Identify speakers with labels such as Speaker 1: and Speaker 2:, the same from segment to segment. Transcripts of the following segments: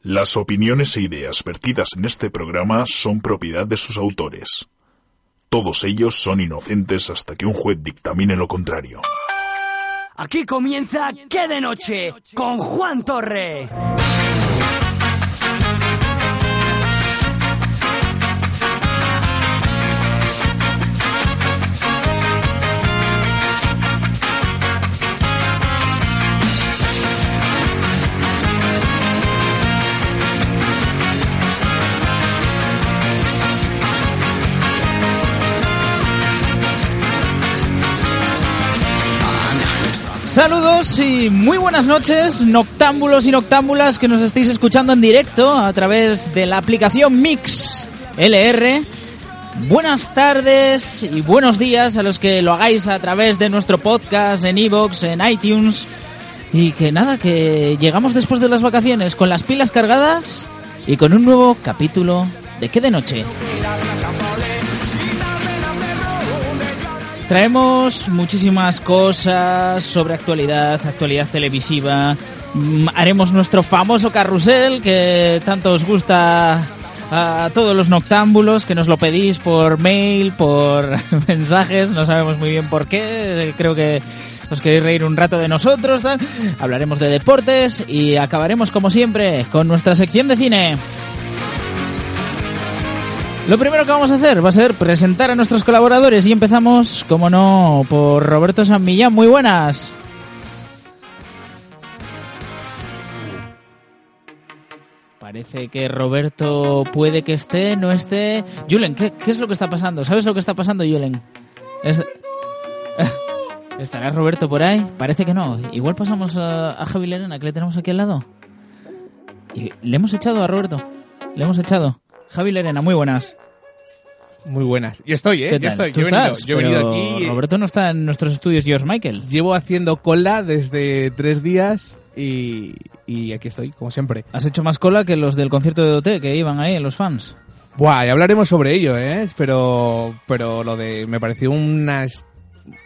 Speaker 1: Las opiniones e ideas vertidas en este programa son propiedad de sus autores. Todos ellos son inocentes hasta que un juez dictamine lo contrario.
Speaker 2: Aquí comienza Qué de Noche con Juan
Speaker 3: Eh,
Speaker 2: Torre.
Speaker 3: Saludos y muy buenas noches, noctámbulos y noctámbulas que nos estáis escuchando en directo a través de la aplicación Mix LR. Buenas tardes y buenos días a los que lo hagáis a través de nuestro podcast en iVoox, en iTunes. Y que nada, que llegamos después de las vacaciones con las pilas cargadas y con un nuevo capítulo de ¿Qué de noche? Traemos muchísimas cosas sobre actualidad, actualidad televisiva. Mm, Haremos nuestro famoso carrusel que tanto os gusta a todos los noctámbulos que nos lo pedís por mail, por mensajes, no sabemos muy bien por qué. eh, Creo que os queréis reír un rato de nosotros. tal. Hablaremos de deportes y acabaremos como siempre con nuestra sección de cine. Lo primero que vamos a hacer va a ser presentar a nuestros colaboradores y empezamos, como no, por Roberto San Millán. Muy buenas. Parece que Roberto puede que esté, no esté. Julen, ¿qué, qué es lo que está pasando? ¿Sabes lo que está pasando, Julen? Es- ¿Estará Roberto por ahí? Parece que no. Igual pasamos a, a Javi Lerena, que le tenemos aquí al lado. Y le hemos echado a Roberto. Le hemos echado. Javi Lerena, muy buenas.
Speaker 4: Muy buenas. Yo estoy, ¿eh?
Speaker 3: ¿Qué
Speaker 4: Yo
Speaker 3: tal?
Speaker 4: estoy.
Speaker 3: ¿Tú
Speaker 4: Yo he venido,
Speaker 3: estás?
Speaker 4: yo he venido
Speaker 3: Pero
Speaker 4: aquí. eh,
Speaker 3: Roberto no está en nuestros estudios, George Michael.
Speaker 4: Llevo haciendo cola desde tres días y, y aquí estoy, como siempre.
Speaker 3: Has hecho más cola que los del concierto de OT que iban ahí, los fans.
Speaker 4: Buah, ya hablaremos sobre ello, ¿eh? Pero, pero lo de... Me pareció una, es-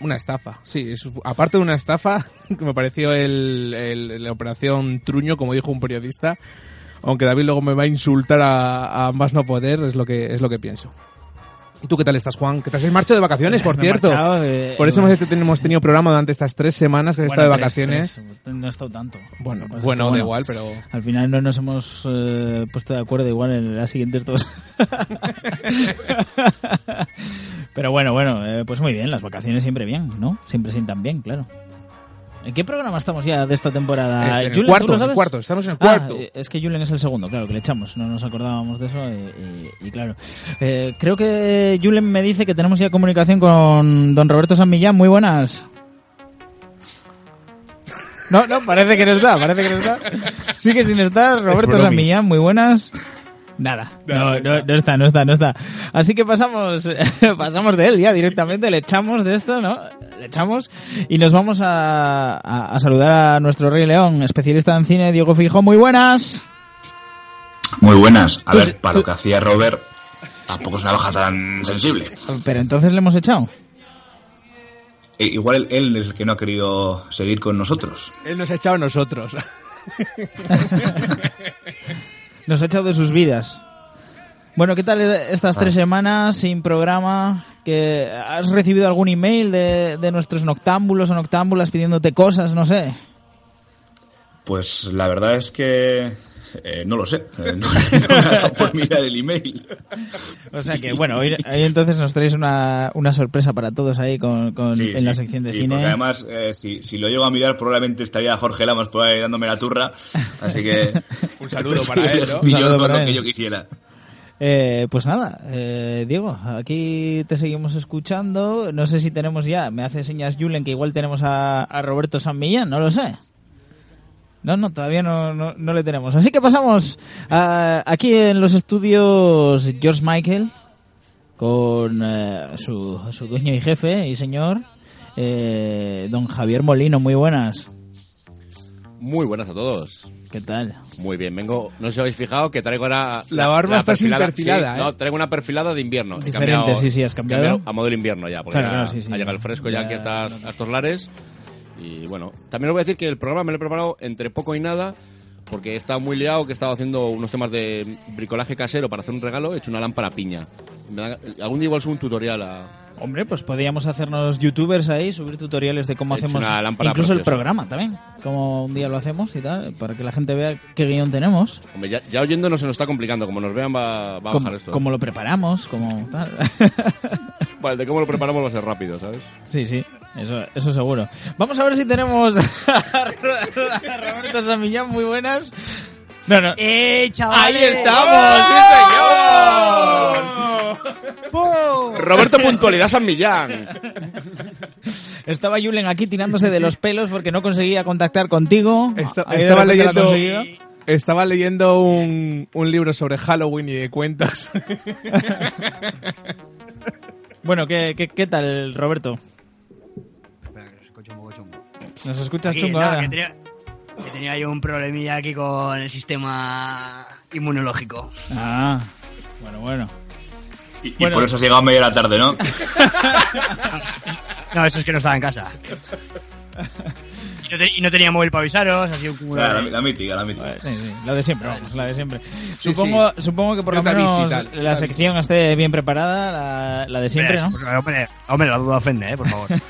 Speaker 4: una estafa. Sí, es- aparte de una estafa, que me pareció el, el- la operación Truño, como dijo un periodista. Aunque David luego me va a insultar a, a más no poder, es lo que es lo que pienso. ¿Y tú qué tal estás, Juan? Que te has marchado de vacaciones, por
Speaker 3: Me he
Speaker 4: cierto.
Speaker 3: marchado, eh,
Speaker 4: Por eso
Speaker 3: bueno.
Speaker 4: hemos, este, hemos tenido programa durante estas tres semanas que he estado de
Speaker 3: tres,
Speaker 4: vacaciones.
Speaker 3: tres. No he estado tanto.
Speaker 4: Bueno,
Speaker 3: Lo que pasa es
Speaker 4: bueno,
Speaker 3: que,
Speaker 4: da igual, pero...
Speaker 3: Al final no nos hemos eh, puesto de acuerdo igual en las siguientes dos. Pero bueno, bueno, eh, pues muy bien, las vacaciones siempre bien, ¿no? Siempre sientan bien, claro. ¿En qué programa estamos ya de esta temporada?
Speaker 4: Este, en
Speaker 3: Ah, Julen,
Speaker 4: el
Speaker 3: ¿tú
Speaker 4: cuarto,
Speaker 3: lo
Speaker 4: en el
Speaker 3: sabes?
Speaker 4: cuarto, estamos en el
Speaker 3: Ah,
Speaker 4: cuarto.
Speaker 3: eh, es que Julen es el segundo, claro, que le echamos, no nos acordábamos de eso eh, y, y claro. Eh, creo que Julen me dice que tenemos ya comunicación con don Roberto San Millán, muy buenas. No, no, parece que no está, parece que no está. Sigue sin estar Roberto
Speaker 4: bromi.
Speaker 3: San Millán, muy buenas. Nada, no, no, no está, no está, no está. Así que pasamos, pasamos de él ya directamente, le echamos de esto, ¿no? Le echamos y nos vamos a, a- a saludar a nuestro Rey León, especialista en cine, Diego Fijo, muy buenas.
Speaker 5: Muy buenas. A
Speaker 3: Pues-
Speaker 5: ver, para lo que hacía Robert, tampoco es una baja tan sensible.
Speaker 3: Pero entonces le hemos echado.
Speaker 5: E- igual él, él es el que no ha querido seguir con nosotros.
Speaker 4: Él nos ha echado a nosotros.
Speaker 3: Nos ha echado de sus vidas. Bueno, ¿qué tal estas tres
Speaker 4: Ah.
Speaker 3: semanas sin programa? ¿Que ¿Has recibido algún email de, de nuestros noctámbulos o noctámbulas pidiéndote cosas? No sé.
Speaker 5: Pues la verdad es que eh, no lo sé. Eh, no, no me ha dado por mirar el email.
Speaker 3: O sea que, Eh, bueno, hoy, hoy entonces nos traéis una, una sorpresa para todos ahí con, con-
Speaker 5: Sí,
Speaker 3: en
Speaker 5: sí,
Speaker 3: la sección de
Speaker 5: sí,
Speaker 3: cine.
Speaker 5: Porque además, eh, si, si lo llego a mirar, probablemente estaría Jorge Lamos por ahí dándome la turra. Así que.
Speaker 4: Un saludo para él, ¿no?
Speaker 5: Y yo
Speaker 3: Un saludo
Speaker 5: con
Speaker 3: para
Speaker 5: lo
Speaker 3: él.
Speaker 5: que yo quisiera.
Speaker 3: Eh, pues nada, eh, Diego, aquí te seguimos escuchando. No sé si tenemos ya, me hace señas Julen que igual tenemos a, a Roberto San Millán, no lo sé. No, no, todavía no, no, no le tenemos. Así que pasamos a- aquí en los estudios George Michael con eh, su, su dueño y jefe y señor, eh, don Javier Molino. Muy buenas,
Speaker 6: Muy buenas a todos.
Speaker 3: ¿qué tal?
Speaker 6: Muy bien, vengo. No sé si habéis fijado que traigo ahora.
Speaker 4: La barba está sin perfilada,
Speaker 6: sí,
Speaker 4: ¿eh?
Speaker 6: No, traigo una perfilada de invierno. He
Speaker 3: Diferente,
Speaker 6: cambiado-
Speaker 3: sí, sí, has
Speaker 6: he
Speaker 3: cambiado.
Speaker 6: A modelo invierno ya, porque
Speaker 3: Claro,
Speaker 6: ya
Speaker 3: claro, sí, sí.
Speaker 6: ha llegado el fresco ya,
Speaker 3: Ya-
Speaker 6: aquí hasta, a estos lares. Y bueno, también os voy a decir que el programa me lo he preparado entre poco y nada. Porque estaba muy liado que estaba haciendo unos temas de bricolaje casero para hacer un regalo, he hecho una lámpara piña. Me da- algún día igual subo un tutorial a...
Speaker 3: Hombre, pues podríamos hacernos youtubers ahí, subir tutoriales de cómo
Speaker 6: He hecho
Speaker 3: hacemos
Speaker 6: una lámpara
Speaker 3: incluso el
Speaker 6: preciosa.
Speaker 3: programa también, cómo un día lo hacemos y tal, para que la gente vea qué guión tenemos,
Speaker 6: Hombre, ya, ya oyendo no se nos está complicando, como nos vean va, va a
Speaker 3: cómo,
Speaker 6: bajar esto.
Speaker 3: cómo lo preparamos, cómo tal.
Speaker 6: Vale, de cómo lo preparamos va a ser rápido, ¿sabes?
Speaker 3: sí, sí, eso, eso seguro. Vamos a ver si tenemos a Roberto Samillán, muy buenas. No, no.
Speaker 7: ¡Eh,
Speaker 3: ¡Ahí
Speaker 7: chavales!
Speaker 6: estamos! ¡Sí, señor!
Speaker 3: ¡Oh!
Speaker 7: ¡Pum!
Speaker 6: Roberto Puntualidad San Millán.
Speaker 3: Estaba Julen aquí tirándose de los pelos porque no conseguía contactar contigo.
Speaker 4: Esta-
Speaker 3: Ahí de
Speaker 4: estaba,
Speaker 3: repente la ha
Speaker 4: leyendo,
Speaker 3: conseguido.
Speaker 4: estaba leyendo un, un libro sobre Halloween y de cuentas.
Speaker 3: Bueno, ¿qué, qué, qué tal, Roberto?
Speaker 7: Espera, que escucho un poco chungo.
Speaker 3: Nos escuchas
Speaker 7: Sí,
Speaker 3: chungo
Speaker 7: nada,
Speaker 3: ahora.
Speaker 7: que tenía, que tenía yo un problemilla aquí con el sistema inmunológico.
Speaker 3: Ah, bueno, bueno.
Speaker 5: Y, y
Speaker 3: Bueno.
Speaker 5: por eso has llegado a media de la tarde, ¿no?
Speaker 7: No, eso es que no estaba en casa. Y no, te- y no tenía móvil para avisaros, así un cúmulo
Speaker 5: la, la,
Speaker 7: de-
Speaker 5: la mítica, la mítica.
Speaker 3: Sí, sí, la de siempre, vamos, la de siempre. supongo, supongo que por
Speaker 4: Yo
Speaker 3: lo
Speaker 4: te aviso y
Speaker 3: menos
Speaker 4: tal, yo te
Speaker 3: la
Speaker 4: aviso.
Speaker 3: sección esté bien preparada, la, la de siempre,
Speaker 7: Espera,
Speaker 3: ¿no?
Speaker 7: pues, hombre, hombre, la duda ofende, ¿eh? por favor.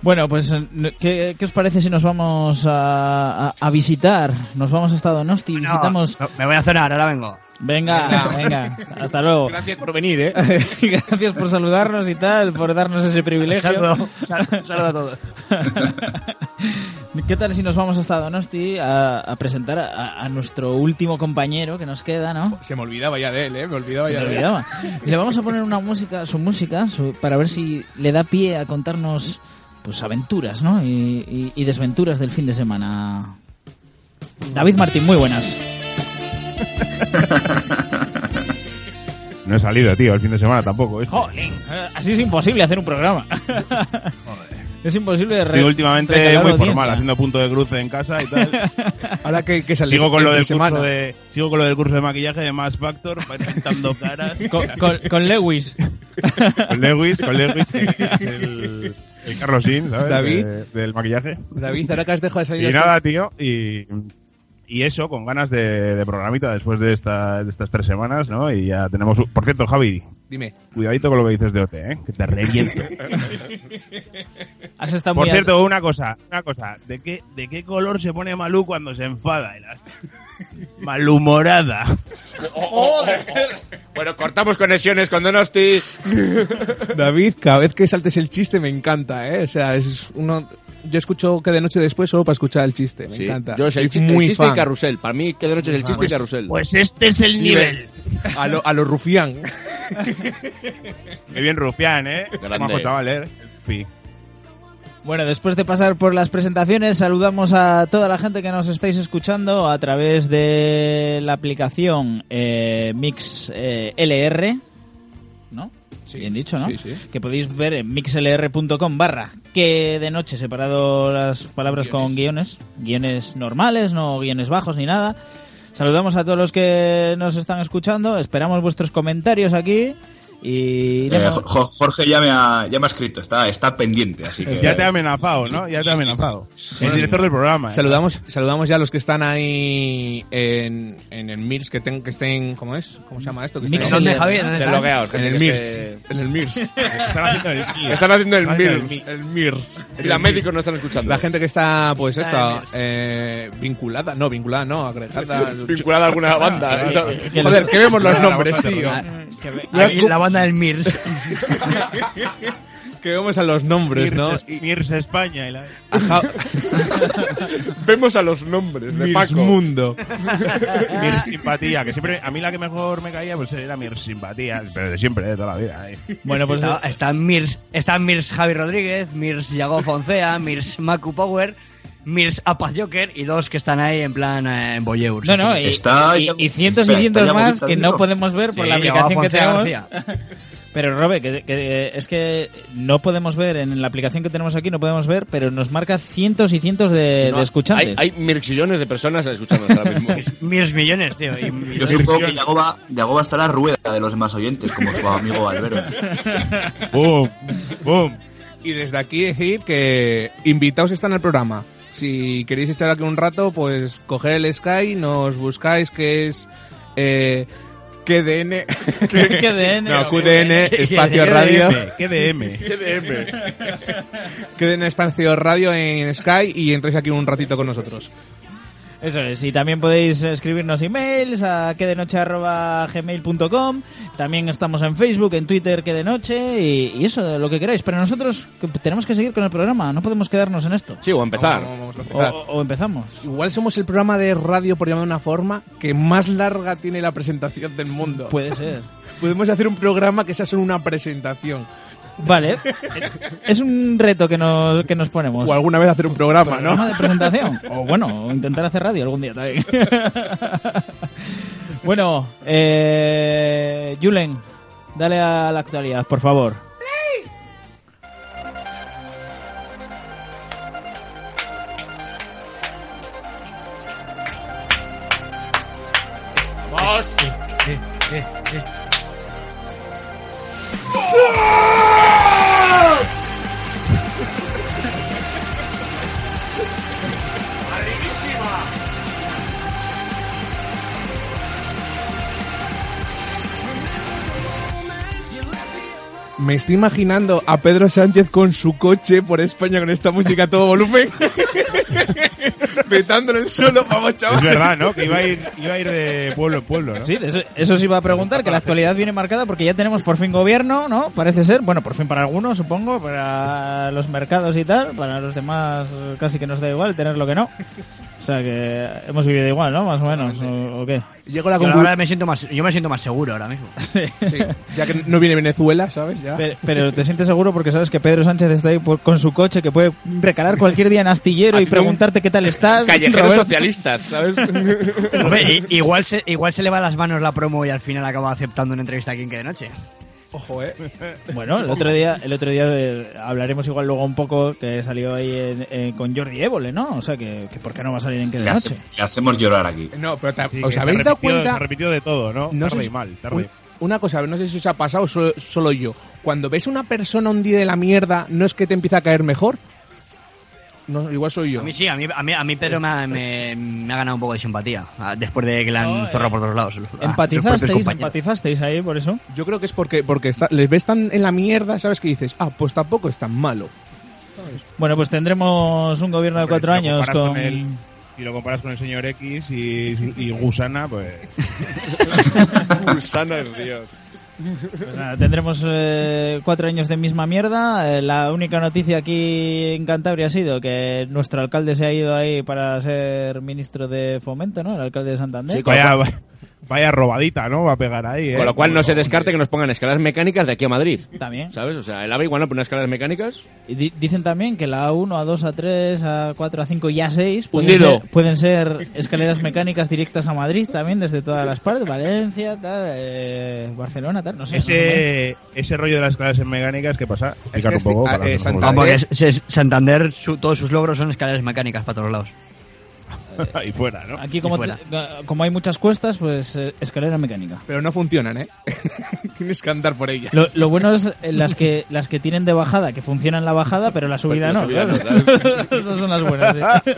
Speaker 3: Bueno, pues, ¿qué, qué os parece si nos vamos a, a- a visitar? Nos vamos hasta Donosti,
Speaker 7: No,
Speaker 3: visitamos...
Speaker 7: no, me voy a cenar, ahora vengo.
Speaker 3: Venga, venga, hasta luego.
Speaker 4: Gracias por venir, ¿eh?
Speaker 3: Gracias por saludarnos y tal, por darnos ese privilegio.
Speaker 7: Saludo, sal- saludo a todos.
Speaker 3: ¿Qué tal si nos vamos hasta Donosti a, a presentar a, a nuestro último compañero que nos queda, no?
Speaker 4: Se me olvidaba ya de él, ¿eh? Me olvidaba
Speaker 3: Se
Speaker 4: ya
Speaker 3: me
Speaker 4: de él.
Speaker 3: olvidaba. Le vamos a poner una música, su música, su- para ver si le da pie a contarnos pues aventuras, ¿no? Y, y- y desventuras del fin de semana. David Martín, muy buenas.
Speaker 8: No he salido, tío, el fin de semana tampoco. este.
Speaker 3: Así es imposible hacer un programa. Es imposible.
Speaker 8: Estoy últimamente muy formal, haciendo punto de cruce en casa y tal.
Speaker 4: Ahora que, que salís
Speaker 8: sigo con lo
Speaker 4: entre
Speaker 8: del
Speaker 4: semana.
Speaker 8: curso de sigo con lo del curso de maquillaje de Mass Factor, va pintando caras.
Speaker 3: Con, con- con Lewis.
Speaker 8: Con Lewis, con Lewis, que es el, el Carlos Sin, ¿sabes?
Speaker 4: David.
Speaker 8: De- del maquillaje.
Speaker 4: David, ahora que has dejado de salir...
Speaker 8: Y
Speaker 4: las-
Speaker 8: nada, tío, y, y eso, con ganas de, de programita después de, esta- de estas tres semanas, ¿no? Y ya tenemos... un- Por cierto, Javi,
Speaker 4: Dime.
Speaker 8: cuidadito con lo que dices de OT, ¿eh? Que te reviento.
Speaker 3: Has estado
Speaker 8: Por
Speaker 3: muy
Speaker 8: cierto, una cosa, una cosa. ¿De qué, ¿De qué color se pone Malú cuando se enfada? Era- Malhumorada.
Speaker 7: ¡Oh,
Speaker 6: Bueno, cortamos conexiones con Donosti.
Speaker 4: David, cada vez que saltes el chiste me encanta, ¿eh? O sea, es uno... Yo escucho que de noche después solo para escuchar el chiste, me
Speaker 6: Sí,
Speaker 4: encanta.
Speaker 6: yo sé, el,
Speaker 4: Soy
Speaker 6: chi- el
Speaker 4: muy
Speaker 6: chiste y
Speaker 4: fan.
Speaker 6: carrusel. Para mí, que de noche es el chiste y
Speaker 7: Pues-
Speaker 6: carrusel.
Speaker 7: Pues este es el nivel.
Speaker 4: A lo, a lo rufián.
Speaker 8: Qué bien rufián, ¿eh?
Speaker 6: Grande.
Speaker 8: Majo chaval, ¿eh? Sí.
Speaker 3: Bueno, después de pasar por las presentaciones, saludamos a toda la gente que nos estáis escuchando a través de la aplicación eh, Mix eh, LR, ¿no? Bien dicho, ¿no?
Speaker 4: Sí, sí.
Speaker 3: Que podéis ver en mixlr.com barra que de noche separado las palabras con guiones, guiones normales, no guiones bajos ni nada. Saludamos a todos los que nos están escuchando, esperamos vuestros comentarios aquí y
Speaker 5: Eh,
Speaker 3: iremos-
Speaker 5: Jo- Jo- Jorge ya me ha, ya me ha escrito, está, está pendiente, así que...
Speaker 8: Ya te ha amenazado, ¿no? Ya te ha amenazado. el director del programa. ¿eh?
Speaker 4: Saludamos, saludamos ya a los que están ahí en, en el MIRS, que, ten- que estén... ¿Cómo es? ¿Cómo se llama esto? Que estén-
Speaker 3: Mix
Speaker 7: ¿Dónde,
Speaker 3: LR.
Speaker 7: Javier? ¿Dónde estás?
Speaker 6: Desbloqueaos,
Speaker 4: En
Speaker 6: gente,
Speaker 4: el
Speaker 6: que
Speaker 4: MIRS.
Speaker 6: este-
Speaker 4: En el MIRS.
Speaker 8: Están haciendo el guía.
Speaker 6: Están haciendo el
Speaker 8: Están haciendo
Speaker 6: MIR.
Speaker 4: El MIRS.
Speaker 6: Y la médicos no están escuchando.
Speaker 4: La gente que está, pues, esta,
Speaker 7: Mirs.
Speaker 4: eh, vinculada, no, vinculada, no, agregada.
Speaker 6: vinculada a alguna banda.
Speaker 4: Joder, que vemos los nombres, tío.
Speaker 7: Ahí en la banda del Mirs.
Speaker 4: Que vemos a los nombres,
Speaker 8: Mirs,
Speaker 4: ¿no?
Speaker 8: Mirs España. y la-
Speaker 4: A Ja-
Speaker 6: Vemos a los nombres de
Speaker 4: Mirs
Speaker 6: Paco.
Speaker 4: Mundo.
Speaker 8: Mirs Simpatía. Que siempre, a mí la que mejor me caía pues era Mirs Simpatía. Pero de siempre, de toda la vida. ¿eh?
Speaker 3: Bueno, pues
Speaker 7: Está, está Mirs, está Mirs Javi Rodríguez, Mirs Yago Foncea, Mirs Macu Power, Mirs Apa Joker y dos que están ahí en plan eh, en Voyeur.
Speaker 3: No, no, y,
Speaker 5: Pues Está-
Speaker 3: y- y
Speaker 5: ya-
Speaker 3: cientos y
Speaker 5: espera,
Speaker 3: cientos
Speaker 5: está ya
Speaker 3: más
Speaker 5: bonito,
Speaker 3: que
Speaker 5: tío.
Speaker 3: no podemos ver por
Speaker 7: Sí,
Speaker 3: la aplicación
Speaker 7: llevaba
Speaker 3: que
Speaker 7: Fonseca
Speaker 3: tenemos. Pero, Robe, que, que es que no podemos ver en la aplicación que tenemos aquí, no podemos ver, pero nos marca cientos y cientos Eh, de,
Speaker 6: No,
Speaker 3: de escuchantes.
Speaker 6: Hay, hay mirxillones de personas escuchando ahora mismo.
Speaker 7: Mirs millones, tío. y- y-
Speaker 5: Yo supongo que Yagoba, Yagoba está a la rueda de los demás oyentes, como su amigo Valverde.
Speaker 8: ¡Bum! ¡Bum!
Speaker 4: Y desde aquí decir que invitados están al programa. Si queréis echar aquí un rato, pues coger el Sky, nos buscáis que es eh, QDN.
Speaker 3: QDN.
Speaker 4: No, QDN, espacio radio.
Speaker 8: ¿Qué DM?
Speaker 4: QDN, espacio radio en Sky y entréis aquí un ratito con nosotros.
Speaker 3: Eso es, y también podéis escribirnos emails a quedenoche.gmail.com También estamos en Facebook, en Twitter, que de noche y, y eso, lo que queráis. Pero nosotros que- tenemos que seguir con el programa, no podemos quedarnos en esto.
Speaker 6: Sí, o a empezar.
Speaker 4: Vamos, vamos a
Speaker 3: O,
Speaker 4: empezar.
Speaker 3: o- o empezamos.
Speaker 4: Igual somos el programa de radio, por llamar de una forma, que más larga tiene la presentación del mundo.
Speaker 3: Puede ser.
Speaker 4: Podemos hacer un programa que sea solo una presentación.
Speaker 3: Vale. Es un reto que nos, que nos ponemos.
Speaker 4: O alguna vez hacer un programa,
Speaker 3: programa
Speaker 4: ¿no?
Speaker 3: de presentación. O bueno, o intentar hacer radio algún día también. bueno, eh, Julen, dale a la actualidad, por favor. eh,
Speaker 4: Me estoy imaginando a Pedro Sánchez con su coche por España con esta música a todo volumen. Petándolo en el suelo, vamos,
Speaker 8: Es
Speaker 4: chavales.
Speaker 8: verdad, ¿no? Que iba a ir, iba a ir de pueblo en pueblo, ¿no?
Speaker 3: Sí, de eso, eso os iba a preguntar, que la actualidad viene marcada porque ya tenemos por fin gobierno, ¿no? Parece ser, bueno, por fin para algunos, supongo, para los mercados y tal, para los demás eh, casi que nos da igual tenerlo que no. O sea que hemos vivido igual, ¿no? Más o menos, ¿o, o qué?
Speaker 4: Llego a la
Speaker 7: Yo, la verdad,
Speaker 4: conclusión.
Speaker 7: me siento más, yo me siento más seguro ahora mismo.
Speaker 4: Sí, ya que no viene Venezuela, ¿sabes? Ya.
Speaker 3: Pero, pero te sientes seguro porque sabes que Pedro Sánchez está ahí por- con su coche que puede recalar cualquier día en astillero y
Speaker 4: Haciendo un
Speaker 3: preguntarte qué tal estás.
Speaker 6: Callejeros
Speaker 3: Roberto.
Speaker 6: socialistas, ¿sabes?
Speaker 7: Hombre, i- igual, se, igual se le va las manos la promo y al final acaba aceptando una entrevista aquí en que de noche.
Speaker 4: Ojo, eh.
Speaker 3: Bueno, el otro día, el otro día eh, hablaremos igual luego un poco que salió ahí en- en- con Jordi Évole, ¿no? O sea que, que ¿por qué no va a salir en qué de
Speaker 5: Le, hace-
Speaker 3: noche?
Speaker 5: le hacemos llorar aquí.
Speaker 4: No, pero ta-
Speaker 8: Sí, que
Speaker 4: ¿os
Speaker 8: se
Speaker 4: habéis dado
Speaker 8: repitió-
Speaker 4: cuenta?
Speaker 8: Se repitió de todo, ¿no?
Speaker 4: No
Speaker 8: tarde
Speaker 4: sé
Speaker 8: y
Speaker 4: si-
Speaker 8: mal, tarde.
Speaker 4: un- Una cosa, no sé si os ha pasado solo, solo yo. Cuando ves a una persona hundida de la mierda, ¿no es que te empieza a caer mejor? No, igual soy yo.
Speaker 7: A mí sí, a mí, a mí, a mí Pedro me ha, me- me ha ganado un poco de simpatía. ah, Después de que le han zorrado por todos lados. Ah, sus
Speaker 3: eh, Empatizasteis,
Speaker 7: propios compañeros.
Speaker 3: empatizasteis ahí por eso.
Speaker 4: Yo creo que es porque, porque está- les ves tan en la mierda, ¿sabes? Que dices, ah, pues tampoco es tan malo.
Speaker 3: Bueno, pues tendremos un gobierno de
Speaker 8: Hombre,
Speaker 3: cuatro
Speaker 8: si lo
Speaker 3: años
Speaker 8: comparas con
Speaker 3: con...
Speaker 8: el- Si lo comparas con el señor X y, y Gusana, pues...
Speaker 6: Gusana es Dios.
Speaker 3: Pues nada, tendremos eh, cuatro años de misma mierda. Eh, la única noticia aquí en Cantabria ha sido que nuestro alcalde se ha ido ahí para ser ministro de fomento, ¿no? El alcalde de Santander.
Speaker 6: Sí, con-
Speaker 8: Vaya, vaya robadita, ¿no? Va a pegar ahí, ¿eh?
Speaker 6: Con lo cual no se descarte que nos pongan escalas mecánicas de aquí a Madrid.
Speaker 3: También.
Speaker 6: ¿Sabes? O sea, el AVE igual no pone escalas mecánicas.
Speaker 3: Y di- dicen también que la A1, A2, A3, A4, A5 y A6 pueden
Speaker 6: Hundido.
Speaker 3: ser, pueden ser escaleras mecánicas directas a Madrid también desde todas las partes. Valencia, tal, eh, Barcelona, tal. No sé. no sé muy bien.
Speaker 8: Ese, ese rollo de las clases mecánicas, ¿qué pasa? Explicar un
Speaker 4: este-
Speaker 8: poco.
Speaker 4: ah,
Speaker 8: para
Speaker 4: eh,
Speaker 8: los que no
Speaker 4: Santa-
Speaker 7: Vamos,
Speaker 8: conozcan.
Speaker 7: que es- es- Santander, su- todos sus logros son escaleras mecánicas para todos lados.
Speaker 8: y fuera, ¿no?
Speaker 3: Aquí
Speaker 7: Y
Speaker 3: como,
Speaker 7: fuera.
Speaker 3: te- como hay muchas cuestas, pues eh, escalera mecánica.
Speaker 4: Pero no funcionan, ¿eh? Tienes que andar por ellas.
Speaker 3: Lo, lo bueno es eh, las que las que tienen de bajada, que funcionan la bajada, pero la subida
Speaker 6: la
Speaker 3: no.
Speaker 6: subida no,
Speaker 3: Esas son las buenas. sí.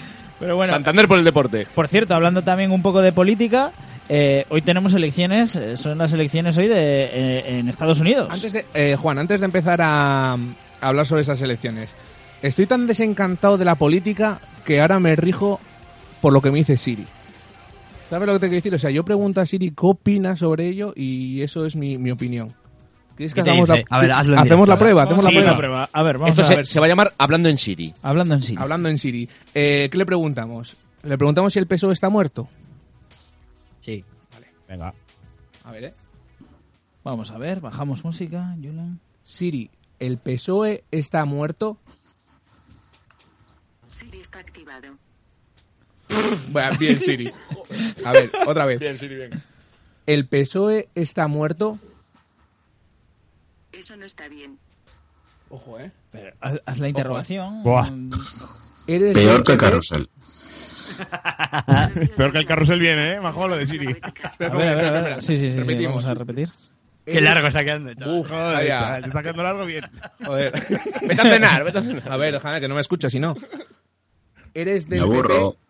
Speaker 3: Pero bueno,
Speaker 6: Santander por el deporte.
Speaker 3: por cierto, hablando también un poco de política, eh, hoy tenemos elecciones, eh, son las elecciones hoy de eh, en Estados Unidos.
Speaker 4: Antes de, eh, Juan, antes de empezar a, a hablar sobre esas elecciones, estoy tan desencantado de la política que ahora me rijo por lo que me dice Siri. ¿Sabes lo que te quiero decir? O sea, yo pregunto a Siri qué opina sobre ello y eso es mi, mi opinión. ¿Quieres que
Speaker 7: ¿Qué te
Speaker 4: hagamos
Speaker 7: dice?
Speaker 4: la,
Speaker 7: A ver, hazlo en directo,
Speaker 4: hacemos la
Speaker 7: a ver.
Speaker 4: prueba? Hacemos la
Speaker 3: Sí,
Speaker 4: prueba.
Speaker 3: la prueba. A ver, vamos
Speaker 6: Esto
Speaker 3: a
Speaker 6: se,
Speaker 3: ver.
Speaker 6: se va a llamar Hablando en Siri.
Speaker 3: Hablando en sí.
Speaker 4: Hablando en Siri, eh, ¿qué le preguntamos? ¿Le preguntamos si el PSOE E está muerto?
Speaker 7: Sí.
Speaker 8: Venga.
Speaker 4: A ver, ¿eh?
Speaker 3: Vamos a ver, bajamos música, Julen.
Speaker 4: Siri, ¿el PSOE E está muerto?
Speaker 9: Siri está activado.
Speaker 4: Bueno, bien, Siri. A ver, otra vez.
Speaker 6: Siri,
Speaker 4: ¿El PSOE E está muerto?
Speaker 9: Eso no está bien.
Speaker 4: Ojo, ¿eh?
Speaker 3: Pero haz, haz la interrogación.
Speaker 8: Buah.
Speaker 4: ¿Eres del
Speaker 5: Peor que
Speaker 4: PP?
Speaker 5: el carrusel.
Speaker 8: Peor que el carrusel viene, ¿eh? Majo, lo de Siri.
Speaker 4: Espera,
Speaker 3: A ver, a ver, a
Speaker 4: espera,
Speaker 3: ver.
Speaker 4: espera.
Speaker 3: Sí, sí, sí, sí,
Speaker 4: Repetimos.
Speaker 3: Vamos a repetir.
Speaker 7: Qué
Speaker 4: ¿Eres-
Speaker 7: largo está quedando. chaval.
Speaker 4: Uf,
Speaker 8: Joder,
Speaker 4: vaya.
Speaker 8: chaval, te está quedando largo bien.
Speaker 4: Joder.
Speaker 6: Vete a cenar, vete a cenar.
Speaker 4: A ver, déjame que no me escucha, si no. eres
Speaker 5: Me
Speaker 4: del
Speaker 5: aburro.
Speaker 4: PP.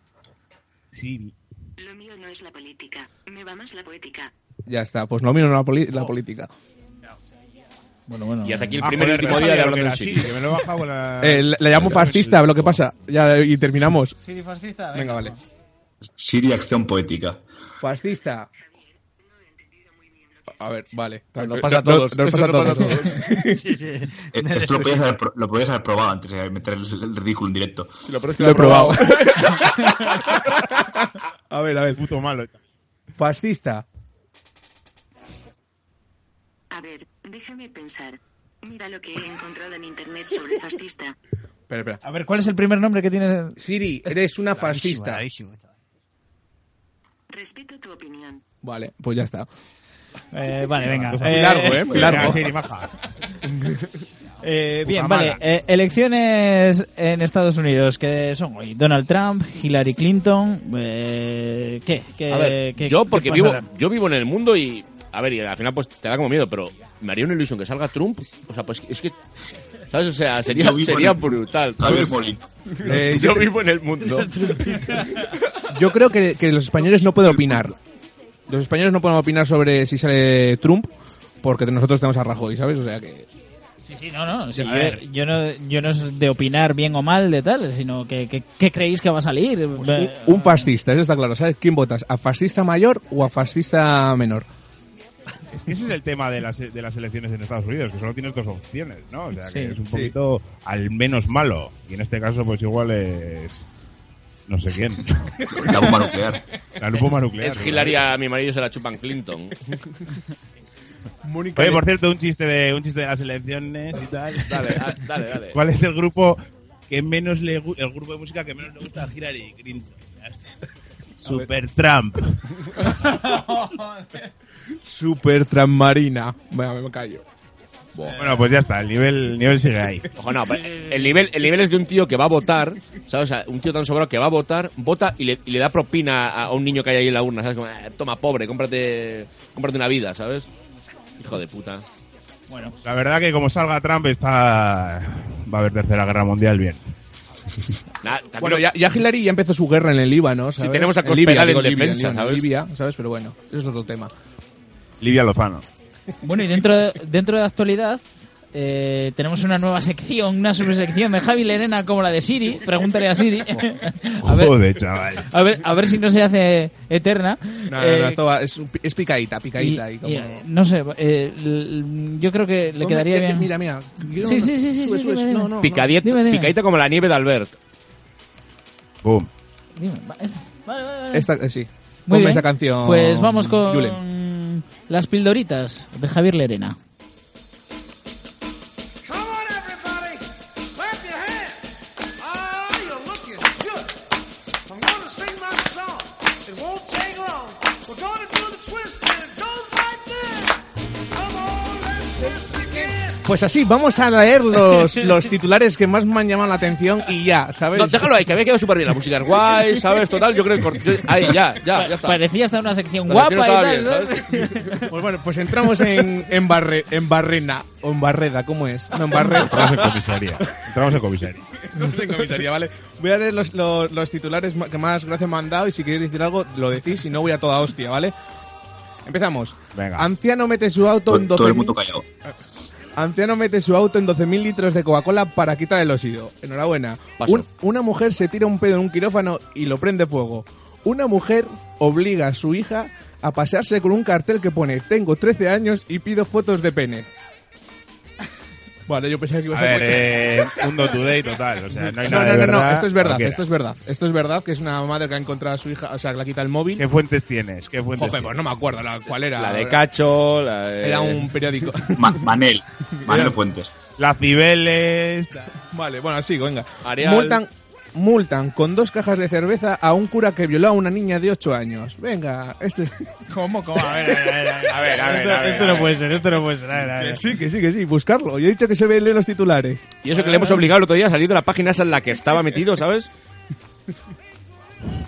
Speaker 8: Sí,
Speaker 9: Lo mío no es la política, me va más la poética.
Speaker 4: Ya está, pues lo mío no la, poli- la política.
Speaker 3: Bueno, bueno.
Speaker 6: Y hasta aquí el
Speaker 8: Ah,
Speaker 6: primer y
Speaker 8: joder,
Speaker 6: último
Speaker 8: no
Speaker 6: día de
Speaker 8: sabía lo que
Speaker 6: hablando en
Speaker 8: era
Speaker 6: Siri.
Speaker 8: Siri, que me lo he bajado en la...
Speaker 4: Eh, le, le llamo fascista, lo que pasa. Ya, y terminamos.
Speaker 3: Siri fascista.
Speaker 4: Venga, vale.
Speaker 5: Siria Acción Poética.
Speaker 4: Fascista. A ver, vale.
Speaker 6: Nos pasa a todos.
Speaker 4: Nos pasa a
Speaker 6: Eso nos
Speaker 4: todos.
Speaker 6: pasa a
Speaker 7: Sí, sí.
Speaker 5: Eh, Esto lo podías, haber, pro- lo podías haber probado antes de meter el el ridículo en directo.
Speaker 6: Si lo peor es que
Speaker 4: Lo he probado. a ver, a ver.
Speaker 8: Puto malo.
Speaker 4: Fascista.
Speaker 9: A ver, déjame pensar. Mira lo que he encontrado en internet sobre fascista.
Speaker 4: Espera, espera.
Speaker 3: A ver, ¿cuál es el primer nombre que tienes?
Speaker 4: Siri, eres una fascista.
Speaker 7: Bravísimo, bravísimo, chaval.
Speaker 9: Respeto tu opinión.
Speaker 4: Vale, pues ya está.
Speaker 3: Eh, vale, venga.
Speaker 4: Muy largo, eh, muy
Speaker 8: Venga,
Speaker 4: largo.
Speaker 8: Siri, baja.
Speaker 3: Eh, bien,
Speaker 8: Puta
Speaker 3: vale.
Speaker 8: mala.
Speaker 3: eh, elecciones en Estados Unidos, que son hoy Donald Trump, Hillary Clinton. eh, ¿Qué? ¿Qué-
Speaker 6: A ver,
Speaker 3: qué-
Speaker 6: yo
Speaker 3: qué
Speaker 6: porque vivo,
Speaker 3: pasará?
Speaker 6: yo vivo en el mundo y a ver, y al final pues te da como miedo, pero me haría una ilusión que salga Trump, o sea, pues es que ¿sabes? O sea, sería
Speaker 5: Yo vivo
Speaker 6: sería
Speaker 5: en-
Speaker 6: brutal.
Speaker 5: Javier
Speaker 6: ¿sabes?
Speaker 5: Molín.
Speaker 4: Eh, yo,
Speaker 6: Yo vivo en el mundo.
Speaker 4: yo creo que, que los españoles no pueden opinar. Los españoles no pueden opinar sobre si sale Trump porque nosotros tenemos a Rajoy, ¿sabes? O sea que...
Speaker 3: Sí, sí, no, no. sí,
Speaker 4: Sí,
Speaker 3: a
Speaker 4: a
Speaker 3: ver, yo no, yo no es de opinar bien o mal de tal, sino que, que- ¿qué creéis que va a salir.
Speaker 4: Un,
Speaker 3: Eh,
Speaker 4: pues, un fascista, eso está claro. ¿Sabes quién votas? ¿A fascista mayor o a fascista menor?
Speaker 8: Es que ese es el tema de las, de las elecciones en Estados Unidos, que solo tienes dos opciones, ¿no? O sea,
Speaker 3: Sí,
Speaker 8: que es un
Speaker 4: sí.
Speaker 8: poquito al menos malo. Y en este caso, pues igual es. No sé quién.
Speaker 5: La bomba nuclear.
Speaker 8: La bomba nuclear.
Speaker 6: Es Hillary a mi marido se la chupan Clinton.
Speaker 8: Oye, por cierto, un chiste de, un chiste de las elecciones y tal.
Speaker 6: Dale, a- dale, dale.
Speaker 8: ¿Cuál es el grupo que menos le gu- el grupo de música que menos le gusta a Hillary Clinton? Super Trump.
Speaker 4: Super transmarina. Venga, me callo.
Speaker 8: Bueno, pues ya está, el nivel, el nivel sigue ahí.
Speaker 6: Ojo, no, pa- el nivel, el nivel es de un tío que va a votar, ¿sabes? O sea, un tío tan sobrado que va a votar, vota y le, y le da propina a, a un niño que hay ahí en la urna, ¿sabes? Como, "Ah, toma, pobre, cómprate, cómprate una vida, ¿sabes? Hijo de puta.
Speaker 3: bueno,
Speaker 8: La verdad que como salga Trump está va a haber tercera guerra mundial bien.
Speaker 6: Nah, también
Speaker 4: Bueno,
Speaker 6: lo-
Speaker 4: ya, ya Hillary ya empezó su guerra en el Líbano, ¿sabes?
Speaker 6: Si tenemos a
Speaker 4: en Libia,
Speaker 6: Cospedal en
Speaker 4: digo, Libia,
Speaker 6: defensa,
Speaker 4: Líbano,
Speaker 6: ¿sabes?
Speaker 4: Libia, ¿sabes? Pero bueno, eso es otro tema.
Speaker 8: Livia Lozano.
Speaker 3: bueno y dentro de, dentro de actualidad eh, tenemos una nueva sección, una subsección de Javi Lerena como la de Siri. Pregúntale a Siri. a, ver,
Speaker 8: Joder, chaval.
Speaker 3: a, ver, a ver si no se hace eterna.
Speaker 4: No,
Speaker 3: Eh,
Speaker 4: no, no, esto va- es, un pi- es picadita,
Speaker 3: y-
Speaker 4: picadita. Y, como...
Speaker 3: y, eh, no sé, eh, l- yo creo que le
Speaker 4: Ponme- eh,
Speaker 3: quedaría
Speaker 4: eh,
Speaker 3: bien.
Speaker 4: Mira, mira.
Speaker 3: Sí, sí, sí, sí,
Speaker 4: Sube,
Speaker 3: sí,
Speaker 4: sube,
Speaker 3: dime,
Speaker 4: No,
Speaker 3: dime.
Speaker 4: no, no.
Speaker 6: Picadiet-
Speaker 3: Dime, dime.
Speaker 6: Picadita como la nieve de Albert.
Speaker 8: Boom.
Speaker 3: Dime, va, esta. Vale, vale, vale.
Speaker 4: Esta, eh, sí.
Speaker 3: Muy
Speaker 4: Ponme
Speaker 3: bien.
Speaker 4: esa canción.
Speaker 3: Pues vamos con
Speaker 4: Julen.
Speaker 3: las pildoritas de Javier Lerena.
Speaker 2: Come on, everybody! Clap your hands! Ah, you're looking good! I'm gonna sing my song. It won't take long. We're gonna do the twist and it goes like this. Come on, let's twist again.
Speaker 4: Pues así, vamos a leer los, los titulares que más me han llamado la atención y ya, ¿sabes?
Speaker 6: No, déjalo ahí, que había quedado súper bien. La música es guay, ¿sabes? Total, yo creo que... cor- yo- Ahí, ya, ya, ya está.
Speaker 3: Parecía hasta una sección
Speaker 6: La
Speaker 3: guapa y
Speaker 6: canción estaba
Speaker 3: tal.
Speaker 6: bien,
Speaker 3: ¿sabes?
Speaker 4: Pues bueno, pues entramos en, en, barre, en Barrena. O en Barreda, ¿cómo es? No, en Barreda.
Speaker 8: Entramos en comisaría. Entramos en comisaría.
Speaker 4: Entramos en comisaría, ¿vale? Voy a leer los, los, los titulares ma- que más gracias me han dado y si queréis decir algo, lo decís y no voy a toda hostia, ¿vale? Empezamos.
Speaker 8: Venga.
Speaker 4: Anciano mete su auto en
Speaker 5: Todo, todo el mundo
Speaker 4: 12.000
Speaker 5: callado.
Speaker 4: Anciano mete su auto en 12.000 litros de Coca-Cola para quitar el óxido. Enhorabuena.
Speaker 6: Paso.
Speaker 4: Un- una mujer se tira un pedo en un quirófano y lo prende fuego. Una mujer obliga a su hija a pasearse con un cartel que pone Tengo 13 años y pido fotos de pene. Vale, yo pensaba que ibas
Speaker 8: A
Speaker 4: a...
Speaker 8: ver, eh, mundo today total. O sea, no hay
Speaker 4: no,
Speaker 8: nada
Speaker 4: no,
Speaker 8: de
Speaker 4: no, no,
Speaker 8: verdad.
Speaker 4: esto es verdad,
Speaker 8: Cualquiera.
Speaker 4: esto es verdad. Esto es verdad que es una madre que ha encontrado a su hija, o sea, que la quita el móvil.
Speaker 8: ¿Qué fuentes tienes? ¿Qué fuentes
Speaker 4: Joder, pues no me acuerdo la, cuál era.
Speaker 6: La de Cacho, eh. la de...
Speaker 4: Era un periódico.
Speaker 5: Ma- Manel. Manel Fuentes.
Speaker 8: tienes? Las Cibeles.
Speaker 4: Vale, bueno, sigo, venga.
Speaker 6: Arial.
Speaker 4: Multan, multan con dos cajas de cerveza a un cura que violó a una niña de 8 años. Venga, este...
Speaker 3: ¿Cómo, cómo? A ver, a ver,
Speaker 8: A ver, a ver. a ver, a ver.
Speaker 3: ser, esto no puede ser.
Speaker 4: Que sí, que sí, que sí, buscarlo. Yo he dicho que se ve en los titulares. Eh,
Speaker 6: Y eso que le hemos obligado el otro día a salir de la página esa en la que estaba metido, ¿sabes?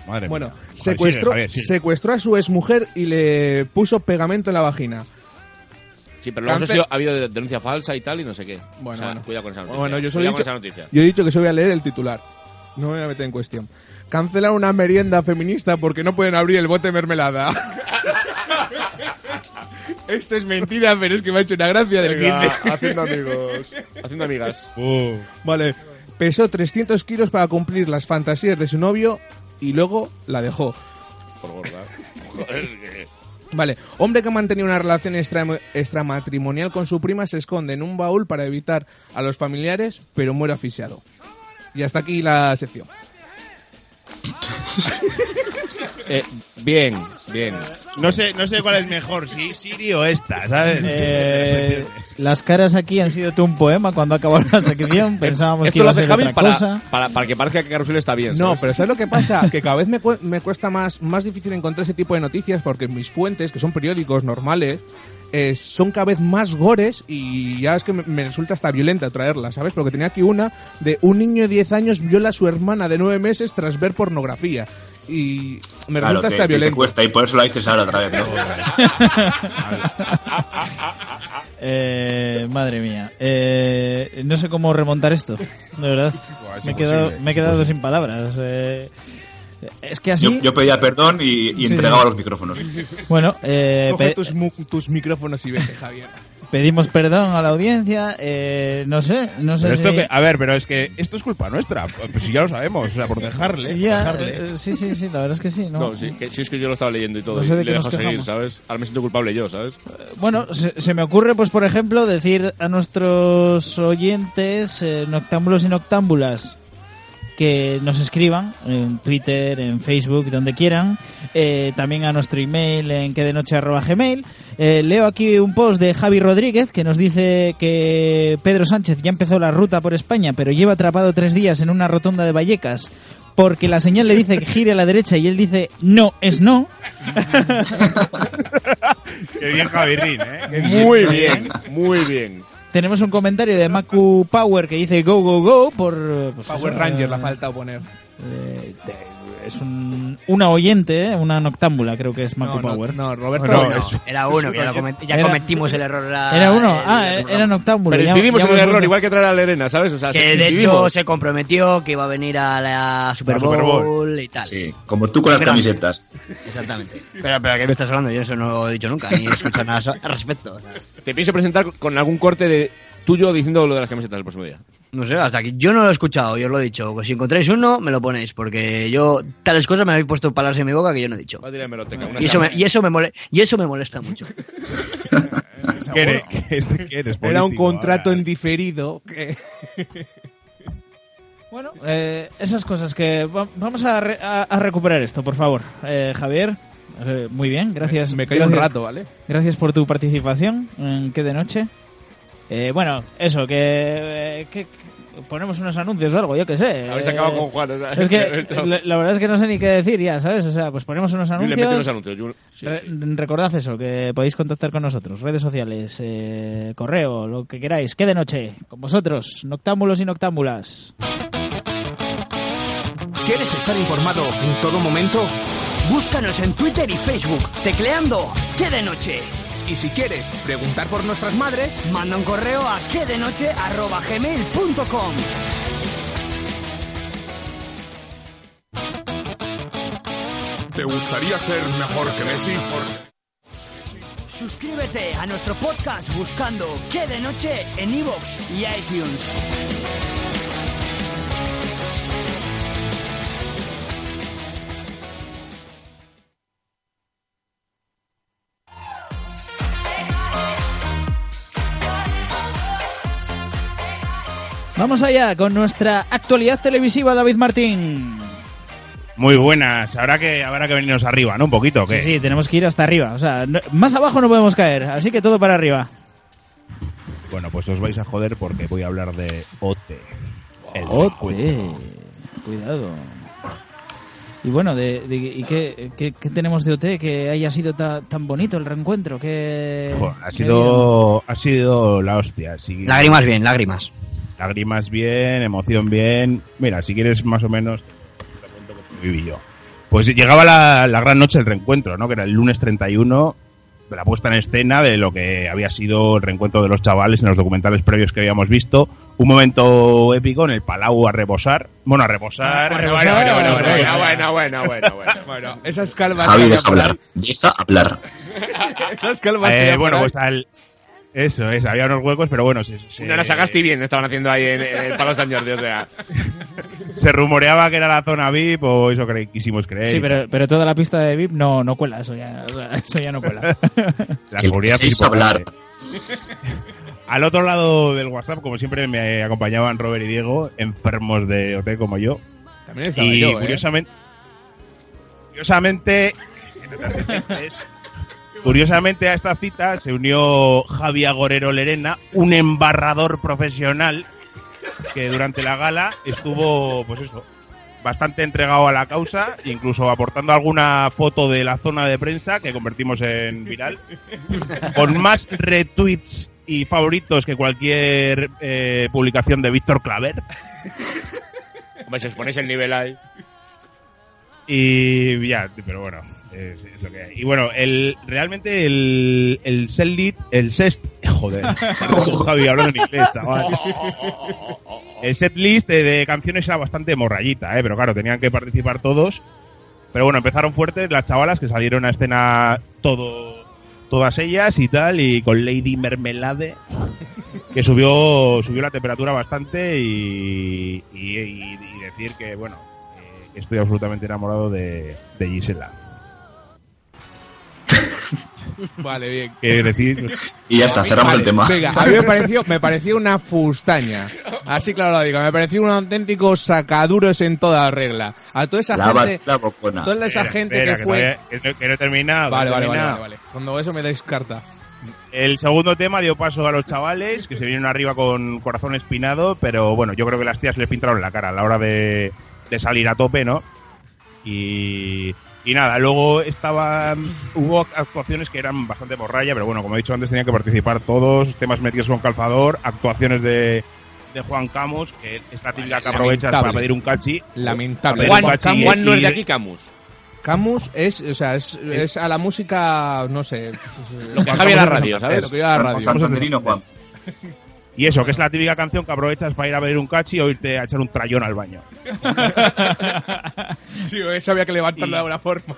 Speaker 8: Madre mía.
Speaker 4: Bueno,
Speaker 8: Joder,
Speaker 4: secuestró,
Speaker 8: sigue, Javier, sigue.
Speaker 4: secuestró a su exmujer y le puso pegamento en la vagina.
Speaker 6: Sí, pero luego
Speaker 4: Cáncer-
Speaker 6: eso ha, sido- ha habido de- denuncia falsa y tal y no sé qué.
Speaker 4: Bueno,
Speaker 6: o sea,
Speaker 4: bueno.
Speaker 6: cuidado con esa noticia.
Speaker 4: Bueno, yo solo he dicho,
Speaker 6: cuidado con esa noticia.
Speaker 4: yo he dicho que solo voy a leer el titular. No me voy a meter en cuestión. Cancelar una merienda feminista porque no pueden abrir el bote de mermelada. Esto es mentira, pero es que me ha hecho una gracia del 15.
Speaker 6: haciendo amigos. Haciendo amigas.
Speaker 4: Vale. Pesó 300 kilos para cumplir las fantasías de su novio y luego la dejó.
Speaker 6: Por gorda. Joder, que-
Speaker 4: Vale. Hombre que mantenía una relación extra- extramatrimonial con su prima se esconde en un baúl para evitar a los familiares, pero muere asfixiado. Y hasta aquí la sección.
Speaker 6: Eh, bien, bien.
Speaker 8: No sé, no sé cuál es mejor, si Siri o esta, ¿sabes?
Speaker 3: Eh, las caras aquí han sido tú un poema cuando acabó la sección. Pensábamos que
Speaker 6: Esto lo
Speaker 3: iba a
Speaker 6: hace
Speaker 3: ser
Speaker 6: Javi
Speaker 3: otra
Speaker 6: para,
Speaker 3: cosa.
Speaker 6: para, para que parezca que Carrusel está bien.
Speaker 4: No,
Speaker 6: ¿sabes?
Speaker 4: pero ¿sabes lo que pasa? Que cada vez me, cue- me cuesta más, más difícil encontrar ese tipo de noticias porque mis fuentes, que son periódicos normales, eh, son cada vez más gores y ya es que me, me resulta hasta violenta traerlas, ¿sabes? Porque tenía aquí una de un niño de 10 años viola a su hermana de 9 meses tras ver pornografía. Y me
Speaker 5: Claro,
Speaker 4: resulta
Speaker 5: te,
Speaker 4: hasta
Speaker 5: te- te
Speaker 4: violento.
Speaker 5: cuesta y por eso la dices ahora otra vez, ¿no?
Speaker 3: Eh, madre mía. Eh, no sé cómo remontar esto. De verdad.
Speaker 8: Buah, es
Speaker 3: me, he
Speaker 8: imposible,
Speaker 3: quedado, me he
Speaker 8: es
Speaker 3: quedado sin palabras. Eh, es que así.
Speaker 5: Yo, yo pedía perdón y, y
Speaker 3: Sí.
Speaker 5: entregaba los micrófonos.
Speaker 3: Bueno, eh,
Speaker 4: Coge
Speaker 3: pe-
Speaker 4: tus, mu- tus micrófonos y vete, Javier.
Speaker 3: pedimos perdón a la audiencia. eh, no sé, no sé
Speaker 8: Pero esto
Speaker 3: si-
Speaker 8: que, a ver, pero es que esto es culpa nuestra, pues si ya lo sabemos, o sea, por dejarle.
Speaker 3: Ya,
Speaker 8: dejarle.
Speaker 3: eh, sí, sí, sí, la verdad es que sí. No,
Speaker 6: No, sí, que, sí, es que yo lo estaba leyendo y todo.
Speaker 3: No sé
Speaker 6: y
Speaker 3: de
Speaker 6: le
Speaker 3: qué
Speaker 6: he
Speaker 3: nos
Speaker 6: dejado seguir,
Speaker 3: quejamos.
Speaker 6: ¿sabes? Ahora me siento culpable yo, ¿sabes?
Speaker 3: Bueno, se, se me ocurre, pues por ejemplo, decir a nuestros oyentes, eh, noctámbulos y noctámbulas, que nos escriban en Twitter, en Facebook, donde quieran, eh, también a nuestro email en quedenoche.gmail. Eh, leo aquí un post de Javi Rodríguez que nos dice que Pedro Sánchez ya empezó la ruta por España, pero lleva atrapado tres días en una rotonda de Vallecas. Porque la señal le dice que gire a la derecha y él dice no es no.
Speaker 8: Qué bien Javirrín, ¿eh? Qué bien.
Speaker 6: Muy bien, muy bien.
Speaker 3: Tenemos un comentario de Macu Power que dice go, go, go por... pues
Speaker 4: Power
Speaker 3: eso,
Speaker 4: Ranger
Speaker 3: eh,
Speaker 4: la falta poner.
Speaker 3: eh, te- es un, una oyente, eh, una noctámbula creo que es Macu
Speaker 4: No, no,
Speaker 3: Power.
Speaker 4: no, Roberto.
Speaker 8: No,
Speaker 4: no.
Speaker 8: es-
Speaker 7: Era uno, que ya, lo comet- ya
Speaker 3: Era-
Speaker 7: cometimos el error. la-
Speaker 3: Era uno,
Speaker 7: el-
Speaker 3: ah,
Speaker 7: el
Speaker 3: eh,
Speaker 7: programa.
Speaker 3: era noctámbula.
Speaker 6: Pero
Speaker 3: ya-
Speaker 6: incidimos
Speaker 3: ya
Speaker 6: en el
Speaker 3: hemos
Speaker 6: error,
Speaker 3: vuelto.
Speaker 6: igual que traer a Lerena, ¿sabes? O sea,
Speaker 7: Que de hecho
Speaker 6: incidimos.
Speaker 7: se comprometió que iba a venir a la Super
Speaker 8: La
Speaker 7: Bowl,
Speaker 8: Super
Speaker 7: y tal.
Speaker 5: Sí, como tú con las
Speaker 7: Grande.
Speaker 5: camisetas.
Speaker 7: Exactamente. Pero, pero ¿qué me estás hablando? Yo eso no lo he dicho nunca, ni he escuchado nada so- al respecto. o sea.
Speaker 6: Te pienso presentar con algún corte de tuyo diciendo lo de las camisetas el próximo día.
Speaker 7: No sé, hasta aquí. Yo no lo he escuchado, yo os lo he dicho. Pues si encontráis uno, me lo ponéis, porque yo tales cosas me habéis puesto palabras en mi boca que yo no he dicho.
Speaker 6: Va a tirar hemeroteca. una
Speaker 7: Y eso, me,
Speaker 6: cámara.
Speaker 7: y, eso me mole- y eso me molesta mucho.
Speaker 8: ¿Qué eres? ¿Qué eres? ¿Qué eres?
Speaker 4: Era un
Speaker 8: Político,
Speaker 4: contrato
Speaker 8: ahora.
Speaker 4: en diferido que...
Speaker 3: Bueno, eh, esas cosas que... va- vamos a, re- a- a recuperar esto, por favor. Eh, Javier, eh, muy bien, gracias.
Speaker 4: Me caí un
Speaker 3: gracias-
Speaker 4: rato, ¿vale?
Speaker 3: Gracias por tu participación en Qué de Noche. Eh, bueno, eso, que, eh, que- que ponemos unos anuncios o algo, yo qué sé.
Speaker 6: Habéis
Speaker 3: Eh,
Speaker 6: acabado con Juan. o sea,
Speaker 3: Es que
Speaker 6: esto-
Speaker 3: la, la verdad es que no sé ni qué decir ya, ¿sabes? O sea, pues ponemos unos
Speaker 6: Yo le
Speaker 3: anuncios.
Speaker 6: metí los anuncios. yo- sí,
Speaker 3: Re-
Speaker 6: sí.
Speaker 3: Recordad eso, que podéis contactar con nosotros, redes sociales, eh, correo, lo que queráis. Que de noche, con vosotros, noctámbulos y noctámbulas.
Speaker 10: ¿Quieres estar informado en todo momento?
Speaker 7: Búscanos en Twitter y Facebook, tecleando que de noche.
Speaker 10: Y si quieres preguntar por nuestras madres,
Speaker 7: Manda un correo a que de noche arroba gmail.com.
Speaker 11: ¿Te gustaría ser mejor que Messi?
Speaker 7: Suscríbete a nuestro podcast buscando que de noche en iVoox y iTunes.
Speaker 3: Vamos allá con nuestra actualidad televisiva, David Martín.
Speaker 8: Muy buenas, habrá que, habrá que venirnos arriba, ¿no? Un poquito, ¿o
Speaker 3: Sí,
Speaker 8: ¿qué?
Speaker 3: sí, tenemos que ir hasta arriba. O sea, no- más abajo no podemos caer, así que todo para arriba.
Speaker 8: Bueno, pues os vais a joder porque voy a hablar de OT. El
Speaker 3: Ote.
Speaker 8: recuento.
Speaker 3: Cuidado. Y bueno, de, de- ¿y qué, qué- qué tenemos de OT que haya sido ta- tan bonito el reencuentro? Que,
Speaker 8: Joder, ha sido, ha sido la hostia. sí.
Speaker 7: Lágrimas bien, lágrimas.
Speaker 8: Lágrimas bien, emoción bien. Mira, si quieres más o menos, te cuento cómo viví yo. Pues llegaba la, la gran noche del reencuentro, ¿no? Que era el lunes 31 de la puesta en escena de lo que había sido el reencuentro de los chavales en los documentales previos que habíamos visto. Un momento épico en el Palau a rebosar. Bueno, a rebosar.
Speaker 6: Bueno, bueno, bueno, bueno, bueno, bueno, bueno, bueno, bueno.
Speaker 4: Bueno, esas calvas.
Speaker 5: Javi,
Speaker 4: que
Speaker 5: deja
Speaker 4: voy a
Speaker 5: hablar. Deja hablar.
Speaker 4: parar- esas calvas. que
Speaker 8: Eh,
Speaker 4: voy a
Speaker 8: bueno,
Speaker 4: parar.
Speaker 8: pues al- Eso es, había unos huecos, pero bueno, se, se-
Speaker 6: Una hora Sagasti bien estaban haciendo ahí en, en el Palo San Jordi, o sea.
Speaker 8: se rumoreaba que era la zona VIP o eso cre- quisimos creer.
Speaker 3: Sí, pero, pero toda la pista de VIP no, no cuela, eso ya, o sea, eso ya no cuela.
Speaker 8: La
Speaker 5: Que le
Speaker 8: seguridad
Speaker 5: dejéis
Speaker 8: es importante.
Speaker 5: hablar.
Speaker 8: Al otro lado del WhatsApp, como siempre, me acompañaban Robert y Diego, enfermos de OT como yo.
Speaker 4: También estaba
Speaker 8: Y
Speaker 4: yo, ¿eh?
Speaker 8: curiosamente. Curiosamente. Curiosamente a esta cita se unió Javi Agorero Lerena, un embarrador profesional que durante la gala estuvo, pues eso, bastante entregado a la causa, incluso aportando alguna foto de la zona de prensa que convertimos en viral, con más retweets y favoritos que cualquier eh, publicación de Víctor Claver.
Speaker 6: Hombre, si os ponéis el nivel ahí.
Speaker 8: Y ya, pero bueno, es, es lo que hay. Y bueno, el, realmente el, el set lead, el sest, joder, Javi hablando en inglés, chaval. El set list eh, de, canciones era bastante morrayita, eh, pero claro, tenían que participar todos. Pero bueno, empezaron fuertes las chavalas que salieron a escena todo, todas ellas y tal, y con Lady Mermelade, que subió, subió la temperatura bastante y, y- y- y decir que, bueno, eh, estoy absolutamente enamorado de, de Gisela.
Speaker 4: Vale, bien.
Speaker 8: Que decir, Pues-
Speaker 5: Y ya está, cerramos
Speaker 4: Vale,
Speaker 5: el tema.
Speaker 4: Venga, a mí me pareció, me pareció una fustaña. Así claro lo digo, me pareció un auténtico sacaduros en toda regla. A toda esa
Speaker 5: Lávate
Speaker 4: gente,
Speaker 5: la bocona.
Speaker 4: toda esa
Speaker 8: Espera,
Speaker 4: gente
Speaker 8: espera,
Speaker 4: que, fue.
Speaker 8: todavía- que no- que no he terminado.
Speaker 4: Vale, vale,
Speaker 8: no he
Speaker 4: vale,
Speaker 8: terminado.
Speaker 4: vale, vale. Cuando eso me dais carta.
Speaker 8: El segundo tema dio paso a los chavales, que se vinieron arriba con corazón espinado, pero bueno, yo creo que las tías les pintaron la cara a la hora de, de salir a tope, ¿no? Y, y nada, luego estaban, hubo actuaciones que eran bastante borralla, pero bueno, como he dicho antes, tenían que participar todos, temas metidos con calzador, actuaciones de, de Juan Camus, que es la típica que aprovechas
Speaker 4: lamentable.
Speaker 8: para pedir un cachi.
Speaker 4: Lamentable.
Speaker 8: Pero
Speaker 6: Juan,
Speaker 8: Cachi
Speaker 6: Camus-
Speaker 8: es-
Speaker 6: Juan no es de aquí, Camus.
Speaker 4: Camus es, o sea, es, es a la música, no sé.
Speaker 6: Lo que Javier a la radio, ¿sabes?
Speaker 4: Lo que yo a la radio.
Speaker 5: Santanderino, Juan.
Speaker 8: Y eso, que es la típica canción que aprovechas para ir a pedir un cachi o irte a echar un trayón al baño.
Speaker 4: Sí, eso había que levantarlo de alguna forma.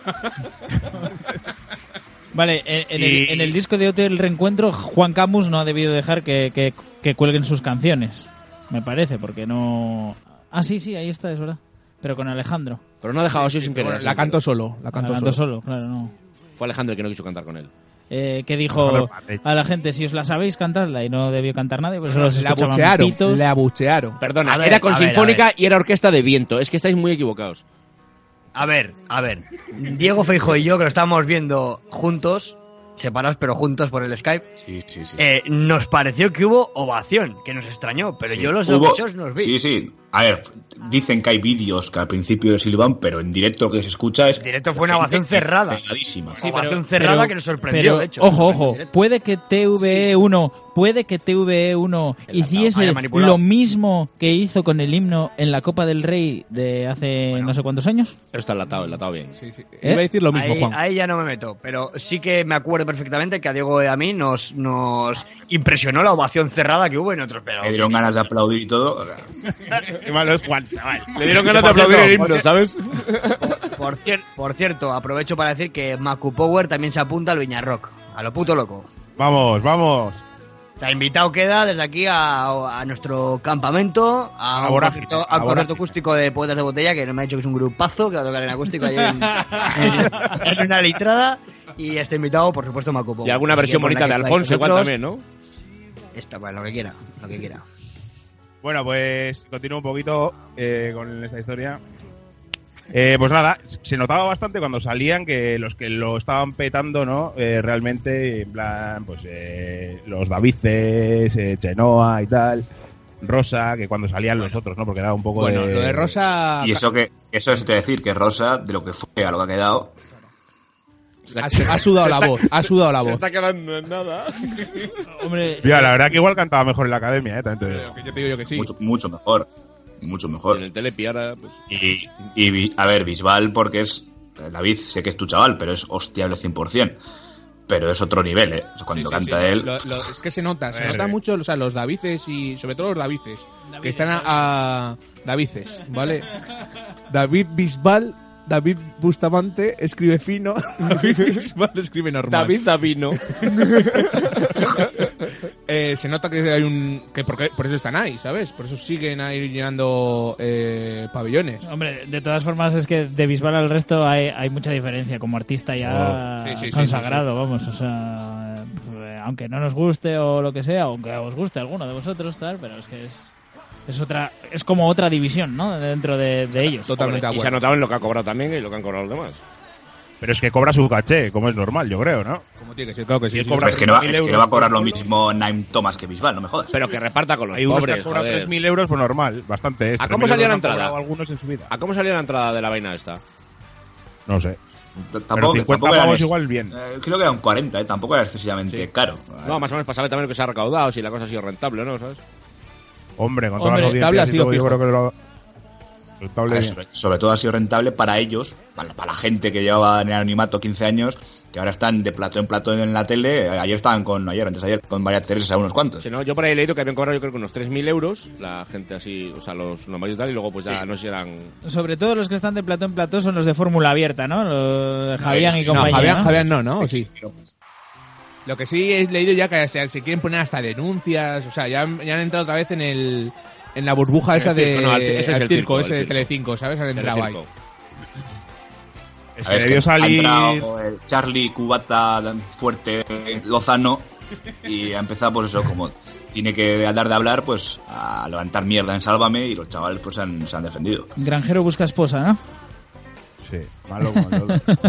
Speaker 3: Vale, en, en
Speaker 8: Y-
Speaker 3: el, en el disco de Hotel Reencuentro, Juan Camus no ha debido dejar que, que- que cuelguen sus canciones, me parece, porque no... Ah, sí, sí, ahí está, es verdad. Pero con Alejandro.
Speaker 6: Pero no ha dejado así sin querer.
Speaker 4: la canto solo, la canto
Speaker 3: Hablando
Speaker 4: solo.
Speaker 3: solo, claro, no.
Speaker 6: Fue Alejandro el que no quiso cantar con él.
Speaker 3: Eh, que dijo
Speaker 8: Alejandro Padre.
Speaker 3: a la gente, si os la sabéis, cantadla. Y no debió cantar nadie, pues solo se
Speaker 4: Le
Speaker 3: escuchaban
Speaker 4: abuchearon,
Speaker 3: pitos.
Speaker 4: le abuchearon.
Speaker 6: Perdona,
Speaker 7: A ver,
Speaker 6: era con
Speaker 7: a ver, a
Speaker 6: sinfónica
Speaker 7: ver.
Speaker 6: y era orquesta de viento. Es que estáis muy equivocados.
Speaker 7: A ver, a ver. Diego Feijo y yo, que lo estamos viendo juntos, separados pero juntos por el Skype,
Speaker 5: Sí, sí, sí.
Speaker 7: eh, nos pareció que hubo ovación, que nos extrañó, pero
Speaker 5: Sí,
Speaker 7: yo los
Speaker 5: hubo-
Speaker 7: ocho nos vi.
Speaker 5: Sí, sí. A ver, dicen que hay vídeos que al principio silban, pero en directo lo que se escucha es.
Speaker 7: En directo fue una ovación
Speaker 5: gente
Speaker 7: cerrada.
Speaker 5: pegadísima.
Speaker 3: Sí,
Speaker 7: Ovación cerrada que nos sorprendió,
Speaker 3: pero,
Speaker 7: de hecho.
Speaker 3: Ojo, ojo, puede que TVE1, puede que TVE1 hiciese
Speaker 7: haya manipulado.
Speaker 3: lo mismo que hizo con el himno en la Copa del Rey de hace no sé cuántos años.
Speaker 6: Pero está enlatado, enlatado bien.
Speaker 4: Sí, sí.
Speaker 3: ¿Eh?
Speaker 4: Iba a decir lo mismo,
Speaker 7: ahí,
Speaker 4: Juan.
Speaker 7: ahí ya no me meto, pero sí que me acuerdo perfectamente que a Diego y a mí nos, nos impresionó la ovación cerrada que hubo en otros. Pero
Speaker 5: Me dieron ganas de aplaudir y todo. o sea,
Speaker 8: Qué malo es Juan, chaval.
Speaker 6: Le dieron ganas de aplaudir el himno, ¿sabes?
Speaker 7: por, cier- por cierto, aprovecho para decir que Macu Power también se apunta al Viñarrock, a lo puto loco.
Speaker 8: Vamos, vamos.
Speaker 7: O sea, invitado queda desde aquí a, a nuestro campamento, a,
Speaker 8: A
Speaker 7: un
Speaker 8: vorágine,
Speaker 7: concierto,
Speaker 8: a
Speaker 7: a un concierto
Speaker 8: vorágine.
Speaker 7: acústico de Poetas de Botella, que no me ha dicho que es un grupazo, que va a tocar en acústico ahí en, en- en una litrada. Y está invitado, por supuesto, Macu Power.
Speaker 6: Y alguna
Speaker 7: Así que
Speaker 6: versión
Speaker 7: con la
Speaker 6: bonita
Speaker 7: que
Speaker 6: de
Speaker 7: podáis
Speaker 6: Alfonso igual
Speaker 7: vosotros,
Speaker 6: también, ¿no?
Speaker 7: Está, bueno, lo que quiera, lo que quiera.
Speaker 8: Bueno, pues continúo un poquito eh, con esta historia. Eh, pues nada, se notaba bastante cuando salían que los que lo estaban petando, ¿no? Eh, realmente, en plan, pues eh, los Davices, eh, Chenoa y tal, Rosa, que cuando salían los otros, ¿no? Porque daba un poco
Speaker 4: Bueno,
Speaker 8: de...
Speaker 4: lo de Rosa.
Speaker 5: Y eso que eso es te decir que Rosa, de lo que fue a lo que ha quedado,
Speaker 3: Ah,
Speaker 4: Ha, ha sudado la voz, ha sudado la voz.
Speaker 6: quedando en nada.
Speaker 3: Hombre,
Speaker 8: Tía, la verdad que igual cantaba mejor en la academia, ¿eh? También te digo.
Speaker 4: Yo te digo yo que sí.
Speaker 5: mucho, mucho mejor. Mucho
Speaker 6: En
Speaker 5: mejor.
Speaker 6: el Telepi ahora, pues,
Speaker 5: Y, y eh, vi- a ver, Bisbal, porque es. David, sé que es tu chaval, pero es hostiable 100%. pero es otro nivel, ¿eh? O sea, Cuando
Speaker 4: Sí, sí,
Speaker 5: canta
Speaker 4: sí.
Speaker 5: él,
Speaker 4: Lo- lo- es que se nota, se
Speaker 5: Verde.
Speaker 4: nota mucho, o sea, los Davices y sobre todo los Davices, que están a, a- Davices, ¿vale? David Bisbal, David Bustamante escribe fino, David Bisbal escribe normal.
Speaker 6: David Davino.
Speaker 4: Eh, se nota que hay un que porque- por eso están ahí, ¿sabes? Por eso siguen ahí llenando eh, pabellones.
Speaker 3: Hombre, de todas formas es que de Bisbal al resto hay, hay mucha diferencia como artista ya
Speaker 4: Oh. Sí, sí, sí,
Speaker 3: consagrado, vamos, o sea, eh, aunque no nos guste o lo que sea, aunque os guste alguno de vosotros, tal, pero es que es, es otra, es como otra división, ¿no? Dentro de, de ellos.
Speaker 6: Hombre, Y se ha notado en lo que ha cobrado también y lo que han cobrado los demás.
Speaker 8: Pero es que cobra su caché, como es normal, yo creo, ¿no?
Speaker 4: Como tiene que ser, claro que sí.
Speaker 8: Y él
Speaker 4: sí,
Speaker 8: cobra
Speaker 4: sí.
Speaker 5: es que no, va, es que no va a cobrar lo mismo Naim Thomas que Bisbal, no me jodas.
Speaker 6: Pero que reparta con los
Speaker 8: Hay unos que han
Speaker 6: pobres,
Speaker 8: cobrado
Speaker 6: joder.
Speaker 8: 3.000 euros por normal, bastante. es
Speaker 6: ¿A cómo
Speaker 8: 3.000
Speaker 6: salía
Speaker 8: euros
Speaker 6: la
Speaker 8: han
Speaker 6: entrada?
Speaker 8: cobrado Algunos en su vida.
Speaker 6: ¿A cómo salía la entrada de la vaina esta?
Speaker 8: No sé.
Speaker 5: Tampoco,
Speaker 8: 50
Speaker 5: tampoco
Speaker 8: pavos
Speaker 5: eran-
Speaker 8: igual bien.
Speaker 5: eh, creo que eran 40, ¿eh? Tampoco era excesivamente caro.
Speaker 6: No, más o menos para saber también lo que se ha recaudado, si la cosa ha sido rentable o no, ¿sabes?
Speaker 8: Hombre, con
Speaker 6: Hombre,
Speaker 8: todas las
Speaker 6: tabla ha
Speaker 8: audiencias y
Speaker 6: sido
Speaker 8: todo, yo
Speaker 6: fija.
Speaker 8: creo que lo... el
Speaker 5: A
Speaker 8: tabla
Speaker 5: ver,
Speaker 8: bien.
Speaker 5: sobre, sobre todo ha sido rentable para ellos, para, la- para la gente que llevaba en el animato 15 años, que ahora están de plato en plato en la tele. Ayer estaban con, ayer, antes de ayer, con María Teresa, unos cuantos.
Speaker 6: Si no, yo por ahí he leído que habían cobrado yo creo que unos 3.000 euros, la gente así, o sea, los normales y tal, y luego pues ya no sé si eran...
Speaker 3: Sobre todo los que están de platón en platón son los de fórmula abierta, ¿no? Los de Javián y
Speaker 4: No,
Speaker 3: compañía.
Speaker 4: Javián,
Speaker 3: ¿no?
Speaker 4: Javián no, ¿no? ¿O sí? Lo que sí he leído ya que o sea, se quieren poner hasta denuncias, o sea, ya han, ya han entrado otra vez en el en la burbuja
Speaker 6: En el
Speaker 4: esa de
Speaker 6: circo, no, al- ese es
Speaker 4: al
Speaker 6: el circo, el
Speaker 4: ese de
Speaker 6: circo.
Speaker 4: Telecinco, ¿sabes? Han entrado ahí.
Speaker 6: Telecirco.
Speaker 8: Es
Speaker 5: A
Speaker 8: que
Speaker 5: ver, es
Speaker 8: debió
Speaker 5: que ha
Speaker 8: salir...
Speaker 5: entrado, eh, Charlie, Cubata, Fuerte, Lozano, y ha empezado, pues eso, como tiene que dar de hablar, pues a levantar mierda en Sálvame, y los chavales pues se han, se han defendido.
Speaker 3: Granjero busca esposa, ¿no?
Speaker 8: Sí, malo, malo.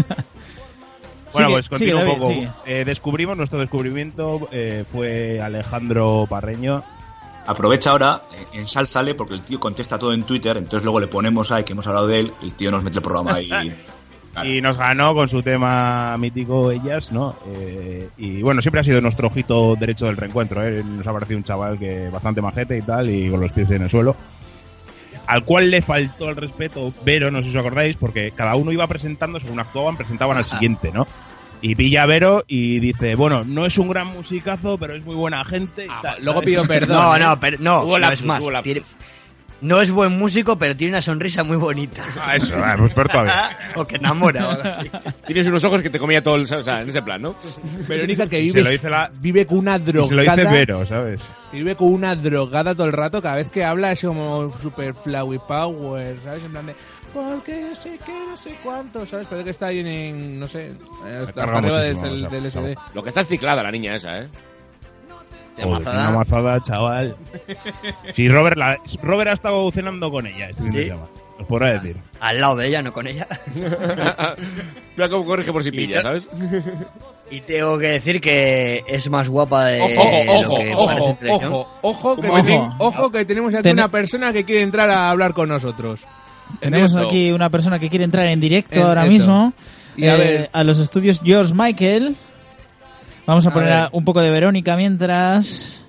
Speaker 8: Bueno,
Speaker 3: Sigue,
Speaker 8: pues continúo
Speaker 3: sigue,
Speaker 8: un
Speaker 3: David,
Speaker 8: poco.
Speaker 3: sigue.
Speaker 8: Eh, descubrimos, nuestro descubrimiento eh, fue Alejandro Parreño.
Speaker 5: Aprovecha ahora, eh, ensálzale, porque el tío contesta todo en Twitter, entonces luego le ponemos ahí que hemos hablado de él, el tío nos mete el programa ahí.
Speaker 8: Y nos ganó con su tema mítico Ellas, ¿no? Eh, y bueno, siempre ha sido nuestro ojito derecho del reencuentro, ¿eh? Nos ha parecido un chaval que bastante majete y tal, y con los pies en el suelo. Al cual le faltó el respeto, pero no sé si os acordáis, porque cada uno iba presentando, según actuaban, presentaban al siguiente, ¿no? Y pilla a Vero y dice, bueno, no es un gran musicazo, pero es muy buena gente. y
Speaker 4: Ah,
Speaker 8: tal.
Speaker 4: luego pidió perdón.
Speaker 7: No,
Speaker 4: ¿eh?
Speaker 7: no, pero no,
Speaker 4: Hubo
Speaker 7: no
Speaker 4: lapsus,
Speaker 7: es más.
Speaker 4: hubo lapsus.
Speaker 7: Tiene- no es buen músico, pero tiene una sonrisa muy bonita.
Speaker 8: Ah, eso, ah, pues peor todavía.
Speaker 7: o que enamora. o algo así.
Speaker 6: Tienes unos ojos que te comía todo el... O sea, en ese plan, ¿no?
Speaker 4: Verónica que
Speaker 8: Y
Speaker 4: vive,
Speaker 8: se lo dice la-
Speaker 4: vive con una
Speaker 8: Y
Speaker 4: drogada.
Speaker 8: se lo dice Vero, ¿sabes?
Speaker 4: que vive con una drogada todo el rato. Cada vez que habla es como super flowy power, ¿sabes? En plan de. Porque no sé qué, no sé cuánto, ¿sabes? Parece que está ahí en. No sé. Hasta, hasta
Speaker 8: carga
Speaker 4: arriba del,
Speaker 8: muchísimo, o sea,
Speaker 4: del SD.
Speaker 6: Lo que está es ciclada la niña esa, ¿eh?
Speaker 8: Joder,
Speaker 7: mazada.
Speaker 8: Una mazada, chaval. Sí, Robert, la- Robert ha estado cenando con ella este fin de
Speaker 7: ¿Sí?
Speaker 8: semana. Os podrá decir.
Speaker 7: Al lado de ella, no con ella.
Speaker 6: Mira cómo corrige por si pilla, ¿sabes?
Speaker 7: Y tengo que decir que es más guapa de
Speaker 6: Eh,
Speaker 7: lo que parece en televisión.
Speaker 4: ojo, ojo, que,
Speaker 3: Ojo.
Speaker 4: tenem- ojo que tenemos aquí
Speaker 3: Ten-
Speaker 4: una persona que quiere entrar a hablar con nosotros.
Speaker 3: Tenemos
Speaker 6: Ernesto.
Speaker 3: aquí una persona que quiere entrar en directo
Speaker 4: En
Speaker 3: ahora
Speaker 4: directo.
Speaker 3: mismo.
Speaker 4: Y a
Speaker 3: Eh,
Speaker 4: ver.
Speaker 3: a los estudios George Michael. Vamos a,
Speaker 4: A
Speaker 3: poner a-
Speaker 4: ver.
Speaker 3: un poco de Verónica mientras.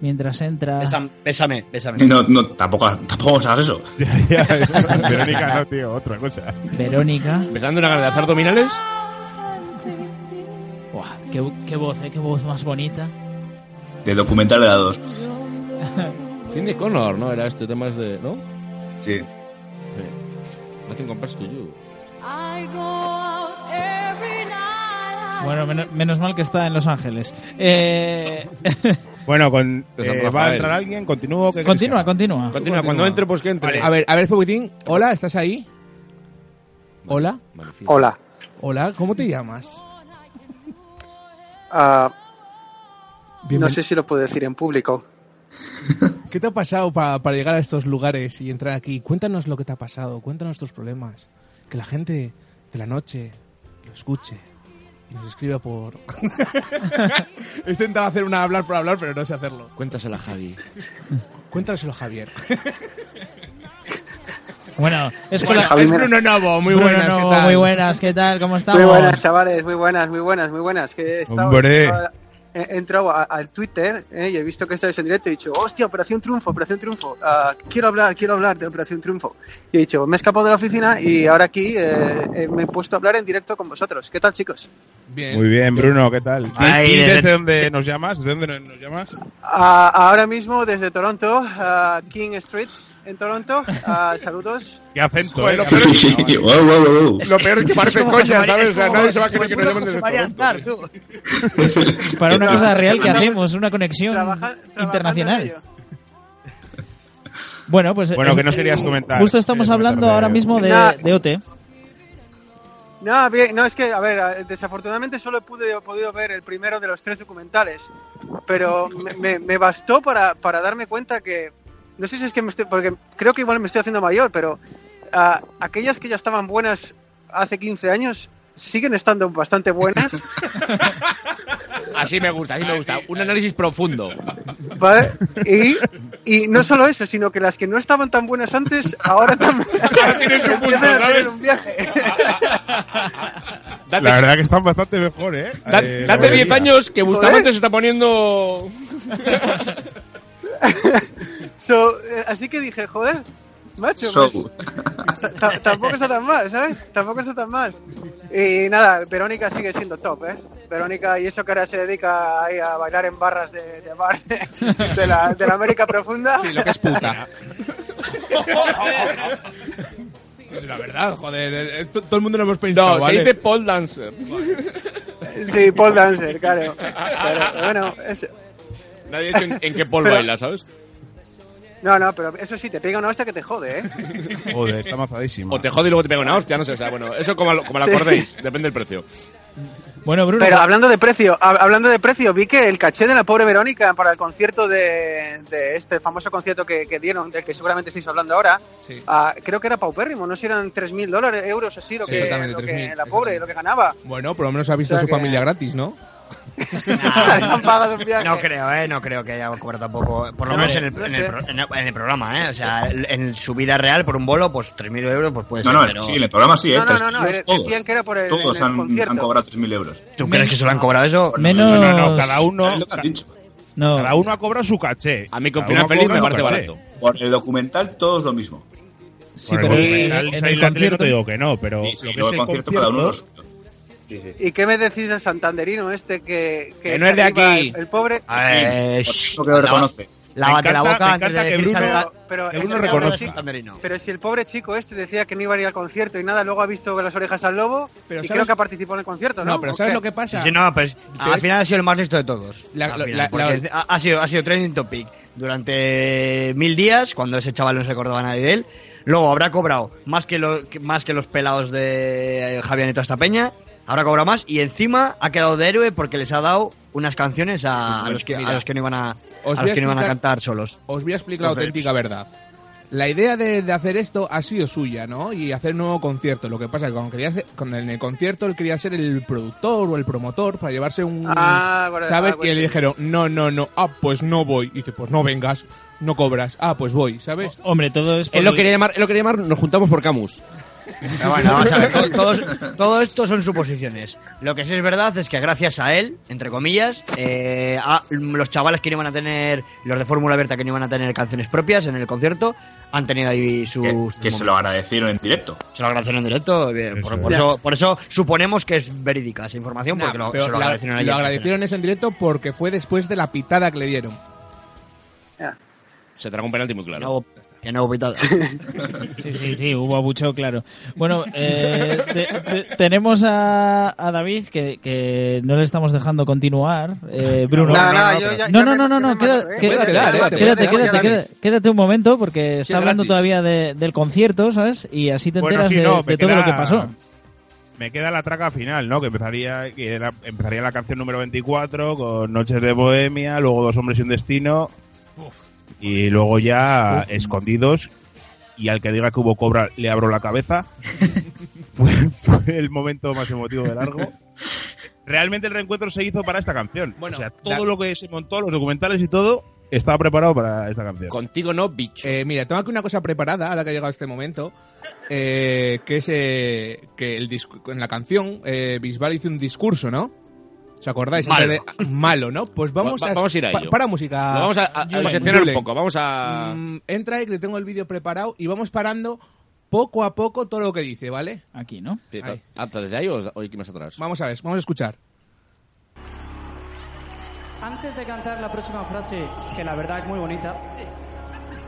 Speaker 3: Mientras entra.
Speaker 7: Bésame, bésame, bésame.
Speaker 5: No, no, tampoco, tampoco hagas eso.
Speaker 8: Verónica no, tío, otra cosa.
Speaker 3: Verónica.
Speaker 6: ¿Me están dando una gana de hacer abdominales?
Speaker 3: Buah, qué, qué voz, eh, qué voz más bonita.
Speaker 5: De documental de la 2.
Speaker 6: Cindy Connor, ¿no? Era este tema es de... ¿No?
Speaker 5: Sí.
Speaker 6: Nothing compares to you.
Speaker 3: Bueno, men- menos mal que está en Los Ángeles. Eh,
Speaker 8: Bueno, con,
Speaker 6: De San
Speaker 8: eh,
Speaker 6: Rafael.
Speaker 8: ¿va a entrar alguien? ¿Continúo? ¿Qué
Speaker 3: continúa,
Speaker 8: queréis
Speaker 3: continúa.
Speaker 6: Continúa, cuando entre, pues que entre.
Speaker 4: A ver, a ver, Fewitín, hola, ¿estás ahí? Hola,
Speaker 6: Magnífico.
Speaker 12: Hola.
Speaker 4: hola, ¿cómo te llamas?
Speaker 12: Ah,
Speaker 4: Bienven-
Speaker 12: no sé si lo puedo decir en público.
Speaker 4: ¿Qué te ha pasado pa- para llegar a estos lugares y entrar aquí? Cuéntanos lo que te ha pasado, cuéntanos tus problemas. Que la gente de la noche lo escuche y nos escriba por... He intentado hacer una hablar por hablar, pero no sé hacerlo.
Speaker 6: Cuéntasela, Javi.
Speaker 4: Cuéntanoslo, Javier.
Speaker 3: Bueno, es
Speaker 12: Bueno,
Speaker 3: Hola,
Speaker 12: Javi,
Speaker 4: es
Speaker 12: mira.
Speaker 4: Bruno Novo, muy
Speaker 3: Bruno
Speaker 4: buenas, ¿qué
Speaker 3: Novo,
Speaker 4: tal?
Speaker 3: muy buenas, ¿qué tal? ¿Cómo estamos?
Speaker 12: Muy buenas, chavales, muy buenas, muy buenas, muy buenas. Que he estado-
Speaker 8: Hombre.
Speaker 12: estaba- he entrado a- al Twitter eh, y he visto que estáis en directo y he dicho, hostia, Operación Triunfo, Operación Triunfo, ah, quiero hablar, quiero hablar de Operación Triunfo. Y he dicho, me he escapado de la oficina y ahora aquí eh, eh, me he puesto a hablar en directo con vosotros. ¿Qué tal, chicos?
Speaker 8: Muy bien, Bruno, ¿qué tal?
Speaker 12: Ay,
Speaker 8: ¿Y
Speaker 12: desde-
Speaker 8: desde dónde nos llamas? ¿Desde dónde nos llamas?
Speaker 12: Ah, ahora mismo desde Toronto, ah, King Street, en Toronto, ah, saludos.
Speaker 8: ¿Qué acento?
Speaker 13: Joder,
Speaker 8: eh?
Speaker 13: lo peor es-
Speaker 8: Sí, sí.
Speaker 13: Wow, wow, wow.
Speaker 8: Lo peor es que parece coña, ¿sabes? O sea, nadie se va a
Speaker 13: creer que nos llaman desde
Speaker 3: Para una
Speaker 13: Pero-
Speaker 3: cosa real que
Speaker 12: pues,
Speaker 3: hacemos, una conexión internacional. Bueno, pues.
Speaker 8: Bueno,
Speaker 3: es-
Speaker 8: que nos querías comentar.
Speaker 3: Justo estamos
Speaker 8: Querías
Speaker 3: hablando
Speaker 8: comentar de-
Speaker 3: ahora mismo de,
Speaker 12: Nah.
Speaker 3: de OT.
Speaker 12: No, bien, no, es que, a ver, eh, desafortunadamente solo pude, he podido ver el primero de los tres documentales, pero me, me- me bastó para, para darme cuenta que, no sé si es que me estoy, porque creo que igual me estoy haciendo mayor, pero ah, aquellas que ya estaban buenas hace 15 años siguen estando bastante buenas,
Speaker 6: Así me gusta, así me gusta. Un análisis profundo.
Speaker 12: ¿vale? Y, y no solo eso, sino que las que no estaban tan buenas antes, ahora también empiezan a tener un viaje.
Speaker 8: La verdad que están bastante mejor, ¿eh?
Speaker 6: Da-
Speaker 8: Eh, la
Speaker 6: date 10
Speaker 8: mayoría.
Speaker 6: años que Bustamante
Speaker 12: Joder.
Speaker 6: se está poniendo.
Speaker 12: So, eh, así que dije, joder, macho,
Speaker 5: So.
Speaker 12: pues, ta- ta- tampoco está tan mal, ¿sabes? Tampoco está tan mal. Y nada, Verónica sigue siendo top, ¿eh? Verónica, y eso que ahora se dedica ahí a bailar en barras de, de bar de, la, de la América Profunda.
Speaker 4: Sí, lo que es puta. Pues la verdad, joder, esto- todo el mundo lo hemos pensado.
Speaker 6: No, se
Speaker 4: ¿vale?
Speaker 6: dice Paul Dancer.
Speaker 12: Sí, Paul Dancer, claro. Pero, bueno, eso-
Speaker 6: Nadie ha dicho en, en qué Paul
Speaker 12: Pero-
Speaker 6: baila, ¿sabes?
Speaker 12: no, no, pero eso sí, te pega una hostia que te jode, ¿eh?
Speaker 8: Joder, está mazadísima.
Speaker 6: O te jode y luego te pega una hostia, no sé. O sea, bueno, eso como, lo- como lo
Speaker 12: Sí.
Speaker 6: acordéis, depende del precio.
Speaker 3: Bueno, Bruno.
Speaker 12: Pero hablando de precio, hab- hablando de precio, vi que el caché de la pobre Verónica para el concierto de, de este famoso concierto que, que dieron, del que seguramente estáis hablando ahora,
Speaker 4: Sí.
Speaker 12: ah, creo que era paupérrimo, no sé si eran 3.000 dólares, euros así, lo
Speaker 4: Sí,
Speaker 12: que,
Speaker 4: exactamente,
Speaker 12: lo que
Speaker 4: 3.000,
Speaker 12: la pobre, lo que ganaba.
Speaker 4: Bueno, por lo menos ha visto
Speaker 12: O sea
Speaker 4: a su
Speaker 12: que-
Speaker 4: familia gratis, ¿no?
Speaker 12: Han pagado un viaje.
Speaker 7: Ah. No creo, ¿eh? No creo que haya cobrado tampoco. Por lo
Speaker 12: No,
Speaker 7: menos en el,
Speaker 12: no
Speaker 7: en,
Speaker 12: sé.
Speaker 7: el, pro- en el- en el programa, ¿eh? O sea, el- en su vida real, por un bolo, pues 3.000 euros, pues puede
Speaker 5: No,
Speaker 7: ser.
Speaker 5: no,
Speaker 7: pero...
Speaker 5: sí, en el programa sí, ¿eh?
Speaker 12: No, no, no, no,
Speaker 5: 3.000
Speaker 12: eh,
Speaker 5: todos.
Speaker 12: decían que era por el, en
Speaker 5: Todos
Speaker 12: el
Speaker 5: han,
Speaker 12: concierto.
Speaker 5: han cobrado 3.000 euros.
Speaker 7: ¿Tú crees que se lo han cobrado eso?
Speaker 3: Menos.
Speaker 8: No, no, no, cada uno,
Speaker 5: Lo que han dicho.
Speaker 8: cada uno ha cobrado su caché.
Speaker 6: A mí con
Speaker 8: Cada
Speaker 6: final
Speaker 8: uno
Speaker 6: feliz me
Speaker 8: cobra su
Speaker 6: parece
Speaker 8: caché.
Speaker 6: barato.
Speaker 5: Por el documental, todos lo mismo.
Speaker 3: Sí,
Speaker 8: Por
Speaker 3: pero
Speaker 8: el
Speaker 3: en,
Speaker 8: documental,
Speaker 3: en
Speaker 8: salir
Speaker 3: el
Speaker 8: en la tele no
Speaker 3: concierto.
Speaker 8: te digo que no, pero
Speaker 5: Sí, sí,
Speaker 8: lo que
Speaker 5: luego
Speaker 8: es
Speaker 5: el
Speaker 8: el
Speaker 5: concierto, cada uno lo
Speaker 8: concierto,
Speaker 5: suyo.
Speaker 12: ¿Y qué me decís del santanderino este que...
Speaker 6: Que no es
Speaker 12: iba
Speaker 6: de aquí.
Speaker 12: El, el pobre...
Speaker 7: Eh, shh,
Speaker 5: Porque lo
Speaker 7: lava-
Speaker 5: reconoce.
Speaker 7: Lávate
Speaker 8: Me encanta-
Speaker 7: la boca
Speaker 8: me
Speaker 7: antes de
Speaker 8: encanta que
Speaker 7: decir
Speaker 8: Bruno-
Speaker 7: salga-
Speaker 12: Pero,
Speaker 8: que
Speaker 12: es
Speaker 8: uno
Speaker 12: el
Speaker 8: reconozca.
Speaker 12: pobre
Speaker 7: Chico,
Speaker 12: chico-
Speaker 7: Anderino.
Speaker 12: pero si el pobre chico este decía que no iba a ir al concierto y nada, luego ha visto las orejas al lobo
Speaker 4: Pero
Speaker 12: y
Speaker 4: ¿sabes?
Speaker 12: creo que ha participado en el concierto, ¿no?
Speaker 4: No, pero
Speaker 12: ¿O
Speaker 4: ¿sabes
Speaker 12: qué?
Speaker 4: lo que
Speaker 7: Sí,
Speaker 4: pasa?
Speaker 7: sí, no, pues al final ha sido el más listo de todos.
Speaker 4: La-
Speaker 7: Al
Speaker 4: la-
Speaker 7: final,
Speaker 4: la-
Speaker 7: porque
Speaker 4: la-
Speaker 7: ha, ha sido, ha sido trending topic durante mil días, cuando ese chaval no se acordaba nadie de él. Luego habrá cobrado más que, los que- más que los pelados de eh, Javier Neto hasta Peña. Habrá cobrado más y encima ha quedado de héroe porque les ha dado unas canciones a, a los, que, a
Speaker 4: Pues Mira,
Speaker 7: los que no iban a,
Speaker 4: os
Speaker 7: a los
Speaker 4: voy a
Speaker 7: que no iban a
Speaker 4: explicar-
Speaker 7: cantar solos.
Speaker 4: Os voy a explicar la
Speaker 7: Entonces-
Speaker 4: auténtica verdad. La idea de, de hacer esto ha sido suya, ¿no? Y hacer un nuevo concierto. Lo que pasa es que cuando, quería hacer- cuando en el concierto él quería ser el productor o el promotor para llevarse un...
Speaker 12: Ah, bueno,
Speaker 4: ¿Sabes?
Speaker 12: ah, bueno,
Speaker 4: y le
Speaker 12: sí.
Speaker 4: dijeron, no, no, no, ah, pues no voy. Y dice, pues no vengas, no cobras, ah, pues voy, ¿sabes?
Speaker 3: Hombre, todo es. por
Speaker 6: Él lo
Speaker 3: el-
Speaker 6: quería llamar, él lo quería llamar Nos juntamos por Camus.
Speaker 7: Pero bueno, vamos a ver, to- todos- todo esto son suposiciones. Lo que sí es verdad es que gracias a él, entre comillas, eh, a- los chavales que no iban a tener, los de Fórmula Abierta que no iban a tener canciones propias en el concierto, han tenido ahí su,
Speaker 5: Que,
Speaker 7: sus
Speaker 5: que se lo agradecieron en directo.
Speaker 7: momentos. Se lo agradecieron en directo. bien,
Speaker 8: Eso
Speaker 7: Por,
Speaker 8: es.
Speaker 7: por eso, por eso suponemos que es verídica esa información,
Speaker 4: Nah,
Speaker 7: porque lo,
Speaker 4: pero
Speaker 7: se lo
Speaker 4: la-
Speaker 7: agradecieron a
Speaker 4: lo
Speaker 7: ellos.
Speaker 4: agradecieron eso en directo porque fue después de la pitada que le dieron.
Speaker 6: Se traga un penalti muy
Speaker 7: Que
Speaker 6: claro.
Speaker 7: no hubo- Que no hubo pitada.
Speaker 3: Sí, sí, sí, hubo abucheo, claro. Bueno, eh, te- te- tenemos a, a David que, que no le estamos dejando continuar. Eh, Bruno.
Speaker 12: Nada, nada, yo ya-
Speaker 3: No,
Speaker 12: yo
Speaker 3: no,
Speaker 12: me-
Speaker 3: no, no,
Speaker 12: yo
Speaker 3: no,
Speaker 12: me
Speaker 3: queda-
Speaker 12: mato, ¿eh?
Speaker 3: queda-
Speaker 6: Puedes quedar, eh,
Speaker 3: quédate,
Speaker 6: te-
Speaker 3: quédate,
Speaker 6: te-
Speaker 3: quédate,
Speaker 6: te-
Speaker 3: quédate, quédate un momento porque está
Speaker 6: es
Speaker 3: hablando
Speaker 6: gratis.
Speaker 3: todavía de- del concierto, ¿sabes? Y así te
Speaker 8: Bueno,
Speaker 3: enteras
Speaker 8: sí,
Speaker 3: de,
Speaker 8: no, me
Speaker 3: de todo
Speaker 8: queda-
Speaker 3: lo que pasó.
Speaker 8: Me queda la traca final, ¿no? Que empezaría, que era- empezaría la canción número 24 con Noches de Bohemia, luego Dos Hombres y un Destino. Y luego ya Escondidos. Y al que diga que hubo cobra, le abro la cabeza. fue, fue el momento más emotivo de largo. Realmente el reencuentro se hizo para esta canción.
Speaker 4: Bueno,
Speaker 8: o sea,
Speaker 4: la-
Speaker 8: todo lo que se montó, los documentales y todo, estaba preparado para esta canción.
Speaker 6: Contigo no, bicho.
Speaker 4: Eh, mira, tengo aquí una cosa preparada, ahora que ha llegado este momento, eh, que es eh, que el discu- en la canción eh, Bisbal hizo un discurso, ¿no? ¿Os acordáis?
Speaker 6: Malo.
Speaker 4: Antes de- malo, ¿no? Pues vamos
Speaker 6: Va- va-
Speaker 4: a...
Speaker 6: vamos a ir a
Speaker 4: pa-
Speaker 6: ello.
Speaker 4: para música.
Speaker 6: Lo vamos a- a- a
Speaker 4: Julen.
Speaker 6: diseccionar un
Speaker 4: Julen.
Speaker 6: poco, vamos a-
Speaker 4: Mm, entra ahí que tengo el vídeo preparado y vamos parando poco a poco todo lo que dice, ¿vale?
Speaker 3: Aquí, ¿no?
Speaker 4: Ahí.
Speaker 6: Ah, pero ¿Desde ahí o o hay que ir más atrás?
Speaker 4: Vamos a ver, vamos a escuchar.
Speaker 13: Antes de cantar la próxima frase, que la verdad es muy bonita,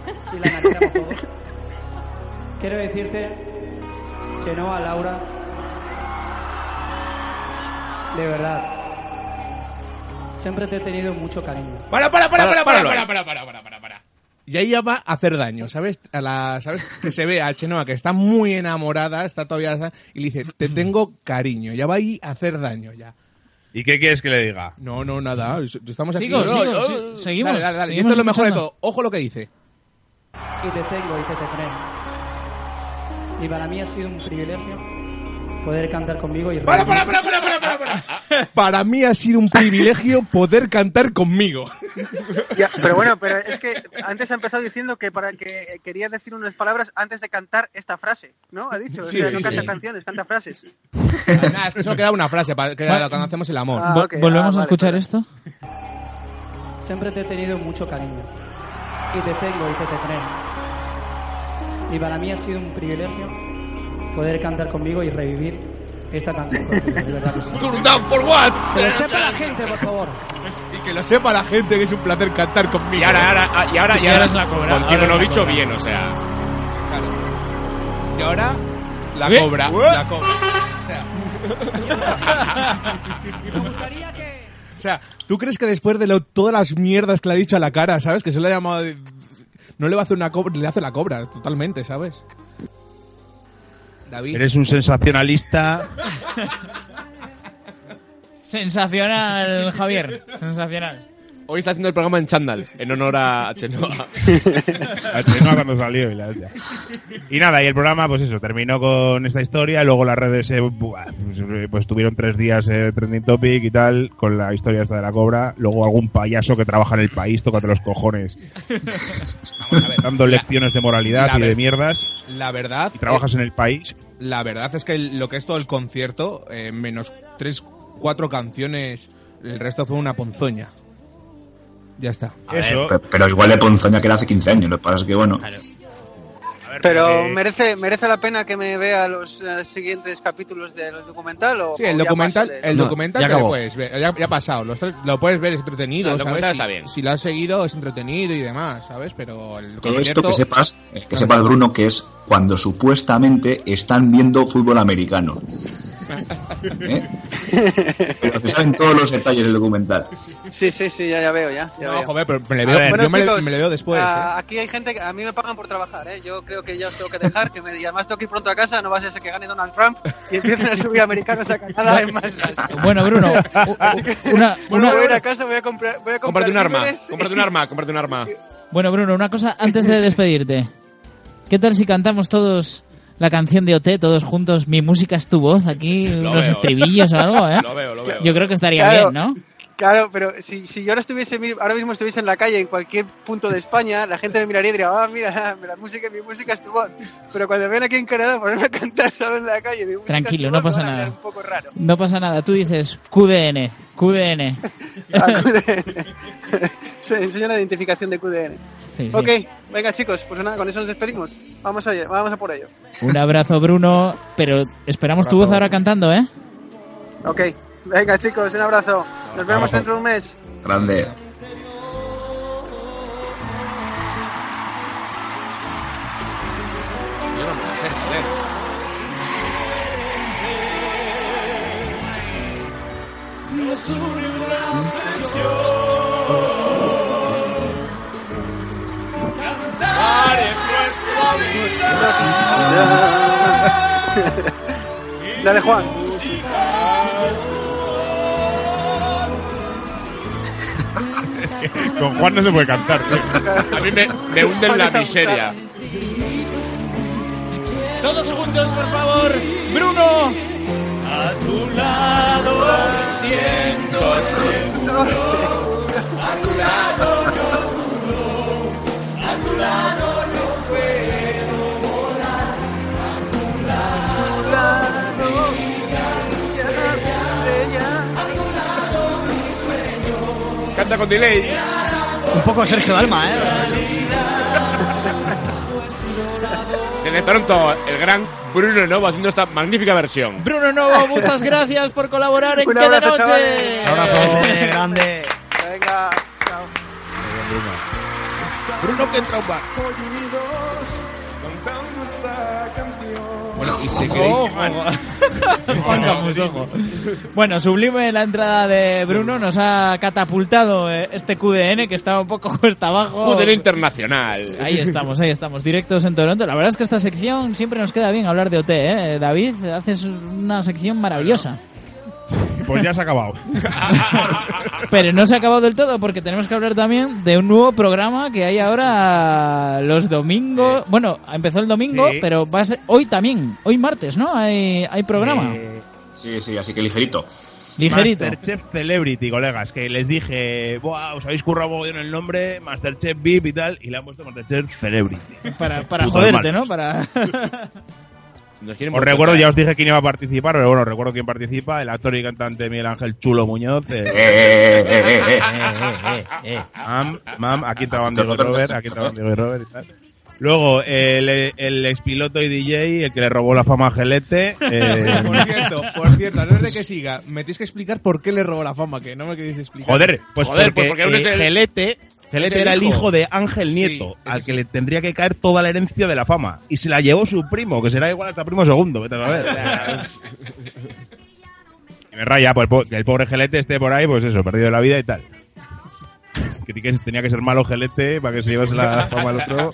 Speaker 13: si la analizamos todos, quiero decirte, Chenoa, Laura, de verdad, siempre te he tenido mucho cariño.
Speaker 4: Para, para, para, para, para, para, para,
Speaker 13: para, para,
Speaker 4: Y ahí ya va a hacer daño, ¿sabes? A la, ¿Sabes? Que se ve a Chenoa que está muy enamorada, está todavía... Y le dice, te tengo cariño. Ya va ahí a hacer daño, ya.
Speaker 8: ¿Y qué quieres que le diga?
Speaker 4: No, no, nada. Estamos aquí.
Speaker 8: Sigo,
Speaker 4: No,
Speaker 8: sigo,
Speaker 4: no,
Speaker 8: sí,
Speaker 4: no.
Speaker 8: seguimos,
Speaker 4: Dale, dale, dale. Y esto
Speaker 8: seguimos
Speaker 4: es lo mejor de
Speaker 8: escuchando.
Speaker 4: todo. Ojo lo que dice.
Speaker 13: y te tengo y que te creo. Y para mí ha sido un privilegio poder cantar conmigo y... ¡Para, para, para, para, para, para!
Speaker 4: Para mí ha sido un privilegio poder cantar conmigo.
Speaker 12: Ya, pero bueno, pero es que antes ha empezado diciendo que para que quería decir unas palabras antes de cantar esta frase, ¿no? Ha dicho, o
Speaker 4: Sí,
Speaker 12: sea,
Speaker 4: sí,
Speaker 12: no canta
Speaker 4: sí.
Speaker 12: canciones, canta frases.
Speaker 4: Nada, es que solo queda una frase para que
Speaker 12: Vale.
Speaker 4: cuando hacemos el amor.
Speaker 12: Ah, Vol- ok.
Speaker 3: ¿Volvemos a escuchar esto?
Speaker 13: Siempre te he tenido mucho cariño. Y te tengo y que te creo. Y para mí ha sido un privilegio poder cantar conmigo y revivir esta canción. contigo, de verdad que sí.
Speaker 6: Turn down for what?
Speaker 13: Que lo sepa la gente, por favor.
Speaker 4: Y que lo sepa la gente que es un placer cantar conmigo.
Speaker 6: Y ahora, ahora, ah, y ahora, y ahora, contigo no bicho bien, o sea.
Speaker 4: Y ahora, la
Speaker 6: ¿Eh?
Speaker 4: cobra.
Speaker 6: ¿Eh?
Speaker 4: La cobra. O sea. O sea, ¿tú crees que después de lo- todas las mierdas que le ha dicho a la cara, ¿sabes? Que se le ha llamado. de- No le va a hacer una cobra, le hace la cobra, totalmente, ¿sabes? David.
Speaker 8: Eres un sensacionalista.
Speaker 3: Sensacional, Javier. Sensacional.
Speaker 6: Hoy está haciendo el programa en chándal, en honor a Chenoa.
Speaker 8: A Chenoa cuando salió y la hostia. Y nada, y el programa, pues eso, terminó con esta historia. Luego las redes, eh, buah, pues, pues tuvieron tres días eh, trending topic y tal, con la historia esta de la cobra. Luego algún payaso que trabaja en el país, tócate los cojones,
Speaker 4: Vamos a ver.
Speaker 8: dando lecciones de moralidad
Speaker 4: mira, a
Speaker 8: y de
Speaker 4: ver.
Speaker 8: mierdas.
Speaker 4: La verdad.
Speaker 8: Y trabajas
Speaker 4: eh,
Speaker 8: en el país.
Speaker 4: La verdad es que el- lo que es todo el concierto, eh, menos tres, cuatro canciones, el resto fue una ponzoña. Ya está.
Speaker 5: A ver, pe- pero, igual de ponzoña que era hace 15 años, lo que pasa es que bueno.
Speaker 12: Pero
Speaker 5: eh,
Speaker 12: merece merece la pena que me vea los eh, siguientes capítulos del documental o
Speaker 4: Sí, el
Speaker 12: o ya
Speaker 4: documental,
Speaker 12: pasa de-
Speaker 4: el
Speaker 6: No,
Speaker 4: documental
Speaker 6: ya
Speaker 4: que
Speaker 6: acabó.
Speaker 4: puedes ver, ya, ya ha pasado, los tres- lo puedes ver, es entretenido.
Speaker 6: No, el
Speaker 4: ¿sabes?
Speaker 6: documental
Speaker 4: Si-
Speaker 6: está bien.
Speaker 4: Si lo has seguido, es entretenido y demás, ¿sabes? Pero el
Speaker 5: Todo
Speaker 4: concierto-
Speaker 5: esto que sepas, eh, que sepas Bruno, que es cuando supuestamente están viendo fútbol americano. ¿Eh? Pero se saben todos los detalles del documental.
Speaker 12: Sí, sí, sí, ya, ya veo, ya. ya
Speaker 4: No,
Speaker 12: veo.
Speaker 4: joder, pero me le veo,
Speaker 12: A ver,
Speaker 4: yo
Speaker 12: bueno,
Speaker 4: me, le-
Speaker 12: chicos,
Speaker 4: me le veo después. ¿eh?
Speaker 3: ¿eh?
Speaker 12: ah, Aquí hay gente que a mí me pagan por trabajar, ¿eh? Yo creo que ya os tengo que dejar, que me, y además tengo que ir pronto a casa, no va a ser ese que gane Donald Trump y empiecen a subir americanos a cagada en masas.
Speaker 3: Bueno, Bruno,
Speaker 12: Así que,
Speaker 3: una-
Speaker 12: bueno,
Speaker 3: una-
Speaker 12: voy a ir a casa, voy a comprar, voy a comprar
Speaker 6: Cómprate un arma,
Speaker 12: víveres.
Speaker 6: cómprate un arma, cómprate un arma.
Speaker 3: Bueno, Bruno, una cosa antes de despedirte. ¿Qué tal si cantamos todos la canción de OT, todos juntos? Mi música es tu voz, aquí
Speaker 6: Lo
Speaker 3: unos
Speaker 6: veo.
Speaker 3: estribillos o algo, ¿eh?
Speaker 6: Lo veo, lo veo.
Speaker 3: Yo creo que estaría
Speaker 12: Claro.
Speaker 3: bien, ¿no?
Speaker 12: Claro, pero si, si yo ahora, estuviese, mi- ahora mismo estuviese en la calle, en cualquier punto de España, la gente me miraría y diría, ah, mira, la música, mi música es tu voz. Pero cuando ven aquí en Canadá ponerme a cantar solo en la calle, mi música
Speaker 3: Tranquilo,
Speaker 12: es tu
Speaker 3: no
Speaker 12: voz,
Speaker 3: pasa
Speaker 12: me van a mirar
Speaker 3: nada.
Speaker 12: un poco raro.
Speaker 3: No pasa nada, tú dices QDN, QDN.
Speaker 12: Ah, Se enseña la identificación de QDN.
Speaker 3: Sí, sí.
Speaker 12: Ok, venga chicos, pues nada, con eso nos despedimos. Vamos allá, vamos a por ello.
Speaker 3: Un abrazo, Bruno, pero esperamos tu voz ahora cantando, ¿eh?
Speaker 12: Ok, venga chicos, un abrazo. Nos vemos
Speaker 5: Abrazo.
Speaker 12: dentro de un mes.
Speaker 5: Grande.
Speaker 6: Yo no me la sé, joder.
Speaker 2: Nos une una obsesión. Cantar es nuestra vida.
Speaker 12: Dale, Juan.
Speaker 8: Con Juan no se puede cantar. tío.
Speaker 6: A mí me, me hunde en la miseria.
Speaker 2: Todos juntos, por favor. Bruno. A tu lado siento seguro. A tu lado no dudo. A tu lado no puedo volar. A tu lado brilla la estrella. A tu lado
Speaker 4: canta con delay.
Speaker 7: Un poco Sergio Dalma, ¿eh?
Speaker 6: Desde Toronto, el gran Bruno Novo haciendo esta magnífica versión.
Speaker 3: Bruno Novo, muchas gracias por colaborar en
Speaker 2: Un
Speaker 3: Qué de
Speaker 2: abrazo,
Speaker 3: Noche.
Speaker 2: chavales.
Speaker 7: Grande, grande.
Speaker 12: Venga, chao.
Speaker 4: Bruno que trauma. Bueno, y si queréis-
Speaker 3: Bueno, sublime la entrada de Bruno nos ha catapultado eh, este QDN que estaba un poco cuesta abajo.
Speaker 6: Judelo internacional.
Speaker 3: Ahí estamos, ahí estamos, directos en Toronto. La verdad es que esta sección siempre nos queda bien hablar de OT, ¿eh? David, haces una sección maravillosa.
Speaker 8: Pues ya se ha acabado.
Speaker 3: Pero no se ha acabado del todo porque tenemos que hablar también de un nuevo programa que hay ahora los domingos. Bueno, empezó el domingo,
Speaker 5: Sí.
Speaker 3: pero va a ser hoy también, hoy martes, ¿no? Hay, hay programa.
Speaker 8: Eh,
Speaker 5: Sí, sí, así que ligerito.
Speaker 3: Ligerito.
Speaker 8: Masterchef Celebrity, colegas, que les dije, Buah, os habéis currado mogollón el nombre, Masterchef VIP y tal, y le han puesto Masterchef Celebrity.
Speaker 3: Para, para
Speaker 8: Putos
Speaker 3: joderte, ¿no?
Speaker 8: malos.
Speaker 3: Para...
Speaker 8: Os recuerdo, ya os dije quién iba a participar, pero bueno, recuerdo quién participa, el actor y cantante Miguel Ángel Chulo Muñoz. eh.
Speaker 6: eh,
Speaker 8: Mam, mam, aquí estaba Diego Robert, aquí estaba Diego Robert y tal. Luego, el, el expiloto y DJ, el que le robó la fama a Gelete. eh,
Speaker 4: Por cierto, por cierto, antes de que siga, me tienes que explicar por qué le robó la fama, que no me queréis explicar.
Speaker 8: Joder, pues porque, eh, Gelete, Gelete
Speaker 4: es el
Speaker 8: era el
Speaker 4: hijo.
Speaker 8: hijo de Ángel Nieto, al que le tendría que caer toda la herencia de la fama. Y se la llevó su primo, que será igual hasta primo segundo, vete a saber. Y me raya, pues po- que el pobre Gelete esté por ahí, pues eso, perdido la vida y tal. Que tiene que- tenía que ser malo Gelete para que se llevase Pues la fama al otro.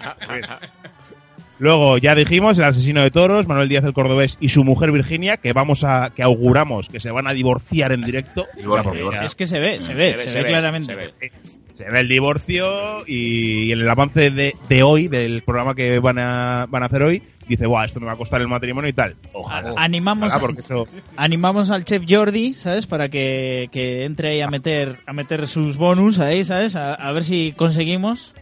Speaker 8: Luego, ya dijimos, el asesino de toros, Manuel Díaz el Cordobés y su mujer Virginia, que vamos a, que auguramos que se van a divorciar en directo. O sea, porque ya-
Speaker 3: Es que se
Speaker 8: Mm.
Speaker 3: ve, se ve, se, ve, claramente.
Speaker 8: se ve el divorcio y, en el avance de, de hoy, del programa que van a, van a hacer hoy, dice, Buah, esto me va a costar el matrimonio y tal. Ojalá.
Speaker 3: Animamos,
Speaker 8: Ojalá, porque eso-
Speaker 3: animamos al chef Jordi, ¿sabes? Para que, que entre ahí a meter, a meter sus bonus ahí, ¿sabes? A, a ver si conseguimos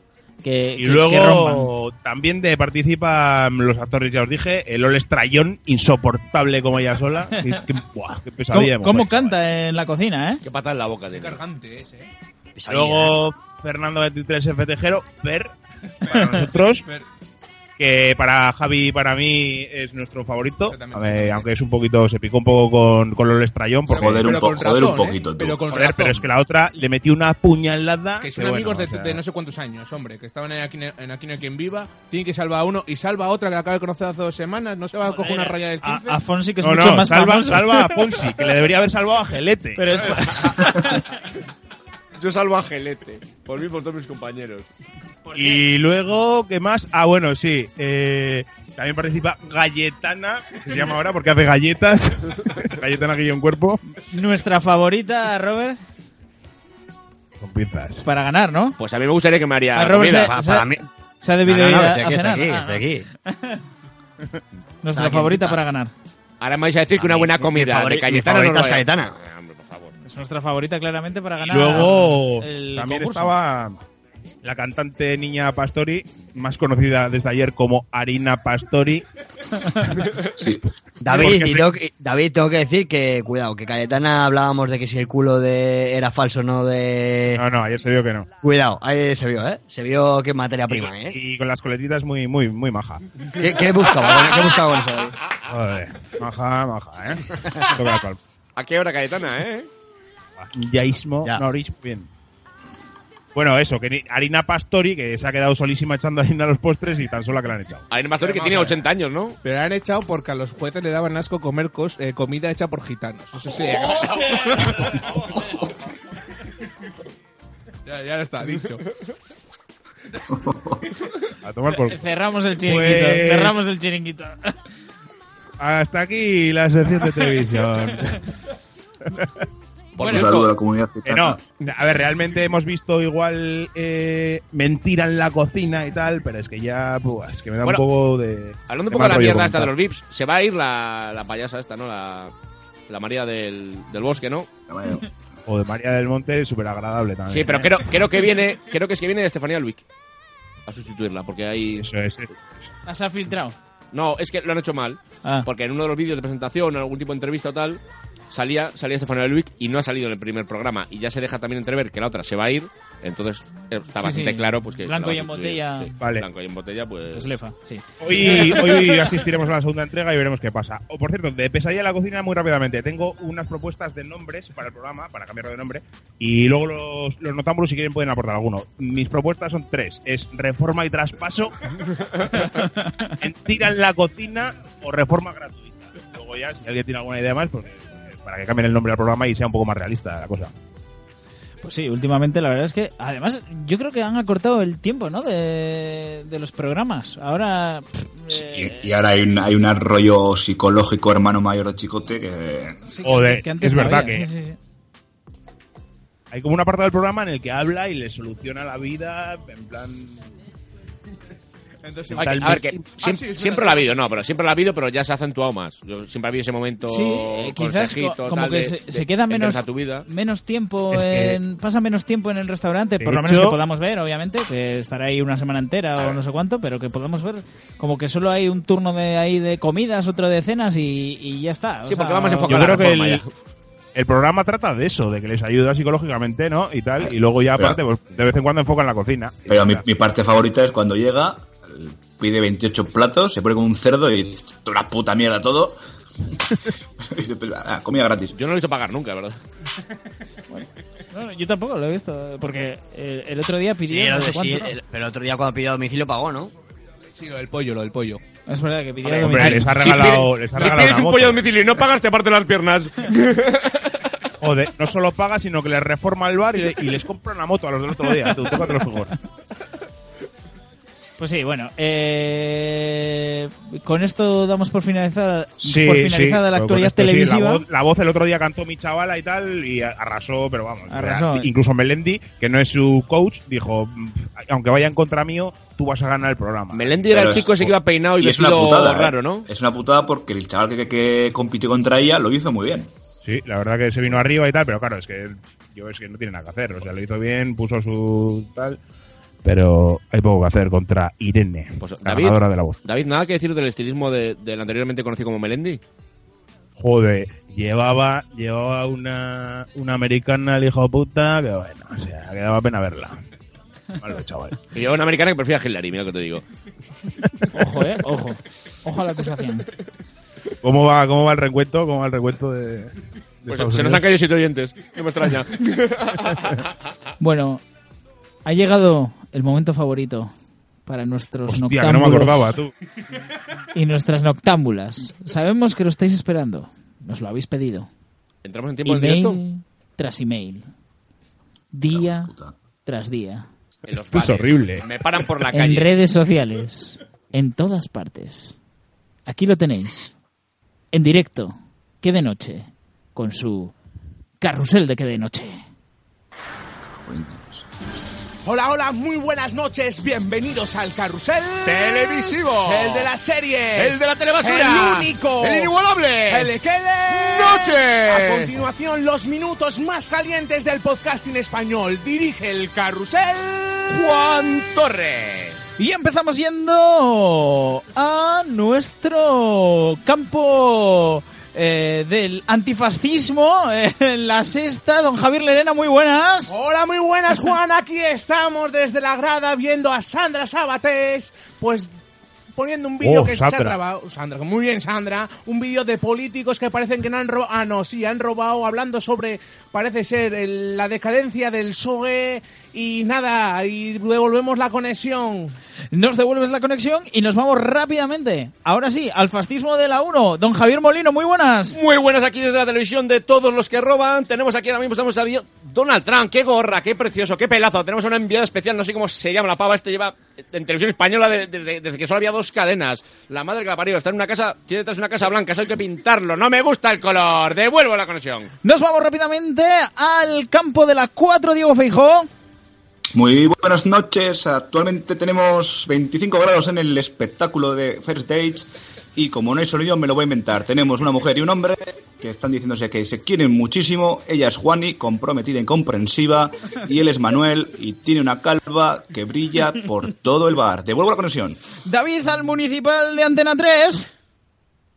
Speaker 3: que,
Speaker 8: Y
Speaker 3: que- que rompan.
Speaker 8: luego también de participan los actores, ya os dije, el Ole Estrayón, insoportable como ella sola. que, que, buah, qué pesadilla de
Speaker 3: ¿Cómo, cómo
Speaker 8: mujer.
Speaker 3: canta en la cocina, eh?
Speaker 6: Qué patada en la boca tiene.
Speaker 4: Cargante ese, ¿eh?
Speaker 8: Luego Fernando 23 F. Tejero, Fer, para nosotros, que para Javi y para mí es nuestro favorito. A ver, aunque es un poquito, se picó un poco con, con Lolo Estrayón. porque-
Speaker 5: Joder un Pero po- con joder un razón, poquito, ¿eh? tú. Pero con
Speaker 8: Joder,
Speaker 4: razón.
Speaker 8: pero es que la otra le metió una puñalada.
Speaker 4: Que son
Speaker 8: que
Speaker 4: amigos
Speaker 8: bueno,
Speaker 4: de,
Speaker 8: o sea,
Speaker 4: de no sé cuántos años, hombre, que estaban en Aquí, en Aquí no hay quien viva, tienen que salvar a uno y salva a otra que la acaba de conocer hace dos semanas, no se va a coger una raya del 15.
Speaker 3: Eh, A Fonsi, que es
Speaker 8: No,
Speaker 3: mucho
Speaker 8: no,
Speaker 3: más
Speaker 8: salva,
Speaker 3: famoso.
Speaker 8: salva a Fonsi, que le debería haber salvado a Gelete.
Speaker 3: Pero es-
Speaker 6: Yo salvo a Gelete, por mí y por todos mis compañeros.
Speaker 8: Y luego, ¿qué más? Ah, bueno, sí. eh, también participa Galletana, que se llama ahora porque hace galletas. Galletana Guillón Cuerpo.
Speaker 3: Nuestra favorita, Robert,
Speaker 8: Con pinzas.
Speaker 3: para ganar, ¿no?
Speaker 6: Pues a mí me gustaría que me haría
Speaker 3: A Ah, Robert
Speaker 6: comida.
Speaker 3: se-
Speaker 8: Ah,
Speaker 3: se- se ha debido
Speaker 6: No, no, no,
Speaker 3: ir a,
Speaker 6: estoy aquí, estoy
Speaker 3: a cenar.
Speaker 6: aquí,
Speaker 3: Ah,
Speaker 6: estoy
Speaker 3: no.
Speaker 6: aquí.
Speaker 3: Nuestra
Speaker 6: Está aquí,
Speaker 3: favorita
Speaker 6: está.
Speaker 3: para ganar.
Speaker 6: Ahora me vais a decir que una buena comida de Cayetana Ah, no lo vais a-
Speaker 3: Es nuestra favorita claramente para ganar.
Speaker 8: Luego
Speaker 3: el
Speaker 8: también
Speaker 3: concurso.
Speaker 8: estaba la cantante Niña Pastori, más conocida desde ayer como Harina Pastori.
Speaker 7: David,
Speaker 8: Porque
Speaker 7: y
Speaker 8: sí.
Speaker 7: tengo que, David, tengo que decir que, cuidado, que Cayetana hablábamos de que si el culo de era falso o no de...
Speaker 8: No, no, ayer se vio que no.
Speaker 7: Cuidado, ahí se vio, ¿eh? Se vio que materia prima, ¿eh?
Speaker 8: Y con las coletitas muy, muy, muy maja.
Speaker 7: ¿Qué, qué buscaba? ¿Qué buscaba con eso? David?
Speaker 8: Joder, maja, maja, ¿eh? Toca la palma.
Speaker 6: ¿A qué hora Cayetana, eh?
Speaker 8: Yaísmo, norismo, bien. Bueno, eso, que ni- Harina Pastori, que se ha quedado solísima echando harina a los postres y tan sola que la han echado.
Speaker 6: Harina Pastori que
Speaker 4: Pero
Speaker 6: tiene
Speaker 4: vamos a
Speaker 6: 80 años, ¿no?
Speaker 4: Pero la han echado porque a los jueces le daban asco comer cos- eh, comida hecha por gitanos. Eso sí. ya, ya está, dicho.
Speaker 8: A tomar por
Speaker 3: Cerramos el chiringuito.
Speaker 8: Pues-
Speaker 3: Cerramos el chiringuito.
Speaker 8: Hasta aquí la sección de televisión.
Speaker 6: Bueno, saludo esto- a la
Speaker 5: comunidad
Speaker 8: Que Eh, no, a ver, realmente hemos visto igual eh, mentira en la cocina y tal, pero es que ya, buah, es que me da
Speaker 6: Bueno,
Speaker 8: un poco de.
Speaker 6: Hablando un
Speaker 8: de
Speaker 6: poco
Speaker 8: mal
Speaker 6: de la
Speaker 8: rollo
Speaker 6: mierda esta de
Speaker 8: comentar.
Speaker 6: los VIPs, se va a ir la, la payasa esta, ¿no? La, la María del, del Bosque, ¿no?
Speaker 8: Ah, O de María del Monte, súper agradable también. ¿eh?
Speaker 6: Sí, pero creo, creo que viene, creo que es que viene Estefanía Luick a sustituirla, porque ahí...
Speaker 8: Eso es.
Speaker 3: Las ha filtrado.
Speaker 6: No, es que lo han hecho mal.
Speaker 3: Ah.
Speaker 6: Porque en uno de los vídeos de presentación, en algún tipo de entrevista o tal, salía, salía Stefano Luis y no ha salido en el primer programa. Y ya se deja también entrever que la otra se va a ir. Entonces eh, está
Speaker 3: Sí,
Speaker 6: bastante
Speaker 3: sí.
Speaker 6: claro pues que...
Speaker 3: Blanco
Speaker 6: la va
Speaker 3: y
Speaker 6: a
Speaker 3: en
Speaker 6: sustituir.
Speaker 3: botella.
Speaker 6: Sí,
Speaker 3: Vale.
Speaker 6: Blanco y en botella, pues...
Speaker 3: Es lefa, sí.
Speaker 8: Hoy, hoy asistiremos a la segunda entrega y veremos qué pasa. O, por cierto, de pesadilla a la cocina muy rápidamente. Tengo unas propuestas de nombres para el programa, para cambiarlo de nombre. Y luego los, los notámbulos, si quieren, pueden aportar alguno. Mis propuestas son tres. Es reforma y traspaso, mentira en la cocina o reforma gratuita. Luego ya, si alguien tiene alguna idea más, pues eh, para que cambien el nombre del programa y sea un poco más realista la cosa.
Speaker 3: Pues sí, últimamente la verdad es que, además, yo creo que han acortado el tiempo, ¿no? De, de los programas. Ahora, pff, eh,
Speaker 5: Y ahora hay un, hay un rollo psicológico hermano mayor o chicote que...
Speaker 3: sí, que-
Speaker 8: Joder,
Speaker 3: que antes
Speaker 8: es
Speaker 3: no
Speaker 8: verdad
Speaker 3: había,
Speaker 8: que-
Speaker 3: sí, sí, sí.
Speaker 8: Hay como una parte del programa en el que habla y le soluciona la vida, en plan...
Speaker 6: Hay que- a ver, que siem-
Speaker 8: Ah,
Speaker 6: siempre lo ha habido, no, pero siempre lo ha habido, pero ya se ha acentuado más. Yo siempre ha habido ese momento
Speaker 3: Sí, eh, quizás co-
Speaker 6: consejito,
Speaker 3: como
Speaker 6: tal,
Speaker 3: que
Speaker 6: de-
Speaker 3: se,
Speaker 6: de-
Speaker 3: se queda
Speaker 6: de
Speaker 3: menos,
Speaker 6: pensa tu vida.
Speaker 3: menos tiempo,
Speaker 6: Es que-
Speaker 3: en, pasa menos tiempo en el restaurante,
Speaker 6: De
Speaker 3: por lo menos que
Speaker 6: hecho-
Speaker 3: podamos ver, obviamente, que estará ahí una semana entera o no sé cuánto, pero que podamos ver como que solo hay un turno de ahí de comidas, otro de cenas y, y ya está. O sea,
Speaker 8: Yo creo que el, el programa trata de eso, de que les ayuda psicológicamente, ¿no? Y tal, y luego ya
Speaker 5: Pero-
Speaker 8: aparte, pues, de vez en cuando enfocan la cocina.
Speaker 5: Pero mi, mi parte favorita es cuando llega, pide 28 platos, se pone como un cerdo y dice, "Esto es una puta mierda todo. Y dice, "Pues, ah, comida gratis.
Speaker 6: Yo no lo he visto pagar nunca, ¿verdad?
Speaker 3: No, yo tampoco lo he visto, porque eh, el otro día pidió
Speaker 7: Sí, el
Speaker 3: no
Speaker 7: otro-
Speaker 3: sé
Speaker 7: sí,
Speaker 3: cuánto.
Speaker 7: el- pero el otro día cuando pidió a domicilio pagó, ¿no?
Speaker 4: Sí, lo del pollo, lo del pollo.
Speaker 3: Es verdad que pidió
Speaker 7: Hombre,
Speaker 3: algo
Speaker 7: hombre,
Speaker 3: mínimo.
Speaker 7: les ha
Speaker 4: Si
Speaker 7: regalado-
Speaker 4: pides-
Speaker 7: les ha
Speaker 4: si
Speaker 7: regalado
Speaker 4: pides
Speaker 7: una
Speaker 4: un
Speaker 7: moto.
Speaker 4: pollo a domicilio y no pagas, te parte las piernas.
Speaker 8: Joder, no solo paga, sino que les reforma el bar y, le- y les compra una moto a los del otro día. Tú, tócate los huevos.
Speaker 3: Pues sí, bueno, eh, con esto damos por finalizada,
Speaker 8: Sí,
Speaker 3: por
Speaker 8: sí,
Speaker 3: finalizada la
Speaker 8: con
Speaker 3: actualidad
Speaker 8: esto sí,
Speaker 3: televisiva.
Speaker 8: la, voz, la voz el otro día cantó mi chavala y tal, y a- arrasó, pero vamos.
Speaker 3: Arrasó.
Speaker 8: real. Incluso Melendi, que no es su coach, dijo: "Mm, Aunque vayan contra mío, tú vas a ganar el programa.
Speaker 6: Melendi era el chico ese que iba peinado y,
Speaker 5: es una
Speaker 6: vestido
Speaker 5: putada, ¿eh?
Speaker 6: raro, ¿no?
Speaker 5: Es una putada porque el chaval que, que- que compitió contra ella lo hizo muy bien.
Speaker 8: Sí, la verdad que se vino arriba y tal, pero claro, es que yo es que no tiene nada que hacer. O sea, lo hizo bien, puso su tal. Pero hay poco que hacer contra Irene, la
Speaker 6: Pues, David,
Speaker 8: ganadora de la voz.
Speaker 6: David, nada que decir del estilismo de- del anteriormente conocido como Melendi.
Speaker 8: Joder, llevaba, llevaba una, una americana, el hijo de puta, que bueno, o sea, que daba pena verla. Malo, chaval.
Speaker 6: Y yo, una americana que prefiere a Hillary, mira lo que te digo.
Speaker 3: Ojo, eh, ojo. Ojo a la acusación.
Speaker 8: ¿Cómo va, cómo va el recuento? ¿Cómo va el recuento de.? de
Speaker 6: Pues
Speaker 8: Estados
Speaker 6: se nos
Speaker 8: Unidos?
Speaker 6: han caído siete oyentes, no me extraña.
Speaker 3: Bueno, ha llegado el momento favorito para nuestros
Speaker 8: Hostia, que no me
Speaker 3: noctámbulos.
Speaker 8: acordaba, tú.
Speaker 3: Y nuestras noctámbulas. Sabemos que lo estáis esperando. Nos lo habéis pedido.
Speaker 6: ¿Entramos en tiempo en directo?
Speaker 3: Email tras email. Día tras día.
Speaker 6: En
Speaker 8: Esto
Speaker 6: los
Speaker 8: es pues
Speaker 6: bares.
Speaker 8: horrible.
Speaker 6: Me paran por la
Speaker 3: En
Speaker 6: calle.
Speaker 3: redes sociales. En todas partes. Aquí lo tenéis. En directo. Que de noche. Con su carrusel de que de noche.
Speaker 10: Hola, hola, muy buenas noches. Bienvenidos al carrusel
Speaker 6: Televisivo.
Speaker 10: El de las series.
Speaker 6: El de la telebasura.
Speaker 10: El único.
Speaker 6: El inigualable.
Speaker 10: El de qué de-
Speaker 6: Noche.
Speaker 10: A continuación, los minutos más calientes del podcasting español. Dirige el carrusel
Speaker 6: Juan Torre.
Speaker 3: Y empezamos yendo a nuestro campo eh, del antifascismo, eh, en la sexta, don Javier Lerena, muy buenas.
Speaker 10: Hola, muy buenas, Juan. Aquí estamos desde la grada viendo a Sandra Sabatés, pues poniendo un vídeo
Speaker 8: Oh,
Speaker 10: que se ha
Speaker 8: Sandra.
Speaker 10: trabado. Sandra, muy bien, Sandra. Un vídeo de políticos que parecen que no han robado. Ah, no, sí, han robado hablando sobre, parece ser, el- la decadencia del PSOE E y nada, y devolvemos la conexión.
Speaker 3: Nos devuelves la conexión y nos vamos rápidamente. Ahora sí, al fascismo de la 1. Don Javier Molino, muy buenas.
Speaker 6: Muy buenas aquí desde la televisión de todos los que roban. Tenemos aquí ahora mismo, estamos a di- Donald Trump, qué gorra, qué precioso, qué pelazo. Tenemos a una enviada especial, no sé cómo se llama la pava. Este lleva en televisión española de- de- de- desde que solo había dos cadenas. La madre que la parió está en una casa, tiene detrás una casa blanca, eso hay que pintarlo. No me gusta el color, devuelvo la conexión.
Speaker 3: Nos vamos rápidamente al campo de la 4, Diego Feijó.
Speaker 5: Muy buenas noches. Actualmente tenemos 25 grados en el espectáculo de First Dates Y como no hay sonido, me lo voy a inventar. Tenemos una mujer y un hombre que están diciéndose que se quieren muchísimo. Ella es Juani, comprometida y comprensiva. Y él es Manuel y tiene una calva que brilla por todo el bar. Devuelvo la conexión.
Speaker 3: David al municipal de Antena 3.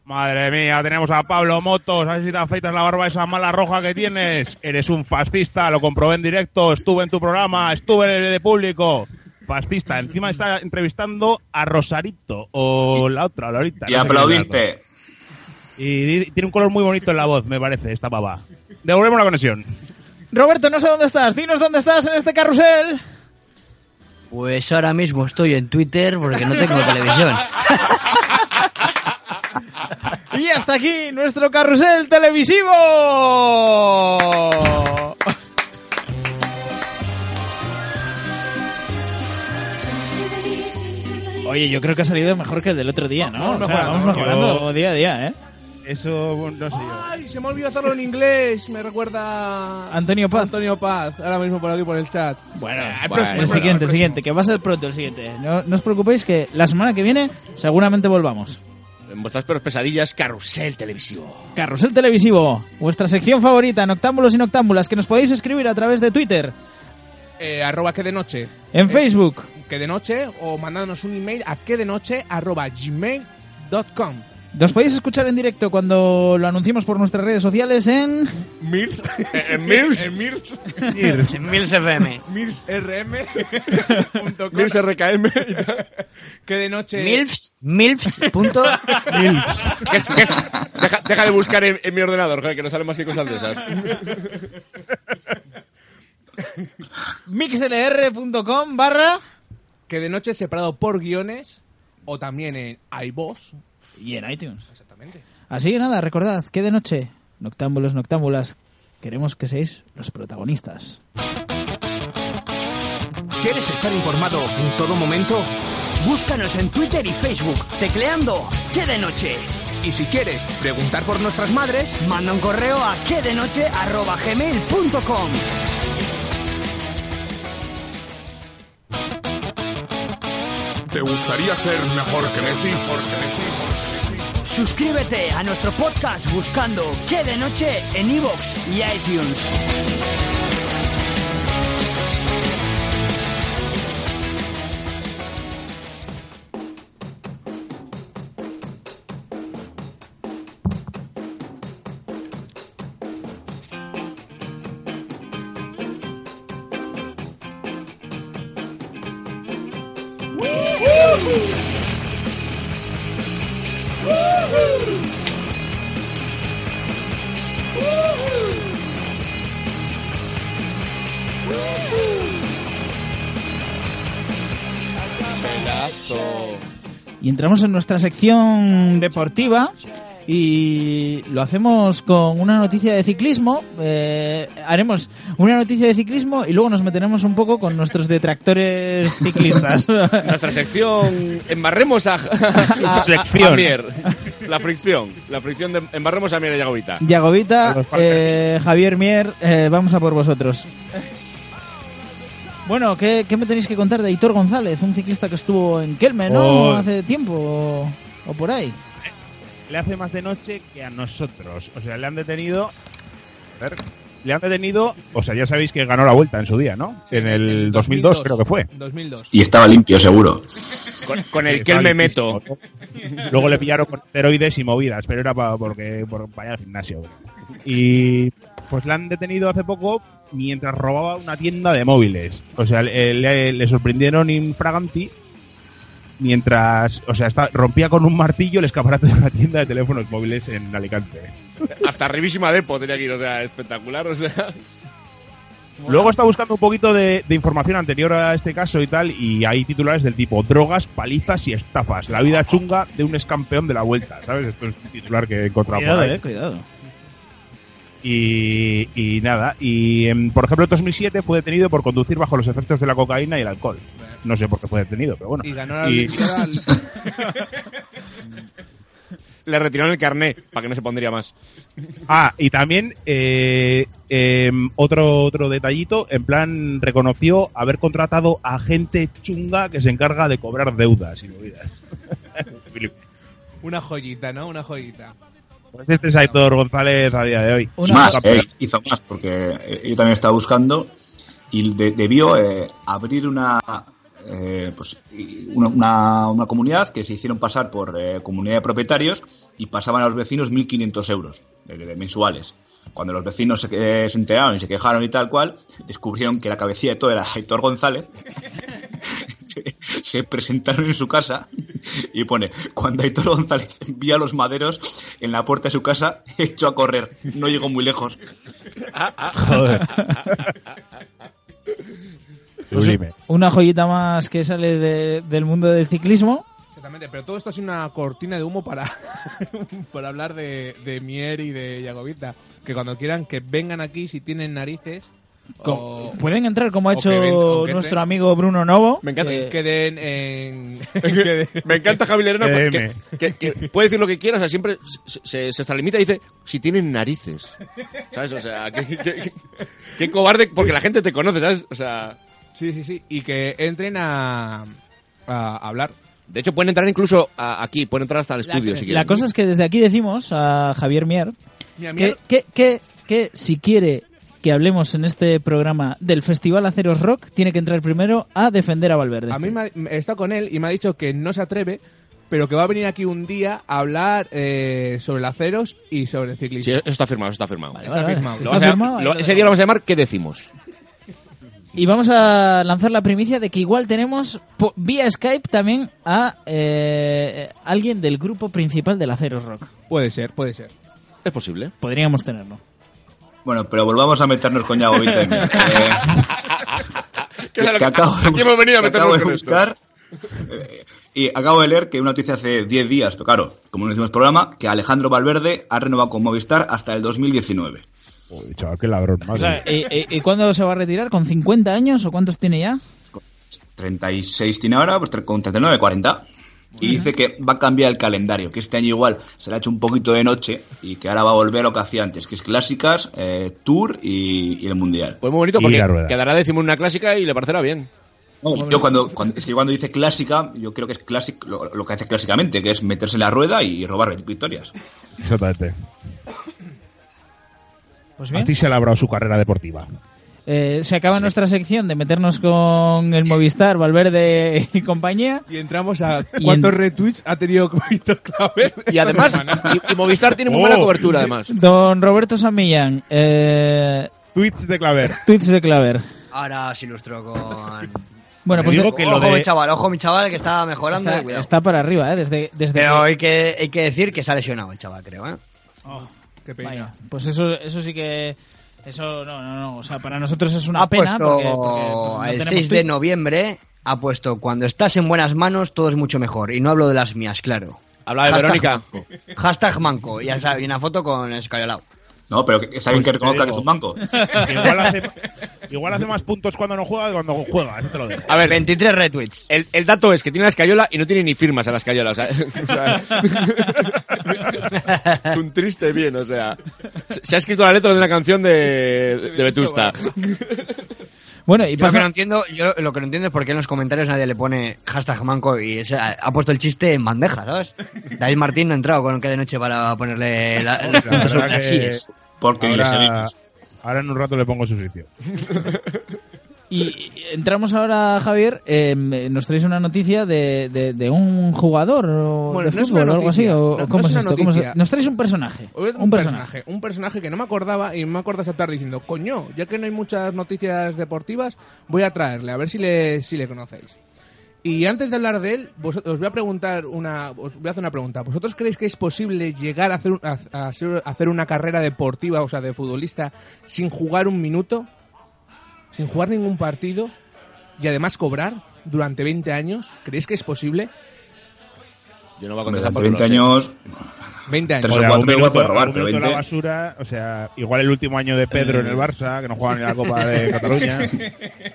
Speaker 8: Madre mía, tenemos a Pablo Motos. A ver si te afeitas la barba esa mala roja que tienes. Eres un fascista, lo comprobé en directo. Estuve en tu programa, estuve en el de público. Fascista. Encima está entrevistando a Rosarito o la otra, la ahorita.
Speaker 5: Y
Speaker 8: no sé
Speaker 5: aplaudiste.
Speaker 8: qué Y di- tiene un color muy bonito en la voz, me parece, esta baba. Devolvemos la conexión.
Speaker 3: Roberto, no sé dónde estás. Dinos dónde estás en este carrusel.
Speaker 7: Pues ahora mismo estoy en Twitter porque no tengo televisión.
Speaker 3: Y hasta aquí nuestro carrusel televisivo. Oye, yo creo que ha salido mejor que el del otro día, ¿no?
Speaker 10: Vamos
Speaker 3: O sea,
Speaker 10: mejorando,
Speaker 3: vamos mejorando día a día, ¿eh?
Speaker 8: Eso no sé yo.
Speaker 10: Ay, se me olvidó hacerlo en inglés. Me recuerda
Speaker 3: Antonio Paz.
Speaker 10: Antonio Paz. Ahora mismo por aquí por el chat.
Speaker 3: Bueno,
Speaker 10: el próximo,
Speaker 3: el
Speaker 10: el
Speaker 3: siguiente, el
Speaker 10: próximo.
Speaker 3: siguiente, que va a ser pronto el siguiente. No, no os preocupéis que la semana que viene seguramente volvamos.
Speaker 6: En vuestras peores pesadillas, carrusel televisivo.
Speaker 3: Carrusel Televisivo, vuestra sección favorita, Noctámbulos y Noctámbulas, que nos podéis escribir a través de Twitter,
Speaker 4: Eh, arroba que de noche.
Speaker 3: en Facebook.
Speaker 4: Que de noche o mandándonos un email a que de noche arroba gmail.com.
Speaker 3: Nos podéis escuchar en directo cuando lo anunciemos por nuestras redes sociales en...
Speaker 4: Mirs.
Speaker 6: En Mirs.
Speaker 4: En Mirs.
Speaker 7: Mills FM.
Speaker 4: Mirs RM.
Speaker 6: Mirs RKM.
Speaker 4: que de noche.
Speaker 7: Milfs, milfs, punto.
Speaker 6: Deja, deja de buscar en, en mi ordenador, joder, que no salen más que cosas de esas.
Speaker 3: mixlr.com barra...
Speaker 4: Que de noche separado por guiones o también en iVoox.
Speaker 3: Y en iTunes.
Speaker 4: Exactamente.
Speaker 3: Así que nada, recordad que de noche, Noctámbulos, Noctámbulas, queremos que seáis los protagonistas.
Speaker 14: ¿Quieres estar informado en todo momento? Búscanos en Twitter y Facebook, tecleando Que de Noche.
Speaker 4: Y si quieres preguntar por nuestras madres,
Speaker 14: Manda un correo a quedenoche.gmail.com
Speaker 11: ¿Te gustaría ser mejor que Messi? Mejor que Messi.
Speaker 14: Suscríbete a nuestro podcast buscando Que de Noche en iVoox y iTunes.
Speaker 3: Y entramos en nuestra sección deportiva y lo hacemos con una noticia de ciclismo. Eh, haremos una noticia de ciclismo y luego nos meteremos un poco con nuestros detractores ciclistas.
Speaker 6: Nuestra sección. Embarremos a. a- a-
Speaker 3: Sección.
Speaker 6: a Mier. La fricción. La fricción de. Embarremos a Mier y Yagovita.
Speaker 3: Yagovita, eh, Javier Mier, eh, vamos a por vosotros. Bueno, ¿qué, qué me tenéis que contar de Hitor González, un ciclista que estuvo en Kelme, ¿no?
Speaker 8: Oh.
Speaker 3: Hace tiempo o, o por ahí.
Speaker 8: le hace más de noche que a nosotros. O sea, le han detenido. a ver, le han detenido. O sea, ya sabéis que ganó la vuelta en su día, ¿no? en el 2002, creo que fue.
Speaker 4: 2002.
Speaker 5: Y estaba limpio, seguro.
Speaker 6: Con, con el
Speaker 8: Sí,
Speaker 6: que él
Speaker 8: estaba
Speaker 6: me meto.
Speaker 8: limpísimo. Luego le pillaron con esteroides y movidas, pero era para porque por para ir al gimnasio. Y pues le han detenido hace poco mientras robaba una tienda de móviles. O sea, le, le- le sorprendieron infraganti mientras, o sea, esta- rompía con un martillo el escaparate de una tienda de teléfonos móviles en Alicante.
Speaker 6: Hasta arribísima Depo tenía que ir, o sea, espectacular, o sea.
Speaker 8: Luego está buscando un poquito de, de información anterior a este caso y tal, y hay titulares del tipo drogas, palizas y estafas. La vida chunga de un ex campeón de la vuelta, ¿sabes? Esto es un titular que he encontrado
Speaker 3: Cuidado,
Speaker 8: por ahí.
Speaker 3: eh, cuidado.
Speaker 8: Y, y nada, y em, por ejemplo en 2007 fue detenido por conducir bajo los efectos de la cocaína y el alcohol. No sé por qué fue detenido, pero bueno.
Speaker 4: Y ganó la
Speaker 8: Y-
Speaker 4: Olimpiada
Speaker 6: Le retiraron el carnet para que no se pondría más.
Speaker 8: Ah, y también eh, em, otro, otro detallito, en plan reconoció haber contratado a gente chunga que se encarga de cobrar deudas y movidas.
Speaker 4: Una joyita, ¿no? Una joyita.
Speaker 8: Pues este es Aitor González a día de hoy.
Speaker 5: Y más, eh, hizo más, porque eh, yo también estaba buscando y de- debió eh, abrir una, eh, pues, y- una, una- una comunidad que se hicieron pasar por eh, comunidad de propietarios y pasaban a los vecinos 1.500 euros eh, de- de- de mensuales. Cuando los vecinos se, eh, se enteraron y se quejaron y tal cual, descubrieron que la cabecilla de todo era Aitor González. Se- se presentaron en su casa y pone, cuando Aitor González envía los maderos en la puerta de su casa, echó a correr. No llegó muy lejos.
Speaker 8: Joder. Sublime.
Speaker 3: Pues, Una joyita más que sale de- del mundo del ciclismo.
Speaker 4: Exactamente, pero todo esto es una cortina de humo para, para hablar de, de Mier y de Jacobita. Que cuando quieran, que vengan aquí si tienen narices. o-
Speaker 3: Pueden entrar como ha
Speaker 4: o que ven- o
Speaker 3: hecho
Speaker 4: que
Speaker 3: nuestro
Speaker 4: te-
Speaker 3: amigo Bruno Novo.
Speaker 4: Me encanta.
Speaker 3: que-
Speaker 4: Queden eh, en.
Speaker 6: Me encanta Javi Lerena
Speaker 4: Eh,
Speaker 6: porque que- que puede decir lo que quiera, o sea, siempre se, se, se extralimita y dice, si tienen narices. ¿Sabes? O sea, qué, qué- qué cobarde, porque la gente te conoce, ¿sabes? O sea...
Speaker 4: Sí, sí, sí. Y que entren a, a hablar.
Speaker 6: De hecho, pueden entrar incluso a- aquí, pueden entrar hasta el estudio, si quieren.
Speaker 3: Eh, La cosa es que desde aquí decimos a Javier Mier
Speaker 4: Mira,
Speaker 3: que, que, que, que si quiere que hablemos en este programa del Festival Aceros Rock, tiene que entrar primero a defender a Valverde.
Speaker 4: A mí me ha- me- he estado con él y me ha dicho que no se atreve, pero que va a venir aquí un día a hablar eh, sobre los aceros y sobre el ciclismo.
Speaker 6: Sí, eso está firmado, eso está firmado.
Speaker 4: vale, vale. firmado.
Speaker 6: Lo
Speaker 4: Está
Speaker 6: vas a-
Speaker 4: firmado,
Speaker 6: lo-
Speaker 3: ¿eh?
Speaker 4: vale.
Speaker 6: ese día lo vamos a llamar ¿Qué decimos?
Speaker 3: Y vamos a lanzar la primicia de que igual tenemos po- vía Skype también a eh, alguien del grupo principal del Aceros Rock.
Speaker 4: Puede ser, puede ser.
Speaker 6: Es posible.
Speaker 3: Podríamos tenerlo.
Speaker 5: Bueno, pero volvamos a meternos con Yago Viten. Eh,
Speaker 6: ¿Qué es lo
Speaker 5: que
Speaker 6: que-
Speaker 5: acabo de
Speaker 6: aquí hemos venido a
Speaker 5: que
Speaker 6: meternos
Speaker 5: acabo de
Speaker 6: con esto?
Speaker 5: buscar, eh, y acabo de leer que una noticia hace 10 días, pero claro, como no hicimos programa, que Alejandro Valverde ha renovado con Movistar hasta el 2019.
Speaker 8: Joder, chaval, qué ladrón,
Speaker 3: O
Speaker 8: madre.
Speaker 3: sea, ¿y, y, y cuándo se va a retirar? ¿Con 50 años o cuántos tiene ya?
Speaker 5: 36 tiene ahora, pues tre- con 39, 40. Y dice que va a cambiar el calendario, que este año igual se le ha hecho un poquito de noche y que ahora va a volver a lo que hacía antes, que es clásicas, eh, tour y, y el mundial.
Speaker 6: Pues muy bonito porque quedará décimo en una clásica y le parecerá bien.
Speaker 5: No, yo cuando, cuando- es que cuando dice clásica, yo creo que es clásico lo, lo que hace clásicamente, que es meterse en la rueda y robar victorias.
Speaker 8: Exactamente.
Speaker 3: Pues bien.
Speaker 8: Así se ha labrado su carrera deportiva.
Speaker 3: Eh, se acaba nuestra sección de meternos con el Movistar, Valverde y compañía.
Speaker 4: Y entramos a
Speaker 3: Y
Speaker 4: cuántos
Speaker 3: en-
Speaker 4: retweets ha tenido Víctor Claver.
Speaker 6: Y además, y, y Movistar tiene muy buena
Speaker 4: Oh.
Speaker 6: cobertura, además.
Speaker 3: Don Roberto Samillán. Eh,
Speaker 8: tweets de Claver.
Speaker 3: Tweets de Claver.
Speaker 7: Ahora se ilustró con. Te
Speaker 3: Bueno, pues
Speaker 7: digo
Speaker 3: de-
Speaker 7: que lo ojo, mi chaval, ojo, mi chaval, que está mejorando.
Speaker 3: está,
Speaker 7: cuidado.
Speaker 3: está para arriba, ¿eh? Desde, desde
Speaker 7: Pero
Speaker 3: que-
Speaker 7: hay que, hay que decir que se ha lesionado el chaval, creo, ¿eh?
Speaker 3: Vaya, pues eso, eso sí que... Eso no, no, no. O sea, para nosotros es una
Speaker 7: ha
Speaker 3: pena
Speaker 7: puesto
Speaker 3: porque, porque no
Speaker 7: el
Speaker 3: tenemos
Speaker 7: 6 de
Speaker 3: tuit.
Speaker 7: noviembre ha puesto cuando estás en buenas manos todo es mucho mejor y no hablo de las mías claro
Speaker 6: Habla de Verónica.
Speaker 7: hashtag manco ya sabes y una foto con el escayolao
Speaker 5: No, pero que- está bien que reconozca que es un banco.
Speaker 8: Igual hace, igual hace más puntos cuando no juega que cuando juega, eso te lo digo.
Speaker 6: A ver,
Speaker 7: 23 retweets.
Speaker 6: El, el dato es que tiene la escayola y no tiene ni firmas a la escayola. O sea, ¿eh? o sea, es un triste bien, o sea. Se, se ha escrito la letra de una canción de, de Vetusta.
Speaker 3: Bueno,
Speaker 7: yo lo
Speaker 3: y
Speaker 7: que
Speaker 3: pasa...
Speaker 7: no entiendo yo lo que no entiendo es por qué en los comentarios nadie le pone hashtag manco y ese ha, ha puesto el chiste en bandeja sabes David Martín no ha entrado con que de noche para ponerle la, la-
Speaker 8: La verdad que
Speaker 7: así es
Speaker 5: Porque ni le seguimos.
Speaker 8: ahora en un rato le pongo su sitio.
Speaker 3: Y entramos ahora, Javier, eh, nos traes una noticia de, de, de un jugador o
Speaker 4: Bueno,
Speaker 3: de
Speaker 4: no es
Speaker 3: fútbol
Speaker 4: una
Speaker 3: o algo así.
Speaker 4: noticia,
Speaker 3: o-
Speaker 4: no-
Speaker 3: o ¿cómo
Speaker 4: no es
Speaker 3: es
Speaker 4: una
Speaker 3: esto? ¿Cómo es-
Speaker 4: noticia.
Speaker 3: Nos traes un personaje.
Speaker 4: Un,
Speaker 3: un personaje.
Speaker 4: personaje, un personaje que no me acordaba y me acuerdo esta tarde diciendo, coño, ya que no hay muchas noticias deportivas, voy a traerle, a ver si le, si le conocéis. Y antes de hablar de él, vos- os voy a preguntar una, os voy a hacer una pregunta. ¿Vosotros creéis que es posible llegar a hacer, un- a- a hacer- a hacer una carrera deportiva, o sea, de futbolista, sin jugar un minuto, sin jugar ningún partido y además cobrar durante 20 años? ¿Creéis que es posible?
Speaker 6: Yo no voy a
Speaker 4: pues
Speaker 5: Hombre,
Speaker 6: contestar
Speaker 5: durante
Speaker 6: por
Speaker 5: 20 años,
Speaker 4: 20 años.
Speaker 5: Tres o
Speaker 8: Joder,
Speaker 5: cuatro
Speaker 8: algún
Speaker 5: igual
Speaker 8: minuto-
Speaker 5: puedes robar,
Speaker 8: algún
Speaker 5: pero
Speaker 8: minuto a la
Speaker 5: 20.
Speaker 8: basura, o sea, igual el último año de Pedro en el Barça, que no juega ni la Copa de Cataluña.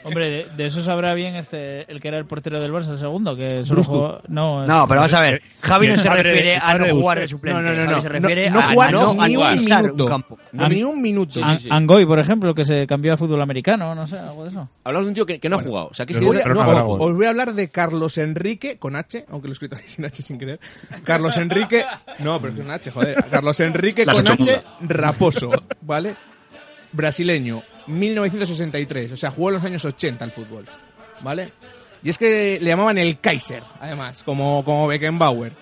Speaker 3: Hombre, de, de eso sabrá bien este el que era el portero del Barça, el segundo, que solo
Speaker 4: Brusco.
Speaker 3: jugó... No, este-
Speaker 7: No, pero vamos a ver. Javi no
Speaker 8: El
Speaker 7: se
Speaker 8: padre de-
Speaker 7: refiere a
Speaker 8: el padre
Speaker 7: no
Speaker 8: de
Speaker 7: jugar de
Speaker 8: usted.
Speaker 7: suplente.
Speaker 4: No, no, no,
Speaker 7: Javi
Speaker 4: no.
Speaker 7: se
Speaker 4: No-
Speaker 7: refiere
Speaker 4: no
Speaker 7: a- a
Speaker 4: jugar
Speaker 7: no, a
Speaker 4: ni
Speaker 7: no
Speaker 4: un
Speaker 7: pisar
Speaker 4: minuto.
Speaker 7: un campo.
Speaker 6: No,
Speaker 3: An-
Speaker 4: ni un minuto.
Speaker 3: An- Angoy, por ejemplo, que se cambió a fútbol americano, no sé, algo de eso.
Speaker 6: Hablamos de un tío que, que no ha jugado. O sea, que
Speaker 8: Yo
Speaker 6: si
Speaker 8: voy
Speaker 6: hubiera-
Speaker 8: a-
Speaker 6: no ha
Speaker 8: Ahora
Speaker 6: jugado.
Speaker 8: voy.
Speaker 4: Os voy a hablar de Carlos Enrique, con H, aunque lo he escrito sin H sin querer, ¿eh? Carlos Enrique. No, pero es con H, joder. Carlos Enrique
Speaker 5: La has
Speaker 4: con
Speaker 5: hecho
Speaker 4: H
Speaker 5: muda.
Speaker 4: Raposo, ¿vale? Brasileño, 1963. O sea, jugó en los años 80 al fútbol, ¿vale? Y es que le llamaban el Kaiser, además, como, como Beckenbauer.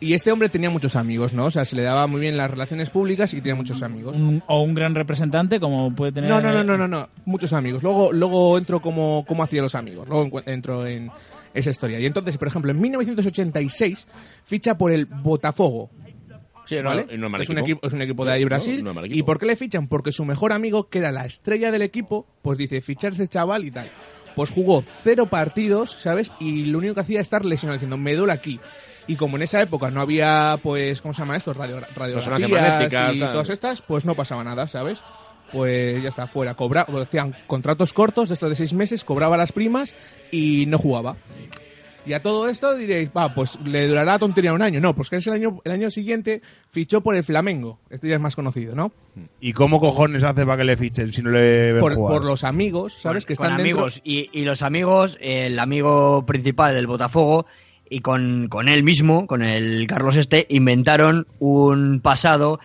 Speaker 4: Y este hombre tenía muchos amigos, ¿no? O sea, se le daba muy bien las relaciones públicas y tenía muchos amigos.
Speaker 3: Un- o un gran representante como puede tener...
Speaker 4: No, no, no, no, no, no. Muchos amigos. Luego, luego entro como, como hacía los amigos. Luego encu- entro en esa historia. Y entonces, por ejemplo, en 1986 ficha por el Botafogo.
Speaker 6: Sí, no,
Speaker 4: ¿vale?
Speaker 6: no es mal
Speaker 4: es, un
Speaker 6: equipo.
Speaker 4: equipo, es un equipo de ahí
Speaker 6: No,
Speaker 4: Brasil.
Speaker 6: no es mal
Speaker 4: ¿Y por qué le fichan? Porque su mejor amigo, que era la estrella del equipo, pues dice, fichar ese chaval y tal. Pues jugó cero partidos, ¿sabes? Y lo único que hacía era estar lesionado, diciendo, me duele aquí. Y como en esa época no había, pues, ¿cómo se llama esto? Radio, radiografías
Speaker 6: magnética,
Speaker 4: y
Speaker 6: tal.
Speaker 4: todas estas, pues no pasaba nada, ¿sabes? Pues ya está, fuera. Cobra, o hacían contratos cortos de estos de seis meses, cobraba las primas y no jugaba. Y a todo esto diréis, va, pues le durará la tontería un año. No, pues que es el año, el año siguiente fichó por el Flamengo. Este ya es más conocido, ¿no?
Speaker 8: ¿Y cómo cojones hace para que le fichen si no le ven
Speaker 4: Por,
Speaker 8: jugar?
Speaker 4: por los amigos, ¿sabes? que
Speaker 8: con
Speaker 4: están dentro-
Speaker 8: amigos.
Speaker 7: Y, y los amigos, el amigo principal del Botafogo y con, con él mismo, con el Carlos este, inventaron un pasado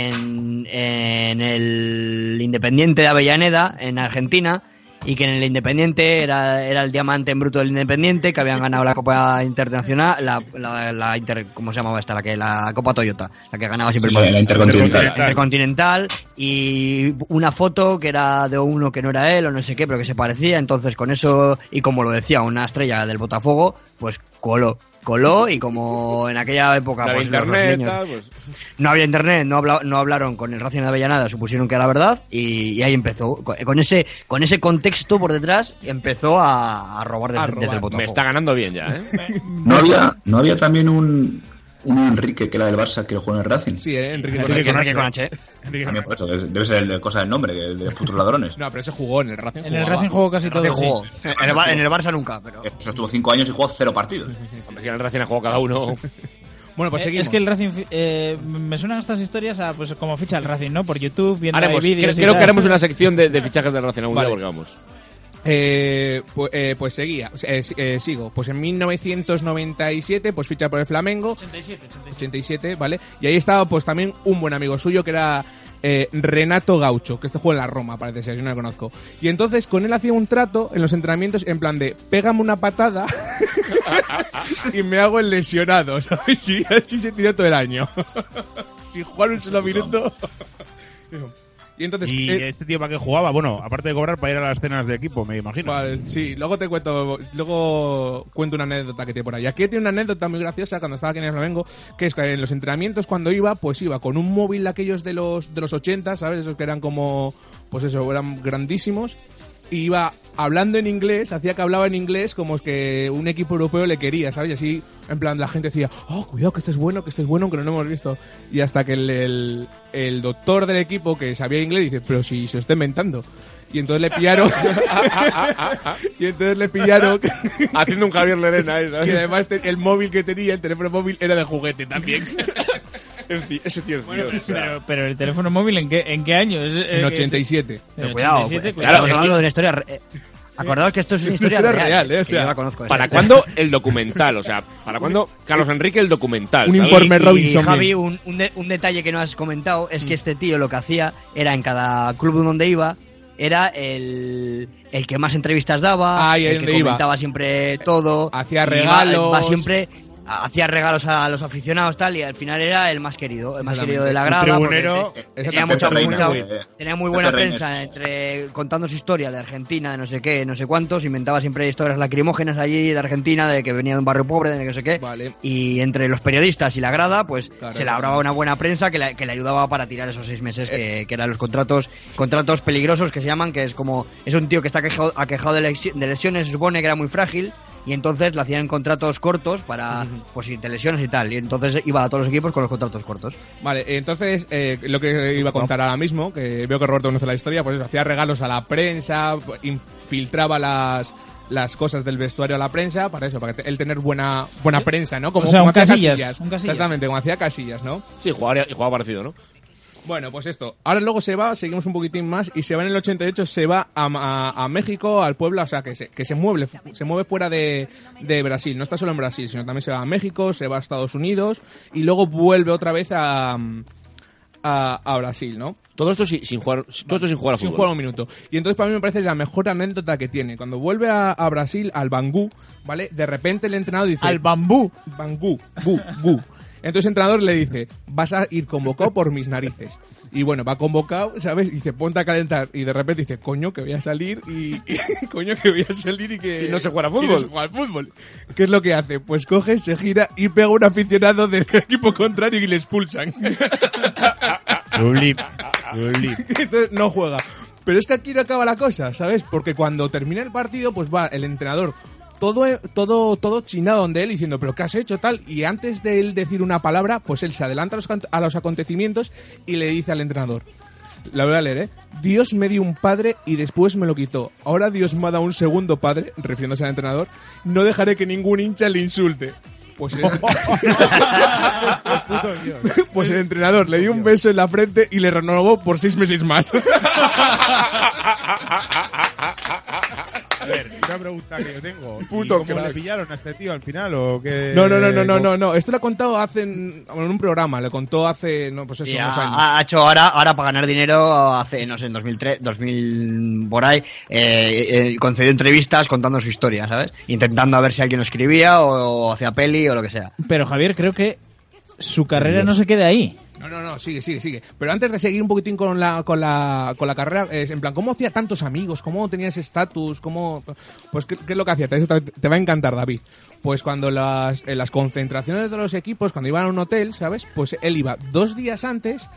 Speaker 7: en, en el Independiente de Avellaneda, en Argentina, y que en el Independiente era, era el diamante en bruto del Independiente, que habían ganado la Copa Internacional, la, la, la Inter- ¿cómo se llamaba esta? La, que, la Copa Toyota, la que ganaba siempre.
Speaker 5: Sí, la- la Intercontinental.
Speaker 7: Intercontinental, y una foto que era de uno que no era él o no sé qué, pero que se parecía. Entonces, con eso, y como lo decía, una estrella del Botafogo, pues coló. Coló y como en aquella época
Speaker 6: La de
Speaker 7: pues, los
Speaker 6: internet,
Speaker 7: brasileños-
Speaker 6: tal, pues,
Speaker 7: no había internet, no, habla- no hablaron con el Racing de Avellanada, supusieron que era verdad y, y ahí empezó. Con, con ese, con ese contexto por detrás empezó a, a robar desde, desde el Botafogo.
Speaker 6: Me está ganando bien ya, ¿eh?
Speaker 5: ¿No había, no había también un, un Enrique que era del Barça que lo jugó en el Racing?
Speaker 4: Sí, eh, Enrique
Speaker 5: Enrique
Speaker 4: Correa.
Speaker 5: con
Speaker 7: Enrique con H.
Speaker 5: También por eso, debe debe ser el de cosa del nombre, de, de putos ladrones.
Speaker 4: No, pero ese jugó en el Racing.
Speaker 3: En el
Speaker 4: jugaba.
Speaker 3: Racing jugó casi todo,
Speaker 7: Racing
Speaker 3: sí.
Speaker 7: jugó. En el, Bar- en el Barça nunca, pero.
Speaker 5: Eso estuvo cinco años y jugó cero partidos.
Speaker 6: Hombre, si en el Racing ha jugado cada uno.
Speaker 4: Bueno, pues
Speaker 3: Eh,
Speaker 4: seguimos.
Speaker 3: Es que el Racing... fi- eh, me suenan estas historias a pues como ficha el Racing, ¿no? Por YouTube, viendo ahí
Speaker 6: Haremos, creo
Speaker 3: vídeos y
Speaker 6: creo que
Speaker 3: tal.
Speaker 6: haremos una sección de, de fichajes del Racing algún
Speaker 4: Vale.
Speaker 6: día porque vamos.
Speaker 4: Eh, pues, eh, pues seguía, eh, si- eh, sigo. Pues en 1997, pues ficha por el Flamengo.
Speaker 3: 87,
Speaker 4: 87, ¿vale? Y ahí estaba pues también un buen amigo suyo que era eh, Renato Gaucho, que este juega en la Roma, parece ser, yo no lo conozco. Y entonces con él hacía un trato en los entrenamientos en plan de, pégame una patada y me hago el lesionado, ¿sabes? Y así se tiró todo el año. Sin jugar un solo minuto. y entonces...
Speaker 8: ¿Y
Speaker 4: eh,
Speaker 8: este tío para qué jugaba? Bueno, aparte de cobrar para ir a las cenas de equipo, me imagino.
Speaker 4: Vale, Pues, sí, luego te cuento, luego cuento una anécdota que tiene por ahí. Aquí tiene una anécdota muy graciosa cuando estaba aquí en el Flamengo, que es que en los entrenamientos cuando iba, pues iba con un móvil de aquellos de los de los 80, ¿sabes? Esos que eran como pues eso, eran grandísimos y iba hablando en inglés, hacía que hablaba en inglés como es que un equipo europeo le quería, ¿sabes? Y así en plan la gente decía, "Oh, cuidado que este es bueno, que este es bueno, aunque no lo hemos visto." Y hasta que el, el, el doctor del equipo que sabía inglés dice, "Pero si se lo está inventando." Y entonces le pillaron y entonces le pillaron que,
Speaker 6: Haciendo un Javier Lerena, ¿eh?
Speaker 4: que
Speaker 6: ¿sabes?
Speaker 4: además te- el móvil que tenía, el teléfono móvil, era de juguete también.
Speaker 6: Es di- Ese tío es
Speaker 3: Bueno,
Speaker 6: Dios. o sea.
Speaker 3: pero, pero el teléfono móvil, ¿en qué, en qué año? Es, eh,
Speaker 4: En
Speaker 3: que-
Speaker 4: 87.
Speaker 3: en
Speaker 7: Pero cuidado,
Speaker 3: 87,
Speaker 7: pues, estamos
Speaker 6: es
Speaker 3: cuidado.
Speaker 6: que-
Speaker 7: hablando de una historia. re- eh, acordaos que esto es una historia,
Speaker 4: historia
Speaker 7: real.
Speaker 4: real, eh, o
Speaker 7: que
Speaker 4: sea,
Speaker 7: yo la conozco.
Speaker 6: ¿Para
Speaker 7: esta.
Speaker 6: cuándo el documental? O sea, ¿para cuándo Carlos Enrique el documental?
Speaker 4: Un
Speaker 6: ¿sabes?
Speaker 4: informe.
Speaker 7: Y- y,
Speaker 4: Robinson Mm.
Speaker 7: Javi,
Speaker 4: bien.
Speaker 7: un, un de- un detalle que no has comentado es que este tío lo que hacía era en cada club donde iba, era el, el que más entrevistas daba,
Speaker 4: Ah, y ahí
Speaker 7: el que
Speaker 4: donde iba.
Speaker 7: comentaba siempre todo.
Speaker 4: Hacía
Speaker 7: y iba-
Speaker 4: regalos.
Speaker 7: iba siempre hacía regalos a los aficionados tal y al final era el más querido el más querido de la grada
Speaker 8: tribunero,
Speaker 7: porque te-
Speaker 4: exactamente.
Speaker 7: tenía mucha,
Speaker 5: Pepe Reina,
Speaker 7: mucha-
Speaker 5: eh,
Speaker 7: tenía muy buena
Speaker 5: Pepe
Speaker 7: prensa entre contando su historia de Argentina de no sé qué no sé cuántos inventaba siempre historias lacrimógenas allí de Argentina de que venía de un barrio pobre de no sé qué
Speaker 4: Vale.
Speaker 7: y entre los periodistas y la grada, pues
Speaker 4: Claro,
Speaker 7: se
Speaker 4: eso
Speaker 7: labraba
Speaker 4: también.
Speaker 7: una buena prensa que, la- que le ayudaba para tirar esos seis meses
Speaker 4: Eh.
Speaker 7: que, que eran los contratos contratos peligrosos que se llaman, que es como es un tío que está quejado- aquejado de, lexi- de lesiones, se supone que era muy frágil y entonces le hacían contratos cortos para pues si te lesiones y tal y entonces iba a todos los equipos con los contratos cortos.
Speaker 4: Vale, entonces eh, lo que iba a contar ahora mismo, que veo que Roberto conoce la historia, pues eso, hacía regalos a la prensa, infiltraba las las cosas del vestuario a la prensa para eso, para que te- él tener buena buena prensa, ¿no?
Speaker 3: O sea, un
Speaker 4: hacía
Speaker 3: Casillas, un Casillas.
Speaker 4: Exactamente, como hacía casillas, ¿no?
Speaker 6: Sí, jugaba, y jugaba parecido, ¿no?
Speaker 4: Bueno, pues esto. Ahora luego se va, seguimos un poquitín más y se va en el 88, se va a, a- a México, al Puebla, o sea, que se, que se mueve, se mueve fuera de, de Brasil. No está solo en Brasil, sino también se va a México, se va a Estados Unidos y luego vuelve otra vez a, a, a Brasil, ¿no?
Speaker 6: Todo esto sin, sin jugar, todo esto sin jugar a
Speaker 4: sin
Speaker 6: fútbol.
Speaker 4: jugar un minuto. Y entonces para mí me parece la mejor anécdota que tiene. Cuando vuelve a, a Brasil, al Bangú, ¿vale? De repente el entrenador dice...
Speaker 3: Al bambú.
Speaker 4: Bangú, bu, bu. Entonces el entrenador le dice, vas a ir convocado por mis narices. Y bueno, va convocado, ¿sabes? Y se ponte a calentar. Y de repente dice, coño, que voy a salir y... y coño, que voy a salir y que...
Speaker 6: Y no se juega a
Speaker 4: y no
Speaker 6: fútbol.
Speaker 4: se juega al fútbol. ¿Qué es lo que hace? Pues coge, se gira y pega a un aficionado del equipo contrario y le expulsan.
Speaker 8: Luli, Luli.
Speaker 4: Entonces no juega. Pero es que aquí no acaba la cosa, ¿sabes? Porque cuando termina el partido, pues va el entrenador todo, eh, todo, todo chinado donde él diciendo, pero ¿qué has hecho tal? Y antes de él decir una palabra, pues él se adelanta a los, cant- a los acontecimientos y le dice al entrenador, la voy a leer, ¿eh? Dios me dio un padre y después me lo quitó. Ahora Dios me ha dado un segundo padre, refiriéndose al entrenador, no dejaré que ningún hincha le insulte. Pues el, pues el entrenador le dio un beso en la frente y le renovó por seis meses más.
Speaker 8: A ver, una pregunta que yo tengo. ¿Y
Speaker 4: Puto
Speaker 8: ¿Cómo
Speaker 4: crack.
Speaker 8: le pillaron a este tío al final o qué?
Speaker 4: No, no, no, no, no, no, no. Esto lo ha contado hace en, en un programa, lo contó hace, no, pues eso,
Speaker 7: Y
Speaker 4: unos años.
Speaker 7: ha, ha hecho ahora, ahora para ganar dinero, hace, no sé, en 2003, 2000 por ahí, eh, eh, concedió entrevistas contando su historia, ¿sabes? Intentando a ver si alguien lo escribía o, o hacía peli o lo que sea.
Speaker 3: Pero Javier, creo que su carrera no se queda ahí.
Speaker 4: No, no, no, sigue, sigue, sigue. Pero antes de seguir un poquitín con la, con la, con la carrera, es en plan, ¿cómo hacía tantos amigos? ¿Cómo tenía ese estatus? ¿Cómo...? Pues, ¿qué, qué es lo que hacía? Te, te va a encantar, David. Pues cuando las, en las concentraciones de los equipos, cuando iban a un hotel, ¿sabes? Pues él iba dos días antes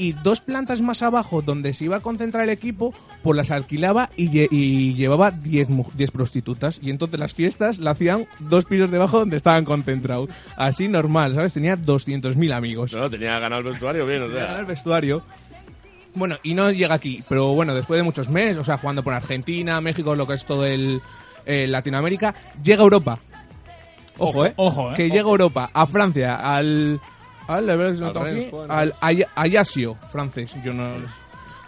Speaker 4: y dos plantas más abajo donde se iba a concentrar el equipo, pues las alquilaba y, lle- y llevaba 10 mu- 10 prostitutas. Y entonces las fiestas la hacían dos pisos debajo donde estaban concentrados. Así normal, ¿sabes? Tenía 200.000 amigos.
Speaker 6: No, tenía ganado el vestuario bien, o
Speaker 4: Era
Speaker 6: sea.
Speaker 4: el vestuario. Bueno, y no llega aquí, pero bueno, después de muchos meses, o sea, jugando por Argentina, México, lo que es todo el eh, Latinoamérica, llega a Europa. Ojo,
Speaker 3: Ojo,
Speaker 4: eh.
Speaker 3: ojo, eh.
Speaker 4: Que
Speaker 3: Ojo.
Speaker 4: llega a Europa, a Francia, al. Al, a ver si no
Speaker 6: Al
Speaker 4: tengo
Speaker 6: Rennes,
Speaker 4: aquí,
Speaker 6: joder.
Speaker 4: al Aya- Ayasio, francés. Yo no.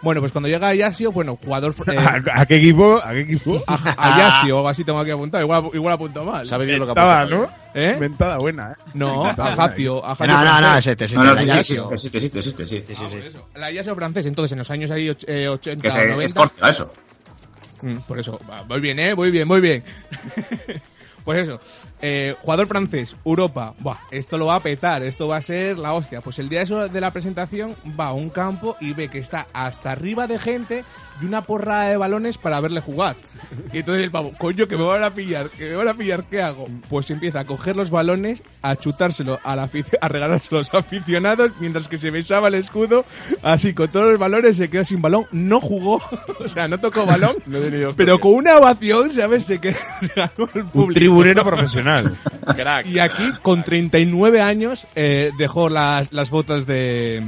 Speaker 4: Bueno, pues cuando llega Ayasio, bueno, jugador. fr- eh,
Speaker 8: ¿A, a qué equipo? ¿A qué equipo?
Speaker 4: Aj- Ayasio, o así tengo aquí apuntado, igual, igual apunto mal.
Speaker 6: Sabe bien lo que
Speaker 8: Estaba,
Speaker 6: apuntaba.
Speaker 8: ¿no?
Speaker 4: ¿Eh?
Speaker 8: Inventada buena, ¿eh?
Speaker 4: No, Ajaccio,
Speaker 6: ¿eh?
Speaker 4: Ajaccio.
Speaker 7: No, no, no,
Speaker 4: francés.
Speaker 7: es este, es este,
Speaker 5: No, no,
Speaker 7: el
Speaker 5: sí, sí,
Speaker 7: Ayasio.
Speaker 5: sí, sí, sí, sí, sí, Ah, sí, sí, sí, sí.
Speaker 4: La Ayasio francés, entonces en los años ahí och- eh, 80,
Speaker 5: Que se
Speaker 4: 90.
Speaker 5: es Córcega, eso.
Speaker 4: Mm, Por eso, va, muy bien, ¿eh? Muy bien, muy bien. pues eso, eh, jugador francés, Europa, buah, esto lo va a petar, esto va a ser la hostia. Pues el día de eso- de la presentación va a un campo y ve que está hasta arriba de gente y una porrada de balones para verle jugar. Y entonces el pavo, coño, que me van a pillar, que me van a pillar, ¿qué hago? Pues empieza a coger los balones, a chutárselo, a, la afici- a regalárselo a los aficionados, mientras que se besaba el escudo, así con todos los balones se quedó sin balón, no jugó, o sea, no tocó balón,
Speaker 6: No he tenido
Speaker 4: pero
Speaker 6: historia.
Speaker 4: con una ovación, ¿sabes? Se quedó se ganó el
Speaker 8: Un
Speaker 4: público.
Speaker 8: tribunero profesional.
Speaker 6: Crack.
Speaker 4: Y aquí, con 39 años, eh, dejó las, las botas de...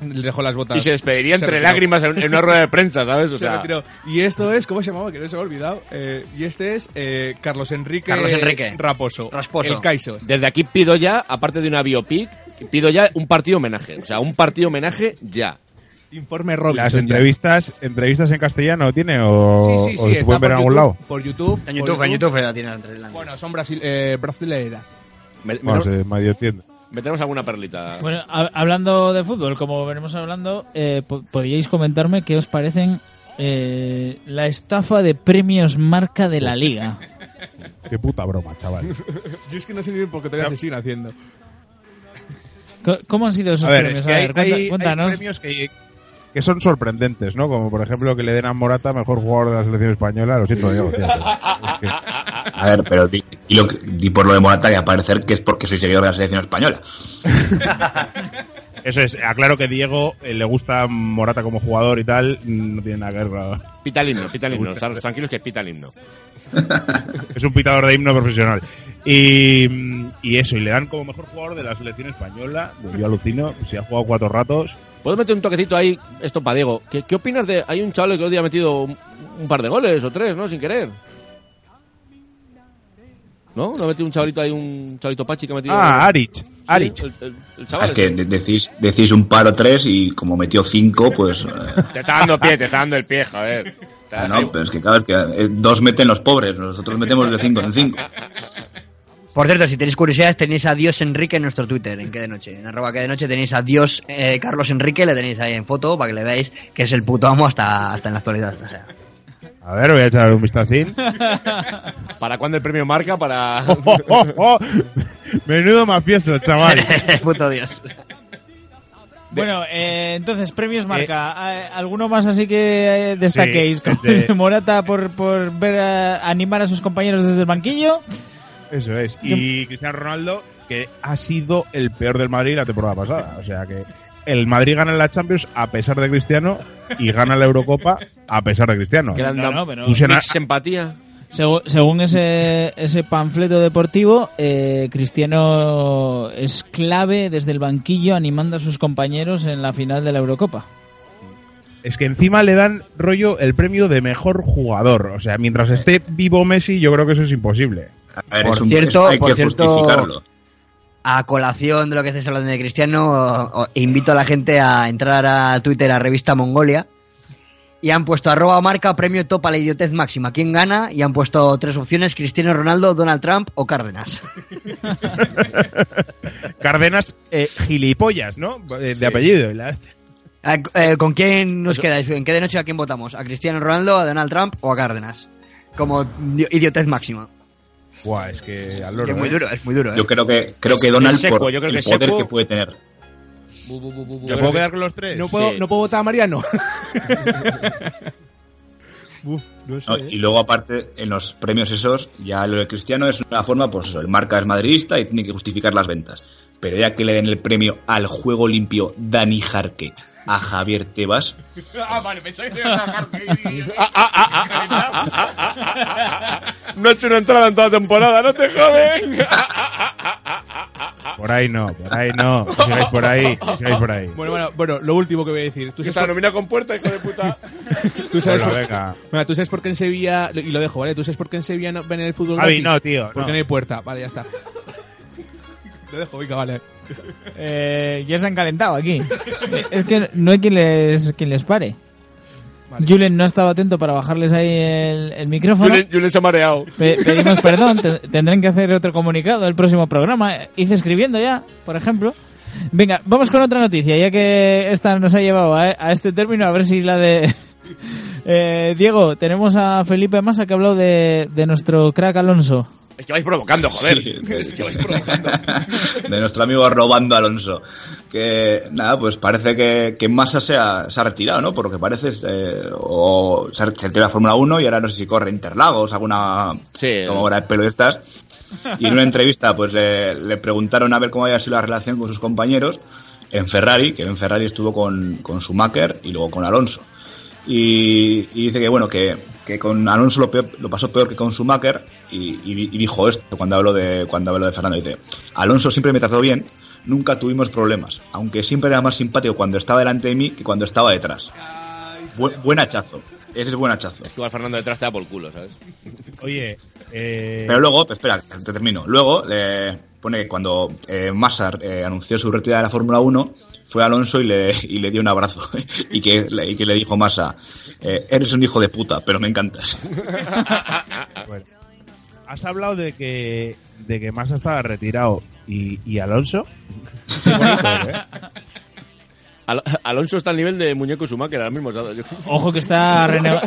Speaker 4: Dejó las botas.
Speaker 6: Y se despediría entre
Speaker 4: retiró.
Speaker 6: lágrimas en en una rueda de prensa, ¿sabes? O
Speaker 4: Se
Speaker 6: sea,
Speaker 4: retiró. Y esto es, ¿cómo se llamaba? Que no se me ha olvidado. Eh, y este es eh, Carlos Enrique,
Speaker 7: Carlos Enrique.
Speaker 4: Raposo.
Speaker 7: Rasposo.
Speaker 4: El Caiso.
Speaker 6: desde aquí pido ya, aparte de una biopic, pido ya un partido homenaje. O sea, un partido homenaje ya.
Speaker 4: Informe
Speaker 8: ¿Las
Speaker 4: Robinson. ya.
Speaker 8: entrevistas, entrevistas en castellano tiene o,
Speaker 4: sí, sí,
Speaker 8: o
Speaker 4: sí.
Speaker 8: se
Speaker 4: Está por
Speaker 8: pueden ver en
Speaker 4: YouTube,
Speaker 8: algún lado?
Speaker 4: Por YouTube.
Speaker 7: En
Speaker 4: por
Speaker 7: YouTube, en YouTube la tiene entre las-
Speaker 4: Bueno, son brasil, eh, brasileiras.
Speaker 6: Me-
Speaker 8: No
Speaker 6: metemos-
Speaker 8: sé, medio entiendo.
Speaker 6: Metemos alguna perlita.
Speaker 3: Bueno, ha- hablando de fútbol, como venimos hablando, eh, po- podríais comentarme qué os parecen eh, la estafa de premios marca de la liga.
Speaker 8: Qué puta broma, chaval.
Speaker 4: Yo es que no sé ni bien por qué todavía se siguen haciendo.
Speaker 3: Co- ¿Cómo han sido esos
Speaker 8: A ver,
Speaker 3: premios?
Speaker 8: es que
Speaker 3: A
Speaker 8: hay,
Speaker 3: ver, cuenta-
Speaker 8: hay- hay
Speaker 3: cuéntanos.
Speaker 8: premios que, que son sorprendentes, ¿no? Como por ejemplo que le den a Morata mejor jugador de la selección española. Lo siento, Diego. tío, pero es que-
Speaker 5: A ver, pero di, di lo que- di por lo de Morata que a parecer que es porque soy seguidor de la selección española.
Speaker 8: Eso es, aclaro que Diego eh, le gusta Morata como jugador y tal, mm, no tiene nada que ver. claro.
Speaker 6: Pita el himno, pita el himno. o sea, tranquilos que pita el himno.
Speaker 8: Es un pitador de himno profesional. Y, mm, y eso, y le dan como mejor jugador de la selección española. Yo alucino, si ha jugado cuatro ratos.
Speaker 6: ¿Puedo meter un toquecito ahí, esto para Diego? ¿Qué, qué opinas de.? Hay un chaval que hoy día ha metido un, un par de goles o tres, ¿no? Sin querer. ¿No? ¿No ha metido un chavalito ahí, un chavalito Pachi que ha metido.
Speaker 8: Ah, Aric.
Speaker 6: Ari. El, el- el chaval.
Speaker 5: Es que de- decís, decís un par o tres y como metió cinco, pues... eh,
Speaker 6: Te está dando pie, te está dando el pie, joder.
Speaker 3: Ah,
Speaker 6: Está-
Speaker 5: no, pero es que cada vez que eh, dos meten los pobres, nosotros metemos de cinco en cinco.
Speaker 7: Por cierto, si tenéis curiosidades, tenéis a Dios Enrique en nuestro Twitter, en que de noche. En arroba que de noche tenéis a Dios eh, Carlos Enrique, le tenéis ahí en foto para que le veáis que es el puto amo hasta, hasta en la actualidad. o sea.
Speaker 8: A ver, voy a echar un vistacín.
Speaker 6: ¿Para cuándo el premio marca? Para.
Speaker 8: Oh, oh, oh. Menudo mafioso, chaval.
Speaker 7: puto Dios.
Speaker 3: Bueno, eh, entonces, premios marca. Eh, ¿Alguno más así que eh, destaquéis?
Speaker 8: Sí,
Speaker 3: Como
Speaker 8: de-
Speaker 3: el de Morata por, por ver a- animar a sus compañeros desde el banquillo.
Speaker 8: Eso es. Y Cristiano Ronaldo, que ha sido el peor del Madrid la temporada pasada. O sea que el Madrid gana la Champions a pesar de Cristiano y gana la Eurocopa a pesar de Cristiano.
Speaker 6: Gran
Speaker 3: No,
Speaker 6: dam-
Speaker 3: no, pero-
Speaker 8: Pusieron a-
Speaker 6: mix empatía.
Speaker 3: Segu- según ese, ese panfleto deportivo, eh, Cristiano es clave desde el banquillo animando a sus compañeros en la final de la Eurocopa.
Speaker 8: Es que encima le dan rollo el premio de mejor jugador. O sea, mientras esté vivo Messi, yo creo que eso es imposible.
Speaker 5: ver,
Speaker 7: Por
Speaker 5: es un-
Speaker 7: cierto,
Speaker 5: es- hay
Speaker 7: por
Speaker 5: que
Speaker 7: cierto,
Speaker 5: justificarlo.
Speaker 7: A colación de lo que estáis hablando de Cristiano, o- o- invito a la gente a entrar a Twitter, a Revista Mongolia, y han puesto arroba marca premio top a la idiotez máxima. ¿Quién gana? Y han puesto tres opciones, Cristiano Ronaldo, Donald Trump o Cárdenas.
Speaker 8: Cárdenas, eh, gilipollas, ¿no? Eh, De apellido. y la-
Speaker 7: Ah, eh, ¿Con quién nos quedáis? ¿En qué de noche a quién votamos? ¿A Cristiano Ronaldo, a Donald Trump o a Cárdenas? Como di- idiotez máxima.
Speaker 8: Buah, es que al
Speaker 7: Es muy duro, es muy duro. ¿eh?
Speaker 5: Yo creo que, creo que
Speaker 7: Es-
Speaker 5: Donald,
Speaker 7: es seco,
Speaker 5: por
Speaker 7: yo creo que es
Speaker 5: el poder
Speaker 7: seco.
Speaker 5: que puede tener.
Speaker 8: ¿Me puedo quedar con los tres?
Speaker 10: No puedo,
Speaker 5: Sí.
Speaker 10: no puedo votar a Mariano.
Speaker 5: No,
Speaker 10: ¿eh?
Speaker 5: y luego aparte en los premios esos ya lo de Cristiano es una forma pues eso, el marca es madridista y tiene que justificar las ventas pero ya que le den el premio al juego limpio Dani Jarque a Javier Tebas
Speaker 2: Ah, vale, pensaba que te ibas a dejar
Speaker 6: No he hecho una entrada en toda la temporada, no te joden.
Speaker 8: Ah, Por ahí no, por ahí no. No sigáis por ahí, no sigáis por ahí.
Speaker 10: Bueno, bueno, bueno, lo último que voy a decir. Tú
Speaker 6: Que
Speaker 10: sabes
Speaker 6: se
Speaker 10: por-
Speaker 6: denomina con puerta, hijo de puta.
Speaker 10: Tú sabes,
Speaker 8: Hola,
Speaker 10: por,
Speaker 8: venga.
Speaker 10: Mira, tú sabes por qué en Sevilla, y lo dejo, ¿vale? Tú sabes por qué en Sevilla no ven el fútbol
Speaker 8: Javi,
Speaker 10: gratis?
Speaker 8: no, tío,
Speaker 10: Porque no.
Speaker 8: no.
Speaker 10: hay puerta. Vale, ya está. lo dejo, venga, vale.
Speaker 3: Eh, ya se han calentado aquí. es que no hay quien les, quien les pare. Julen no estaba atento para bajarles ahí el, el micrófono.
Speaker 6: Julen, Julen se ha mareado.
Speaker 3: Pe- pedimos perdón, te- tendrán que hacer otro comunicado el próximo programa. Eh, Hice escribiendo ya, por ejemplo. Venga, vamos con otra noticia, ya que esta nos ha llevado a, a este término, a ver si la de... Eh, Diego, tenemos a Felipe Massa que ha hablado de, de nuestro crack Alonso.
Speaker 6: Es que vais provocando, joder.
Speaker 5: Sí, de-
Speaker 6: es que vais provocando.
Speaker 5: de nuestro amigo Robando Alonso que nada pues parece que, que Massa se ha, se ha retirado no por lo que parece eh, o se ha se ha retirado de la Fórmula 1 y ahora no sé si corre Interlagos alguna
Speaker 6: Sí.
Speaker 5: tomadora de pelo de estas Y en una entrevista, pues le, le preguntaron a ver cómo había sido la relación con sus compañeros en Ferrari, que en Ferrari estuvo con, con Schumacher y luego con Alonso. Y, y dice que, bueno, que, que con Alonso lo, peor- lo pasó peor que con Schumacher y, y di- y dijo esto cuando habló de, cuando habló de Fernando. Dice, Alonso siempre me trató bien, nunca tuvimos problemas, aunque siempre era más simpático cuando estaba delante de mí que cuando estaba detrás. Buen, buen hachazo, ese es buen hachazo.
Speaker 6: Igual Fernando detrás te da por culo, ¿sabes?
Speaker 8: Oye, eh,
Speaker 5: Pero luego, pues, espera, te termino. Luego le pone que cuando eh, Massa eh, anunció su retirada de la Fórmula 1, fue Alonso y le, y le dio un abrazo. y, que, le- y que le dijo Massa, eh, eres un hijo de puta, pero me encantas.
Speaker 8: Bueno. has hablado de que, de que Massa estaba retirado y, y Alonso. Qué bonito, ¿eh?
Speaker 6: Al- Alonso está al nivel de muñeco Schumacher ahora mismo, ¿sabes? Yo-
Speaker 3: Ojo que está renegado.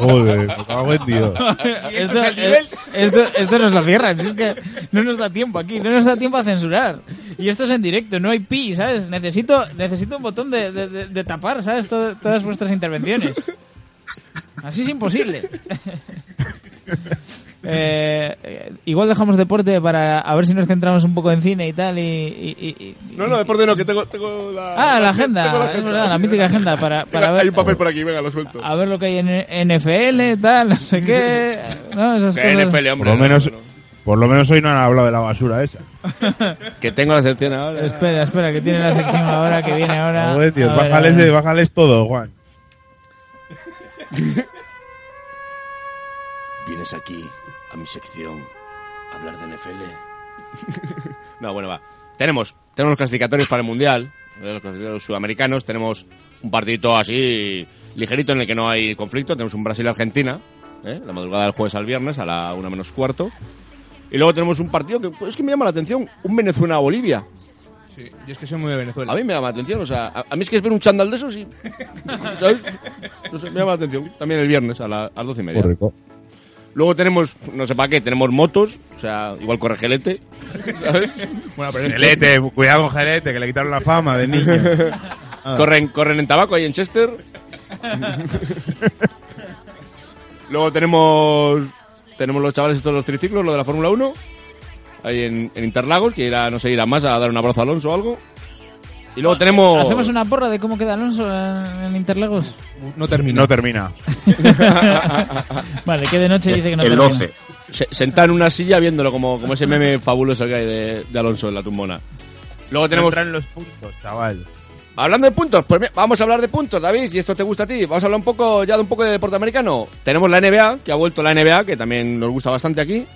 Speaker 8: Joder, me cago en Dios.
Speaker 3: esto, eh, esto, esto nos lo cierran, si es que no nos da tiempo aquí, no nos da tiempo a censurar. Y esto es en directo, no hay pi, ¿sabes? Necesito, necesito un botón de, de- de- de tapar, ¿sabes? Todo- todas vuestras intervenciones. Así es imposible. Eh, eh, igual dejamos deporte para a ver si nos centramos un poco en cine y tal y, y- y- y-
Speaker 6: No, no, deporte no, que tengo, tengo la.
Speaker 3: Ah, la
Speaker 6: tengo
Speaker 3: agenda, es verdad, la mítica agenda para, para
Speaker 6: Venga,
Speaker 3: ver
Speaker 6: Hay un papel por aquí, venga, lo suelto.
Speaker 3: a ver lo que hay en NFL, tal, no sé qué, ¿no? Esas
Speaker 6: Que
Speaker 3: cosas.
Speaker 6: NFL,
Speaker 8: Por
Speaker 6: hombre.
Speaker 8: lo
Speaker 6: no,
Speaker 8: menos,
Speaker 6: no, no.
Speaker 8: por lo menos hoy no han hablado de la basura esa.
Speaker 6: Que tengo la sección ahora. Ah,
Speaker 3: Espera, espera, que tiene la sección ahora, que viene ahora.
Speaker 8: Joder, tío,
Speaker 3: Ah, A ver, a
Speaker 8: bájales,
Speaker 3: ver.
Speaker 8: de- bájales todo, Juan.
Speaker 6: Vienes aquí, a mi sección, a hablar de NFL. no, bueno, va. Tenemos, tenemos los clasificatorios para el Mundial, eh, los clasificatorios sudamericanos, tenemos un partidito así ligerito en el que no hay conflicto, tenemos un Brasil-Argentina, ¿eh? la madrugada del jueves al viernes a la una menos cuarto. Y luego tenemos un partido que pues, es que me llama la atención, un Venezuela-Bolivia.
Speaker 4: Sí, yo es que soy muy de Venezuela.
Speaker 6: A mí me llama la atención, o sea, a, a mí es que es ver un chándal de esos y... ¿Sabes? No sé, me llama la atención. También el viernes a, la- a las doce y media. Luego tenemos, no sé para qué, tenemos motos, o sea, igual corre gelete, ¿sabes?
Speaker 8: Bueno, pero es Gelete, cuidado con Gelete, que le quitaron la fama de niño. Ah.
Speaker 6: Corren, corren en tabaco ahí en Chester. Luego tenemos tenemos los chavales estos de los triciclos, lo de la Fórmula 1. Ahí en, en Interlagos, que irá, no sé, irá más a dar un abrazo a Alonso o algo. Y
Speaker 8: Ah,
Speaker 6: luego tenemos...
Speaker 3: ¿Hacemos una porra de cómo queda Alonso en, en Interlagos?
Speaker 4: No termina.
Speaker 8: No termina.
Speaker 3: vale, que de noche dice que no
Speaker 6: El
Speaker 3: termina.
Speaker 6: 12. Se- sentado en una silla viéndolo como, como ese meme fabuloso que hay de, de Alonso en la tumbona. Luego tenemos...
Speaker 8: Entran los puntos, chaval.
Speaker 6: Hablando de puntos, pues mira, vamos a hablar de puntos, David, y esto te gusta a ti. Vamos a hablar un poco ya de un poco de deporte americano. Tenemos la NBA, que ha vuelto la NBA, que también nos gusta bastante aquí.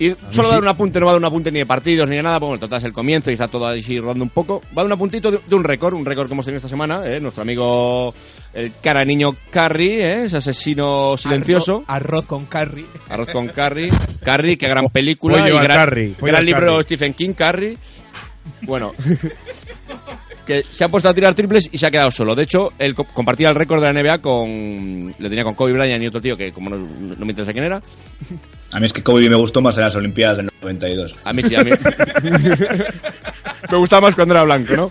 Speaker 6: Y solo va a dar un apunte, no va a dar un apunte ni de partidos ni de nada, porque bueno, total es el comienzo y está todo ahí rodando un poco. Va a dar un apuntito de, de un récord, un récord que hemos tenido esta semana, ¿eh? nuestro amigo el cara niño Carry, ¿eh? ese asesino silencioso.
Speaker 4: Arroz con curry.
Speaker 6: Arroz con Carrie. Carrie, qué gran película.
Speaker 4: Pollo
Speaker 6: y
Speaker 4: al
Speaker 6: gran,
Speaker 4: curry, pollo
Speaker 6: gran
Speaker 4: al
Speaker 6: libro
Speaker 4: curry.
Speaker 6: Stephen King, Carrie. Bueno. que se ha puesto a tirar triples y se ha quedado solo. De hecho, él co- compartía el récord de la NBA con... Le tenía con Kobe Bryant y otro tío que como no, no me interesa quién era.
Speaker 5: A mí es que Kobe me gustó más en las Olimpiadas del 92.
Speaker 6: A mí sí, a mí. me gustaba más cuando era blanco, ¿no?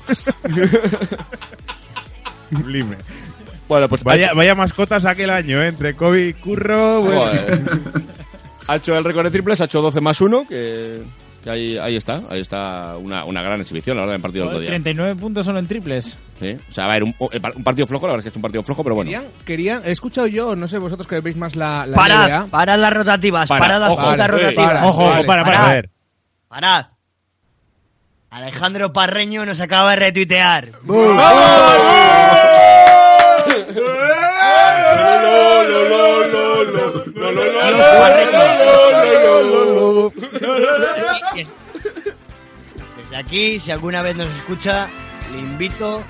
Speaker 8: Sublime.
Speaker 6: Bueno, pues...
Speaker 8: Vaya, vaya mascotas aquel año, ¿eh? entre Kobe y Curro. bueno.
Speaker 6: Joder. ha hecho el récord de triples, ha hecho 12 más 1, que, que ahí, ahí está. Ahí está una, una gran exhibición, la verdad, en partido del otro día.
Speaker 3: 39 puntos solo en triples.
Speaker 6: Sí, O sea, va a haber un, un partido flojo, la verdad es que es un partido flojo, pero bueno.
Speaker 4: Querían, querían, he escuchado yo, no sé vosotros que veis más la, la
Speaker 7: Parad,
Speaker 4: NBA.
Speaker 7: parad las rotativas,
Speaker 4: Para,
Speaker 7: parad las
Speaker 4: ojo,
Speaker 7: putas
Speaker 4: eh,
Speaker 7: rotativas.
Speaker 4: para, Ojo, ojo, vale. para, para.
Speaker 7: Parad,
Speaker 4: A ver.
Speaker 7: parad. Alejandro Parreño nos acaba de retuitear. Desde aquí, si alguna vez nos escucha, le invito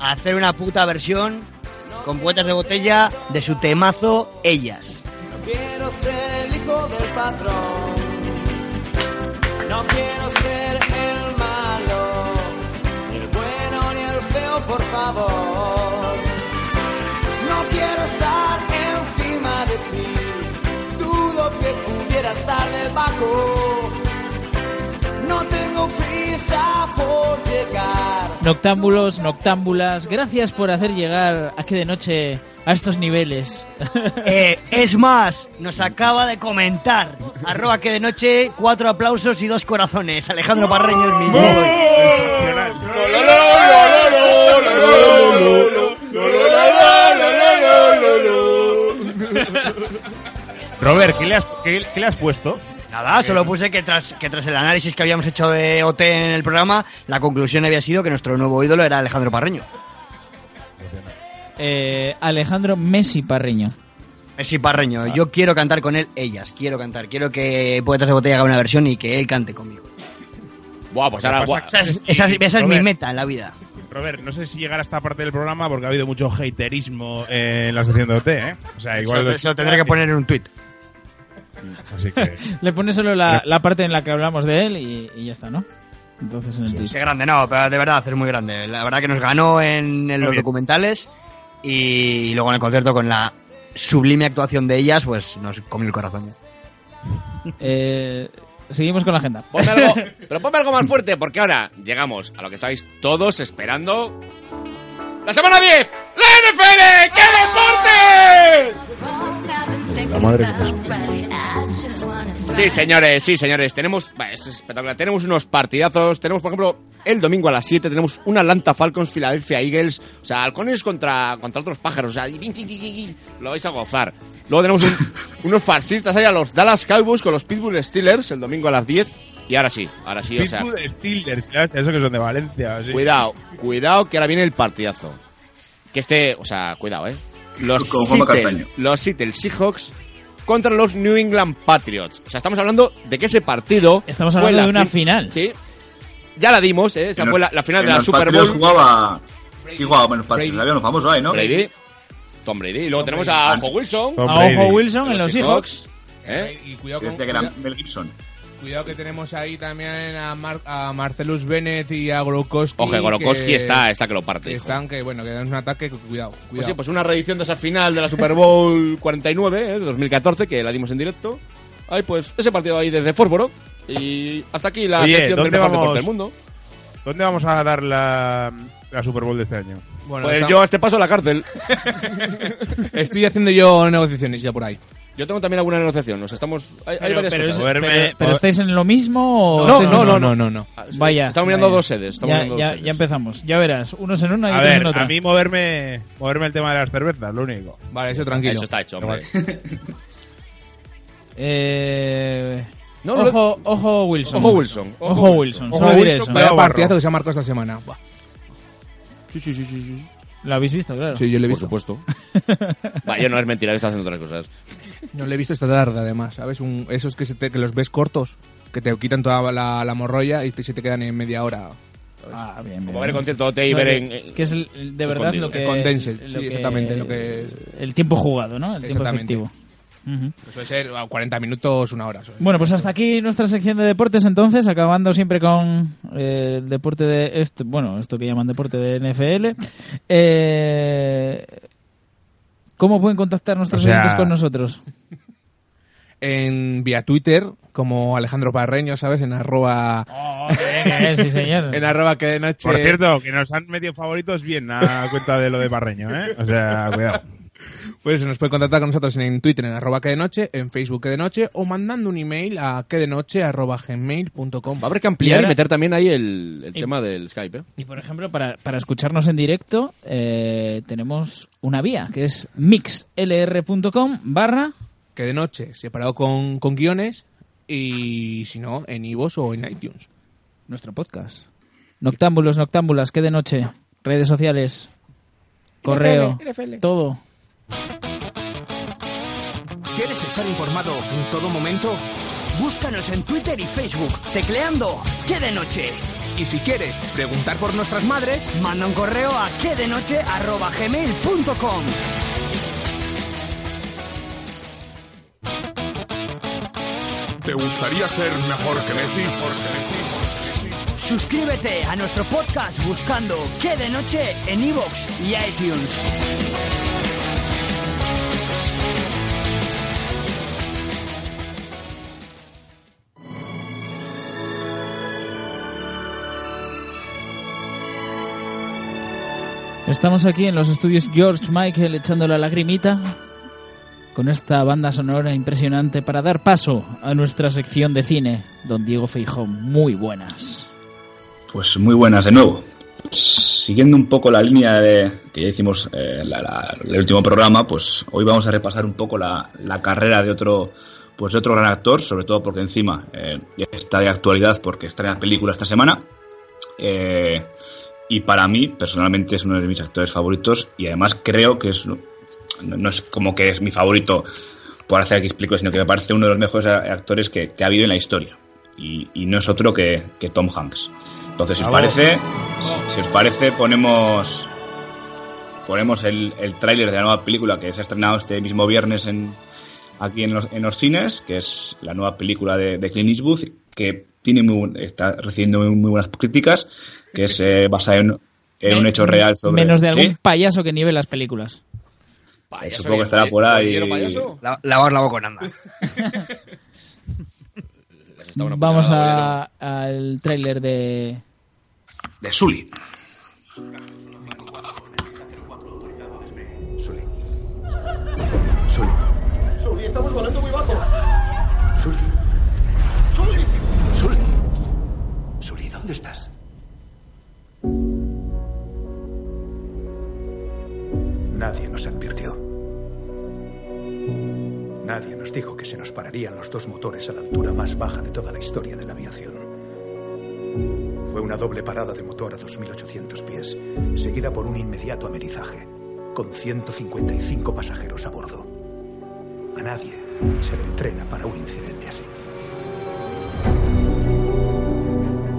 Speaker 7: a hacer una puta versión con puertas de botella de su temazo Ellas.
Speaker 2: No quiero ser el hijo del patrón. No quiero ser el malo, ni el bueno ni el feo, por favor. No quiero estar encima de ti, dudo que pudiera estar debajo. No tengo prisa por llegar.
Speaker 3: Noctámbulos, noctámbulas, gracias por hacer llegar aquí de noche a estos niveles.
Speaker 7: Eh, es más, nos acaba de comentar. Arroba que de noche, cuatro aplausos y dos corazones. Alejandro Parreño es mi
Speaker 8: Robert, ¿qué le, has, qué- qué le has puesto?
Speaker 7: Nada, solo puse que tras, que tras el análisis que habíamos hecho de OT en el programa, la conclusión había sido que nuestro nuevo ídolo era Alejandro Parreño.
Speaker 3: Eh, Alejandro Messi Parreño.
Speaker 7: Messi Parreño,
Speaker 8: Ah.
Speaker 7: yo quiero cantar con él, ellas, quiero cantar, quiero que Poetas de Botella haga una versión y que él cante conmigo.
Speaker 6: Buah, pues ahora, buah.
Speaker 7: Esa es, esa es- esa es mi meta en la vida.
Speaker 8: Robert, no sé si llegar a esta parte del programa porque ha habido mucho haterismo eh, en la sección de OT, ¿eh? O sea, igual...
Speaker 7: Eso- eso tendré que poner en un tweet.
Speaker 8: Así que...
Speaker 3: Le pone solo la, la parte en la que hablamos de él y, y ya está, ¿no? Entonces en el Twitch.
Speaker 7: Qué grande, no, pero de verdad es muy grande. La verdad que nos ganó en, en los documentales y luego en el concierto con la sublime actuación de ellas, pues nos comió el corazón.
Speaker 3: Eh, seguimos con la agenda.
Speaker 6: Ponme algo, pero ponme algo más fuerte, porque ahora llegamos a lo que estáis todos esperando. ¡La semana 10! ¡La NFL! ¡Qué deporte!
Speaker 15: La madre
Speaker 6: Sí, señores, sí, señores. Tenemos. va, esto es espectacular. Tenemos unos partidazos. Tenemos, por ejemplo, el domingo a las 7 tenemos un Atlanta Falcons, Philadelphia Eagles. O sea, halcones contra, contra otros pájaros. O sea, y- y- y- y- lo vais a gozar. Luego tenemos un- unos farcistas ahí a los Dallas Cowboys con los Pittsburgh Steelers el domingo a las 10. Y ahora sí, ahora sí, o sea.
Speaker 8: Pittsburgh Steelers, ¿sabes? Eso que son de Valencia. sí.
Speaker 6: Cuidado, cuidado que ahora viene el partidazo. Que este, o sea, cuidado, eh. Los
Speaker 5: Con Juanma
Speaker 6: Seattle,
Speaker 5: Castaño.
Speaker 6: los Seattle Seahawks contra los New England Patriots. O sea, estamos hablando de que ese partido
Speaker 3: Estamos
Speaker 6: fue
Speaker 3: hablando
Speaker 6: la
Speaker 3: de una
Speaker 6: fin-
Speaker 3: final.
Speaker 6: Sí. ya la dimos, ¿eh? Esa
Speaker 5: En
Speaker 6: fue la,
Speaker 5: los-
Speaker 6: la final
Speaker 5: en
Speaker 6: de la
Speaker 5: los
Speaker 6: Super Bowl.
Speaker 5: Patriots jugaba. ¿Quién jugaba con los Patriots? Había unos famosos ahí, ¿no? Ah,
Speaker 6: Brady. Tom Brady. Y luego tenemos a Ojo Wilson.
Speaker 5: Tom A Brady. Ojo
Speaker 3: Wilson en los
Speaker 6: Seahawks.
Speaker 3: Seahawks.
Speaker 6: ¿Eh?
Speaker 4: Y cuidado
Speaker 5: Decía
Speaker 4: con-
Speaker 5: que era
Speaker 4: cuida-
Speaker 5: Mel Gibson.
Speaker 4: Cuidado que tenemos ahí también a, Mar- a Marcelus Bennett y a Gronkowski.
Speaker 6: Ojo, Gorokoski
Speaker 4: que-
Speaker 6: está, está que lo parte.
Speaker 4: que
Speaker 6: hijo.
Speaker 4: están, que bueno, que es un ataque, que cuidado, cuidado.
Speaker 6: Pues sí, pues una reedición de esa final de la Super Bowl 49 ¿eh? de 2014, que la dimos en directo. Ay, pues ese partido ahí desde Fósforo. Y hasta aquí la
Speaker 8: Oye,
Speaker 6: sección del
Speaker 8: ¿dónde
Speaker 6: mejor
Speaker 8: vamos?
Speaker 6: deporte del mundo.
Speaker 8: ¿Dónde vamos a dar la, la Super Bowl de este año?
Speaker 6: pues yo a este paso a la cárcel.
Speaker 4: Estoy haciendo yo negociaciones ya por ahí.
Speaker 6: Yo tengo también alguna negociación. Nos estamos. Hay, hay
Speaker 3: Pero-
Speaker 6: varias
Speaker 3: pero
Speaker 6: cosas.
Speaker 3: es- Moverme- pero- pero estáis en lo mismo o
Speaker 6: eh, No,
Speaker 3: estáis-
Speaker 6: no, no, no,
Speaker 4: no,
Speaker 6: Ah, sí,
Speaker 3: Vaya.
Speaker 6: Estamos mirando
Speaker 3: vaya.
Speaker 6: dos sedes. Estamos
Speaker 3: ya,
Speaker 6: mirando
Speaker 3: ya-
Speaker 6: dos sedes.
Speaker 3: ya empezamos. Ya verás. Unos en una y
Speaker 8: A
Speaker 3: otros en
Speaker 8: ver,
Speaker 3: otra.
Speaker 8: a mí moverme, moverme el tema de las cervezas, lo único.
Speaker 4: Vale, eso
Speaker 6: tranquilo. Eso está hecho, hombre.
Speaker 3: Eh,
Speaker 4: No,
Speaker 3: ojo, ojo Wilson.
Speaker 4: Ojo Wilson.
Speaker 3: Ojo, Wilson. Solo diré eso.
Speaker 4: Vaya partidazo que se ha marcado esta semana. Buah.
Speaker 6: Sí, sí, sí, sí. sí.
Speaker 3: Lo habéis visto, claro.
Speaker 4: Sí, yo lo he
Speaker 6: Por
Speaker 4: visto.
Speaker 6: supuesto. Va, yo no es mentira, está haciendo otras cosas.
Speaker 4: No lo he visto esta tarde, además, ¿sabes? Un- esos que, se te- que los ves cortos, que te quitan toda la, la morrolla y te- se te quedan en media hora.
Speaker 3: Ah, bien, bien.
Speaker 6: Como ver el concierto de Taylor
Speaker 3: O sea,
Speaker 6: en-
Speaker 3: que-
Speaker 6: en-
Speaker 3: Que es el- de verdad
Speaker 6: escondido.
Speaker 3: lo que...
Speaker 4: Condensed,
Speaker 3: lo
Speaker 4: sí,
Speaker 3: que-
Speaker 4: exactamente, lo que-
Speaker 3: El tiempo jugado, ¿no? El tiempo
Speaker 4: Exactamente.
Speaker 3: efectivo. Ujú.
Speaker 4: Suele ser a 40 minutos, una hora. suele ser.
Speaker 3: Bueno, pues hasta aquí nuestra sección de deportes entonces, acabando siempre con eh, el deporte de este, bueno, esto que llaman deporte de NFL. Eh, ¿Cómo pueden contactar
Speaker 4: O
Speaker 3: nuestros
Speaker 4: sea-
Speaker 3: oyentes con nosotros?
Speaker 4: En, vía Twitter, como Alejandro Parreño, ¿sabes? En arroba...
Speaker 3: Oh, eh, sí, señor.
Speaker 4: en arroba que de noche...
Speaker 8: Por cierto, que nos han metido favoritos bien a cuenta de lo de Parreño, ¿eh? O sea, cuidado.
Speaker 4: Pues se nos puede contactar con nosotros en Twitter, en arroba que de noche, en Facebook que de noche, o mandando un email a que de noche arroba gmail.com.
Speaker 6: Va a haber que ampliar y, meter también ahí el, el tema del Skype. ¿eh?
Speaker 3: Y por ejemplo, para, para escucharnos en directo, eh, tenemos una vía que es mixlr.com barra
Speaker 4: que de noche, separado con, con guiones, y si no, en iVoox o en iTunes.
Speaker 3: nuestro podcast. Noctámbulos, noctámbulas, que de noche, redes sociales, correo,
Speaker 4: NFL.
Speaker 3: todo.
Speaker 14: ¿Quieres estar informado en todo momento? Búscanos en Twitter y Facebook, tecleando Que de Noche.
Speaker 4: Y si quieres preguntar por nuestras madres,
Speaker 14: Manda un correo a quedenoche.gmail.com
Speaker 11: ¿Te gustaría ser mejor que Messi? Porque
Speaker 14: Suscríbete a nuestro podcast buscando Que de Noche en iVoox y iTunes.
Speaker 3: Estamos aquí en los estudios George Michael echando la lagrimita con esta banda sonora impresionante para dar paso a nuestra sección de cine, don Diego Feijón. Muy buenas.
Speaker 5: Pues muy buenas de nuevo. Siguiendo un poco la línea de, que ya hicimos eh, la- la- el último programa, pues hoy vamos a repasar un poco la, la carrera de otro, pues de otro gran actor, sobre todo porque encima eh, está de actualidad porque estrena película esta semana. Eh, y para mí, personalmente, es uno de mis actores favoritos y además creo que es, no, no es como que es mi favorito por hacer que explico, sino que me parece uno de los mejores a- actores que, que ha habido en la historia. Y, y no es otro que, que Tom Hanks. Entonces, si os
Speaker 8: Bravo.
Speaker 5: parece, si os parece, ponemos ponemos el, el tráiler de la nueva película que se ha estrenado este mismo viernes en, aquí en los, en los cines, que es la nueva película de, de Clint Eastwood, que tiene muy, bu- está recibiendo muy, muy buenas críticas, que es eh, basada en, en un hecho real sobre...
Speaker 3: Menos de algún
Speaker 5: ¿Sí?
Speaker 3: payaso que nieve las películas.
Speaker 5: Supongo que estará por ahí...
Speaker 7: La- lavaos la boca
Speaker 6: Pues
Speaker 7: con anda.
Speaker 3: Vamos a- al tráiler de...
Speaker 5: De Sully.
Speaker 16: Sully. Sully. Sully, estamos volando muy bajo. Sully. Sully. Sully. Sully, ¿dónde estás? Nadie nos advirtió. Nadie nos dijo que se nos pararían los dos motores a la altura más baja de toda la historia de la aviación. Fue una doble parada de motor a 2.800 pies, seguida por un inmediato amerizaje con 155 pasajeros a bordo. A nadie se le entrena para un incidente así.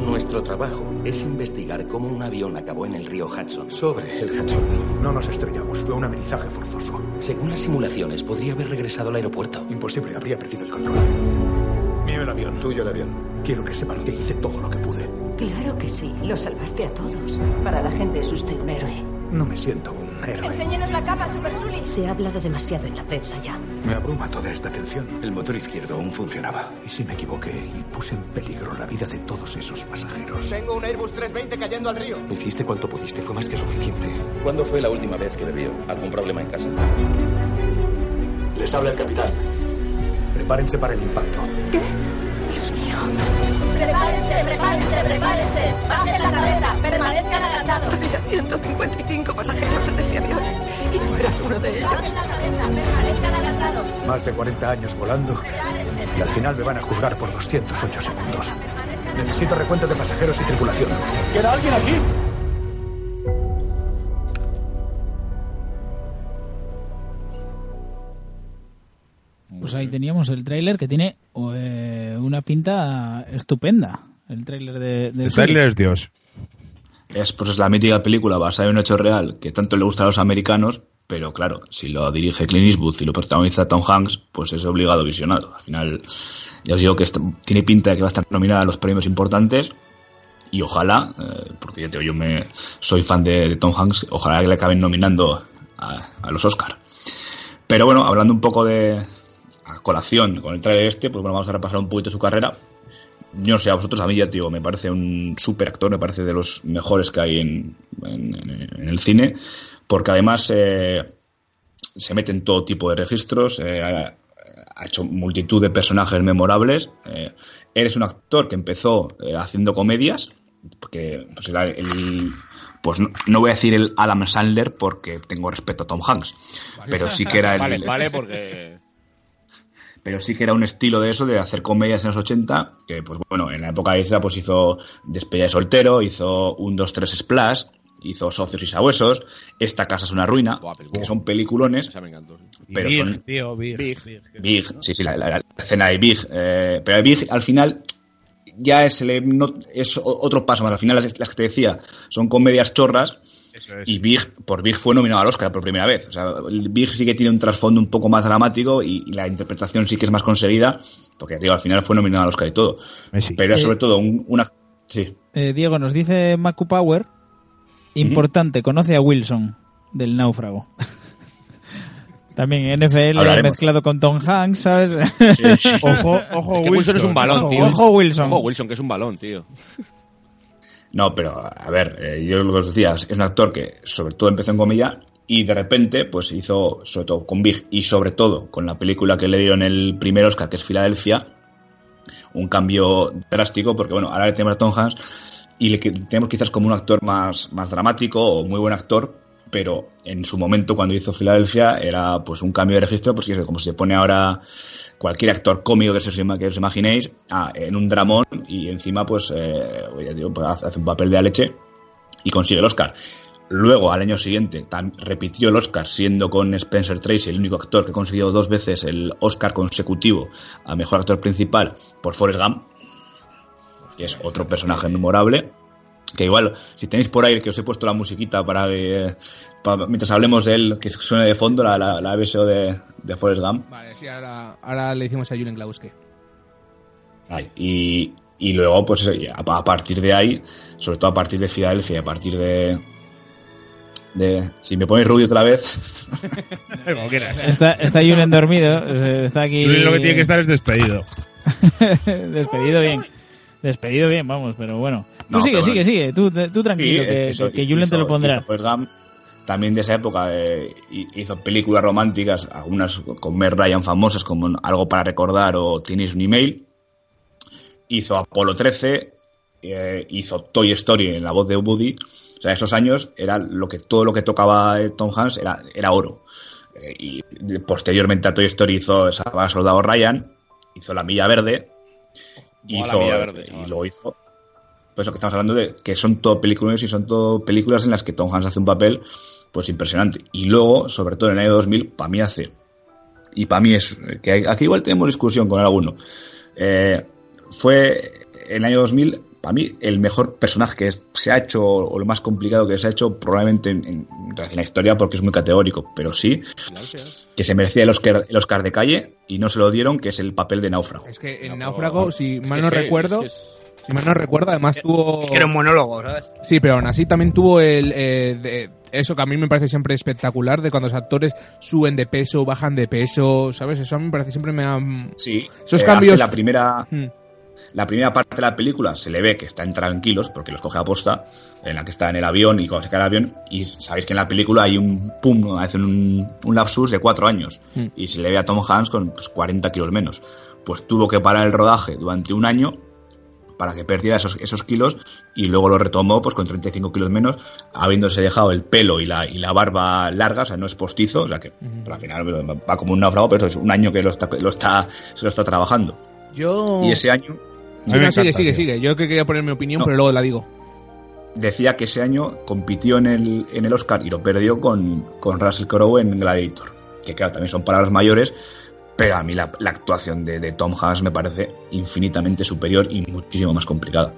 Speaker 17: Nuestro trabajo es investigar cómo un avión acabó en el río Hudson.
Speaker 16: Sobre el Hudson. No nos estrellamos, fue un amenizaje forzoso.
Speaker 17: Según las simulaciones, podría haber regresado al aeropuerto.
Speaker 16: Imposible, habría perdido el control. Mío el avión. Tuyo el avión. Quiero que sepan que hice todo lo que pude.
Speaker 18: Claro que sí, lo salvaste a todos. Para la gente es usted un héroe.
Speaker 16: No me siento un héroe.
Speaker 18: Enséñenos la capa, Super Sully. Se ha hablado demasiado en la prensa ya.
Speaker 16: Me abruma toda esta tensión.
Speaker 17: El motor izquierdo aún funcionaba.
Speaker 16: ¿Y si me equivoqué y puse en peligro la vida de todos esos pasajeros?
Speaker 19: Tengo un Airbus 320 cayendo al río.
Speaker 16: Hiciste cuanto pudiste, fue más que suficiente.
Speaker 17: ¿Cuándo fue la última vez que bebió? ¿Algún problema en casa?
Speaker 16: Les habla el capitán. Prepárense para el impacto.
Speaker 15: Prepárense, prepárense, prepárense. Bajen la cabeza, permanezcan agachados.
Speaker 18: Había 155 pasajeros en ese avión y tú eras uno de ellos.
Speaker 15: Bajen la cabeza, permanezcan agachados.
Speaker 16: Más de 40 años volando y al final me van a juzgar por 208 segundos. Necesito recuento de pasajeros y tripulación. ¿Queda alguien aquí?
Speaker 3: Pues ahí teníamos el tráiler que tiene eh, una pinta estupenda. El tráiler de, de
Speaker 8: El tráiler es Dios.
Speaker 5: Es, pues, es la mítica película basada en un hecho real que tanto le gusta a los americanos, pero claro, si lo dirige Clint Eastwood y lo protagoniza Tom Hanks, pues es obligado visionado. Al final, ya os digo que est- tiene pinta de que va a estar nominada a los premios importantes y ojalá, eh, porque ya te digo, yo me, soy fan de, de Tom Hanks, ojalá que le acaben nominando a, a los Oscar. Pero bueno, hablando un poco de a colación con el trailer este, pues bueno, vamos a repasar un poquito su carrera. Yo no sé, a vosotros, a mí ya, tío, me parece un super actor, me parece de los mejores que hay en, en- en- en el cine, porque además eh, se mete en todo tipo de registros, eh, ha, ha hecho multitud de personajes memorables. eh, eres un actor que empezó eh, haciendo comedias, porque pues, era el, pues no, no voy a decir el Adam Sandler porque tengo respeto a Tom Hanks, pero sí que era el,
Speaker 6: Vale, vale, porque.
Speaker 5: pero sí que era un estilo de eso, de hacer comedias en los 80, que pues bueno, en la época de Isla pues hizo Despedida de Soltero, hizo un 2-3 Splash, hizo Socios y Sabuesos, Esta Casa es una Ruina, que son peliculones,
Speaker 8: Y
Speaker 5: pero
Speaker 8: Big,
Speaker 5: son
Speaker 8: tío, Big. Big.
Speaker 5: Big, sí, sí, la, la- la escena de Big, eh, pero Big al final ya es, el- no- es o- otro paso más, al final las, las que te decía son comedias chorras, y Big, por Big fue nominado al Oscar por primera vez. O sea, el Big sí que tiene un trasfondo un poco más dramático y, y la interpretación sí que es más conseguida, porque digo, al final fue nominado al Oscar y todo. Pero era
Speaker 3: Eh,
Speaker 5: sobre todo un, una... Sí.
Speaker 3: Eh, Diego, nos dice Macu Power, importante, conoce a Wilson, del náufrago. También NFL
Speaker 6: Hablaremos.
Speaker 3: mezclado con Tom Hanks, ¿sabes?
Speaker 8: Ojo, ojo,
Speaker 6: Es que Wilson es un balón, tío.
Speaker 3: Ojo, Wilson.
Speaker 6: Ojo, Wilson, que es un balón, tío.
Speaker 5: No, pero a ver, eh, yo lo que os decía, es un actor que sobre todo empezó en comedia y de repente pues hizo, sobre todo con Big y sobre todo con la película que le dieron el primer Oscar, que es Filadelfia, un cambio drástico, porque bueno, ahora le tenemos a Tom Hanks y le que- tenemos quizás como un actor más, más dramático o muy buen actor, pero en su momento cuando hizo Filadelfia era pues un cambio de registro, pues que como se pone ahora cualquier actor cómico que, se os ima- que os imaginéis ah, en un dramón y encima pues, eh, ya digo, pues, hace un papel de la leche y consigue el Oscar. Luego, al año siguiente, tan- repitió el Oscar, siendo con Spencer Tracy el único actor que ha conseguido dos veces el Oscar consecutivo a Mejor Actor Principal por Forrest Gump, que es otro personaje memorable. Que igual, si tenéis por ahí que os he puesto la musiquita para que, eh, pa- mientras hablemos de él, que suene de fondo la, la, la BSO de, de Forrest Gump.
Speaker 4: Vale, sí, ahora, ahora le decimos a Julen Klauske.
Speaker 5: Ay, Y, y luego, pues eso, y a, a partir de ahí, sobre todo a partir de Filadelfia, a partir de. de si me ponéis rubio otra vez.
Speaker 8: Como quieras.
Speaker 3: Está, está Julen dormido, eh, está aquí...
Speaker 8: Lo que tiene que estar es despedido.
Speaker 3: Despedido bien. Despedido bien, vamos, pero bueno. Tú
Speaker 5: No,
Speaker 3: sigue,
Speaker 5: pero
Speaker 3: sigue,
Speaker 5: bueno.
Speaker 3: sigue. Tú, te- tú tranquilo,
Speaker 5: Sí,
Speaker 3: que,
Speaker 5: eso,
Speaker 3: que Julen te
Speaker 5: hizo-
Speaker 3: lo pondrá.
Speaker 5: hizo Forrest Gump. también de esa época eh, hi- hizo películas románticas, algunas con Meg Ryan famosas como Algo para recordar o Tienes un email. Hizo Apolo 13, eh, hizo Toy Story en la voz de Woody. O sea, esos años era lo que todo lo que tocaba eh, Tom Hanks era, era oro. Eh, y de- posteriormente a Toy Story hizo Salvar al Soldado Ryan, hizo La Milla Verde,
Speaker 6: Buah, La
Speaker 5: hizo,
Speaker 6: Milla Verde,
Speaker 5: y luego hizo pues lo que estamos hablando de que son todo películas y son todo películas en las que Tom Hanks hace un papel pues impresionante y luego sobre todo en el año 2000 para mí hace y para mí es que hay- aquí igual tenemos discusión con alguno eh, fue en el año 2000 para mí, el mejor personaje que es- se ha hecho, o lo más complicado que se ha hecho, probablemente en, en- en la historia, porque es muy categórico, pero sí, que se merecía el Oscar, el Oscar de calle y no se lo dieron, que es el papel de náufrago.
Speaker 4: Es que en Náufrago, si
Speaker 6: es
Speaker 4: mal
Speaker 6: que
Speaker 4: no
Speaker 6: sí,
Speaker 4: recuerdo,
Speaker 6: es
Speaker 4: si mal no recuerdo, además tuvo...
Speaker 7: Es que era un monólogo, ¿sabes?
Speaker 4: Sí, pero aún así también tuvo el... eh, de- eso que a mí me parece siempre espectacular, de cuando los actores suben de peso, bajan de peso, ¿sabes? Eso a mí me parece siempre me ha...
Speaker 5: Sí,
Speaker 4: Esos
Speaker 5: eh,
Speaker 4: cambios...
Speaker 5: hace La primera,
Speaker 4: Mm.
Speaker 5: la primera parte de la película se le ve que están tranquilos porque los coge a posta, en la que está en el avión y cuando se cae el avión. Y sabéis que en la película hay un pum, hacen un, un lapsus de cuatro años
Speaker 4: Mm.
Speaker 5: y se le ve a Tom Hanks con pues, 40 kilos menos. Pues tuvo que parar el rodaje durante un año para que perdiera esos, esos kilos y luego lo retomó pues con 35 kilos menos, habiéndose dejado el pelo y la, y la barba larga, o sea, no es postizo, o sea que pero al final va- va como un náufrago, pero eso es un año que lo está, lo está, se lo está trabajando.
Speaker 4: Yo...
Speaker 5: Y ese año
Speaker 4: Sí, no, sigue, sigue, sigue. Yo que quería poner mi opinión,
Speaker 5: No.
Speaker 4: pero luego la digo.
Speaker 5: decía que ese año compitió en el, en el Oscar y lo perdió con, con Russell Crowe en Gladiator. Que claro, también son palabras mayores, pero a mí la, la actuación de, de Tom Hanks me parece infinitamente superior y muchísimo más complicada.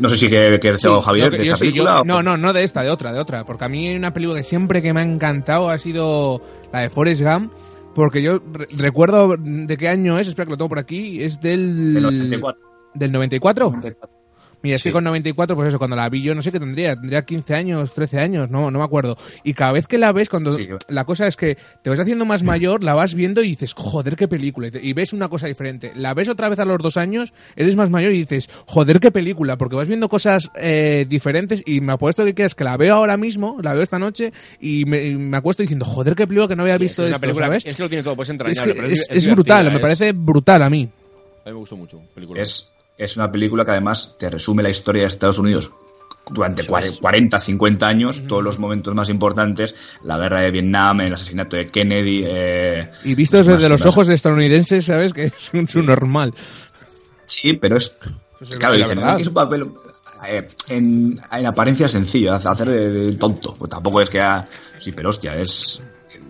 Speaker 5: No sé si que, que decía
Speaker 4: Sí,
Speaker 5: Javier
Speaker 4: yo- yo
Speaker 5: de esta
Speaker 4: sí, yo-
Speaker 5: película. pues o-
Speaker 4: no, no, no de esta, de otra, de otra. Porque a mí hay una película que siempre que me ha encantado ha sido la de Forrest Gump. Porque yo re- recuerdo de qué año es, espera que lo tengo por aquí, es del...
Speaker 5: Del 94.
Speaker 4: ¿Del 94? Mira, es
Speaker 5: Sí.
Speaker 4: que con 94, pues eso, cuando la vi yo no sé qué tendría, tendría 15 años, 13 años, no, no me acuerdo. Y cada vez que la ves, cuando la cosa es que te vas haciendo más mayor, la vas viendo y dices, joder, qué película, y, te- y ves una cosa diferente. La ves otra vez a los dos años, eres más mayor y dices, joder, qué película, porque vas viendo cosas eh, diferentes y me apuesto que quieras que la veo ahora mismo, la veo esta noche y me, y me acuesto diciendo, joder, qué película que no había
Speaker 6: Sí, es
Speaker 4: visto
Speaker 6: una
Speaker 4: esto,
Speaker 6: película-
Speaker 4: ¿sabes?
Speaker 6: es que lo tiene todo, pues,
Speaker 4: Es que
Speaker 6: entrañable, pero es
Speaker 4: es-
Speaker 6: div- es
Speaker 4: es brutal,
Speaker 6: divertida,
Speaker 4: me
Speaker 6: es-
Speaker 4: parece brutal a mí.
Speaker 6: A mí me gustó mucho. Película.
Speaker 5: Es, es una película que además te resume la historia de Estados Unidos durante cuare- 40, 50 años, todos los momentos más importantes, la guerra de Vietnam, el asesinato de Kennedy. eh,
Speaker 4: Y vistos
Speaker 5: es más,
Speaker 4: desde los
Speaker 5: más.
Speaker 4: ojos de estadounidenses, ¿sabes? Que es un su normal.
Speaker 5: Sí, pero es...
Speaker 8: Pues
Speaker 4: es
Speaker 5: claro,
Speaker 4: la
Speaker 5: dicen,
Speaker 4: verdad.
Speaker 5: "Ah, que es un papel eh, en, en apariencia sencillo, hacer de, de tonto. Pues tampoco es que... ah, sí, pero hostia, es...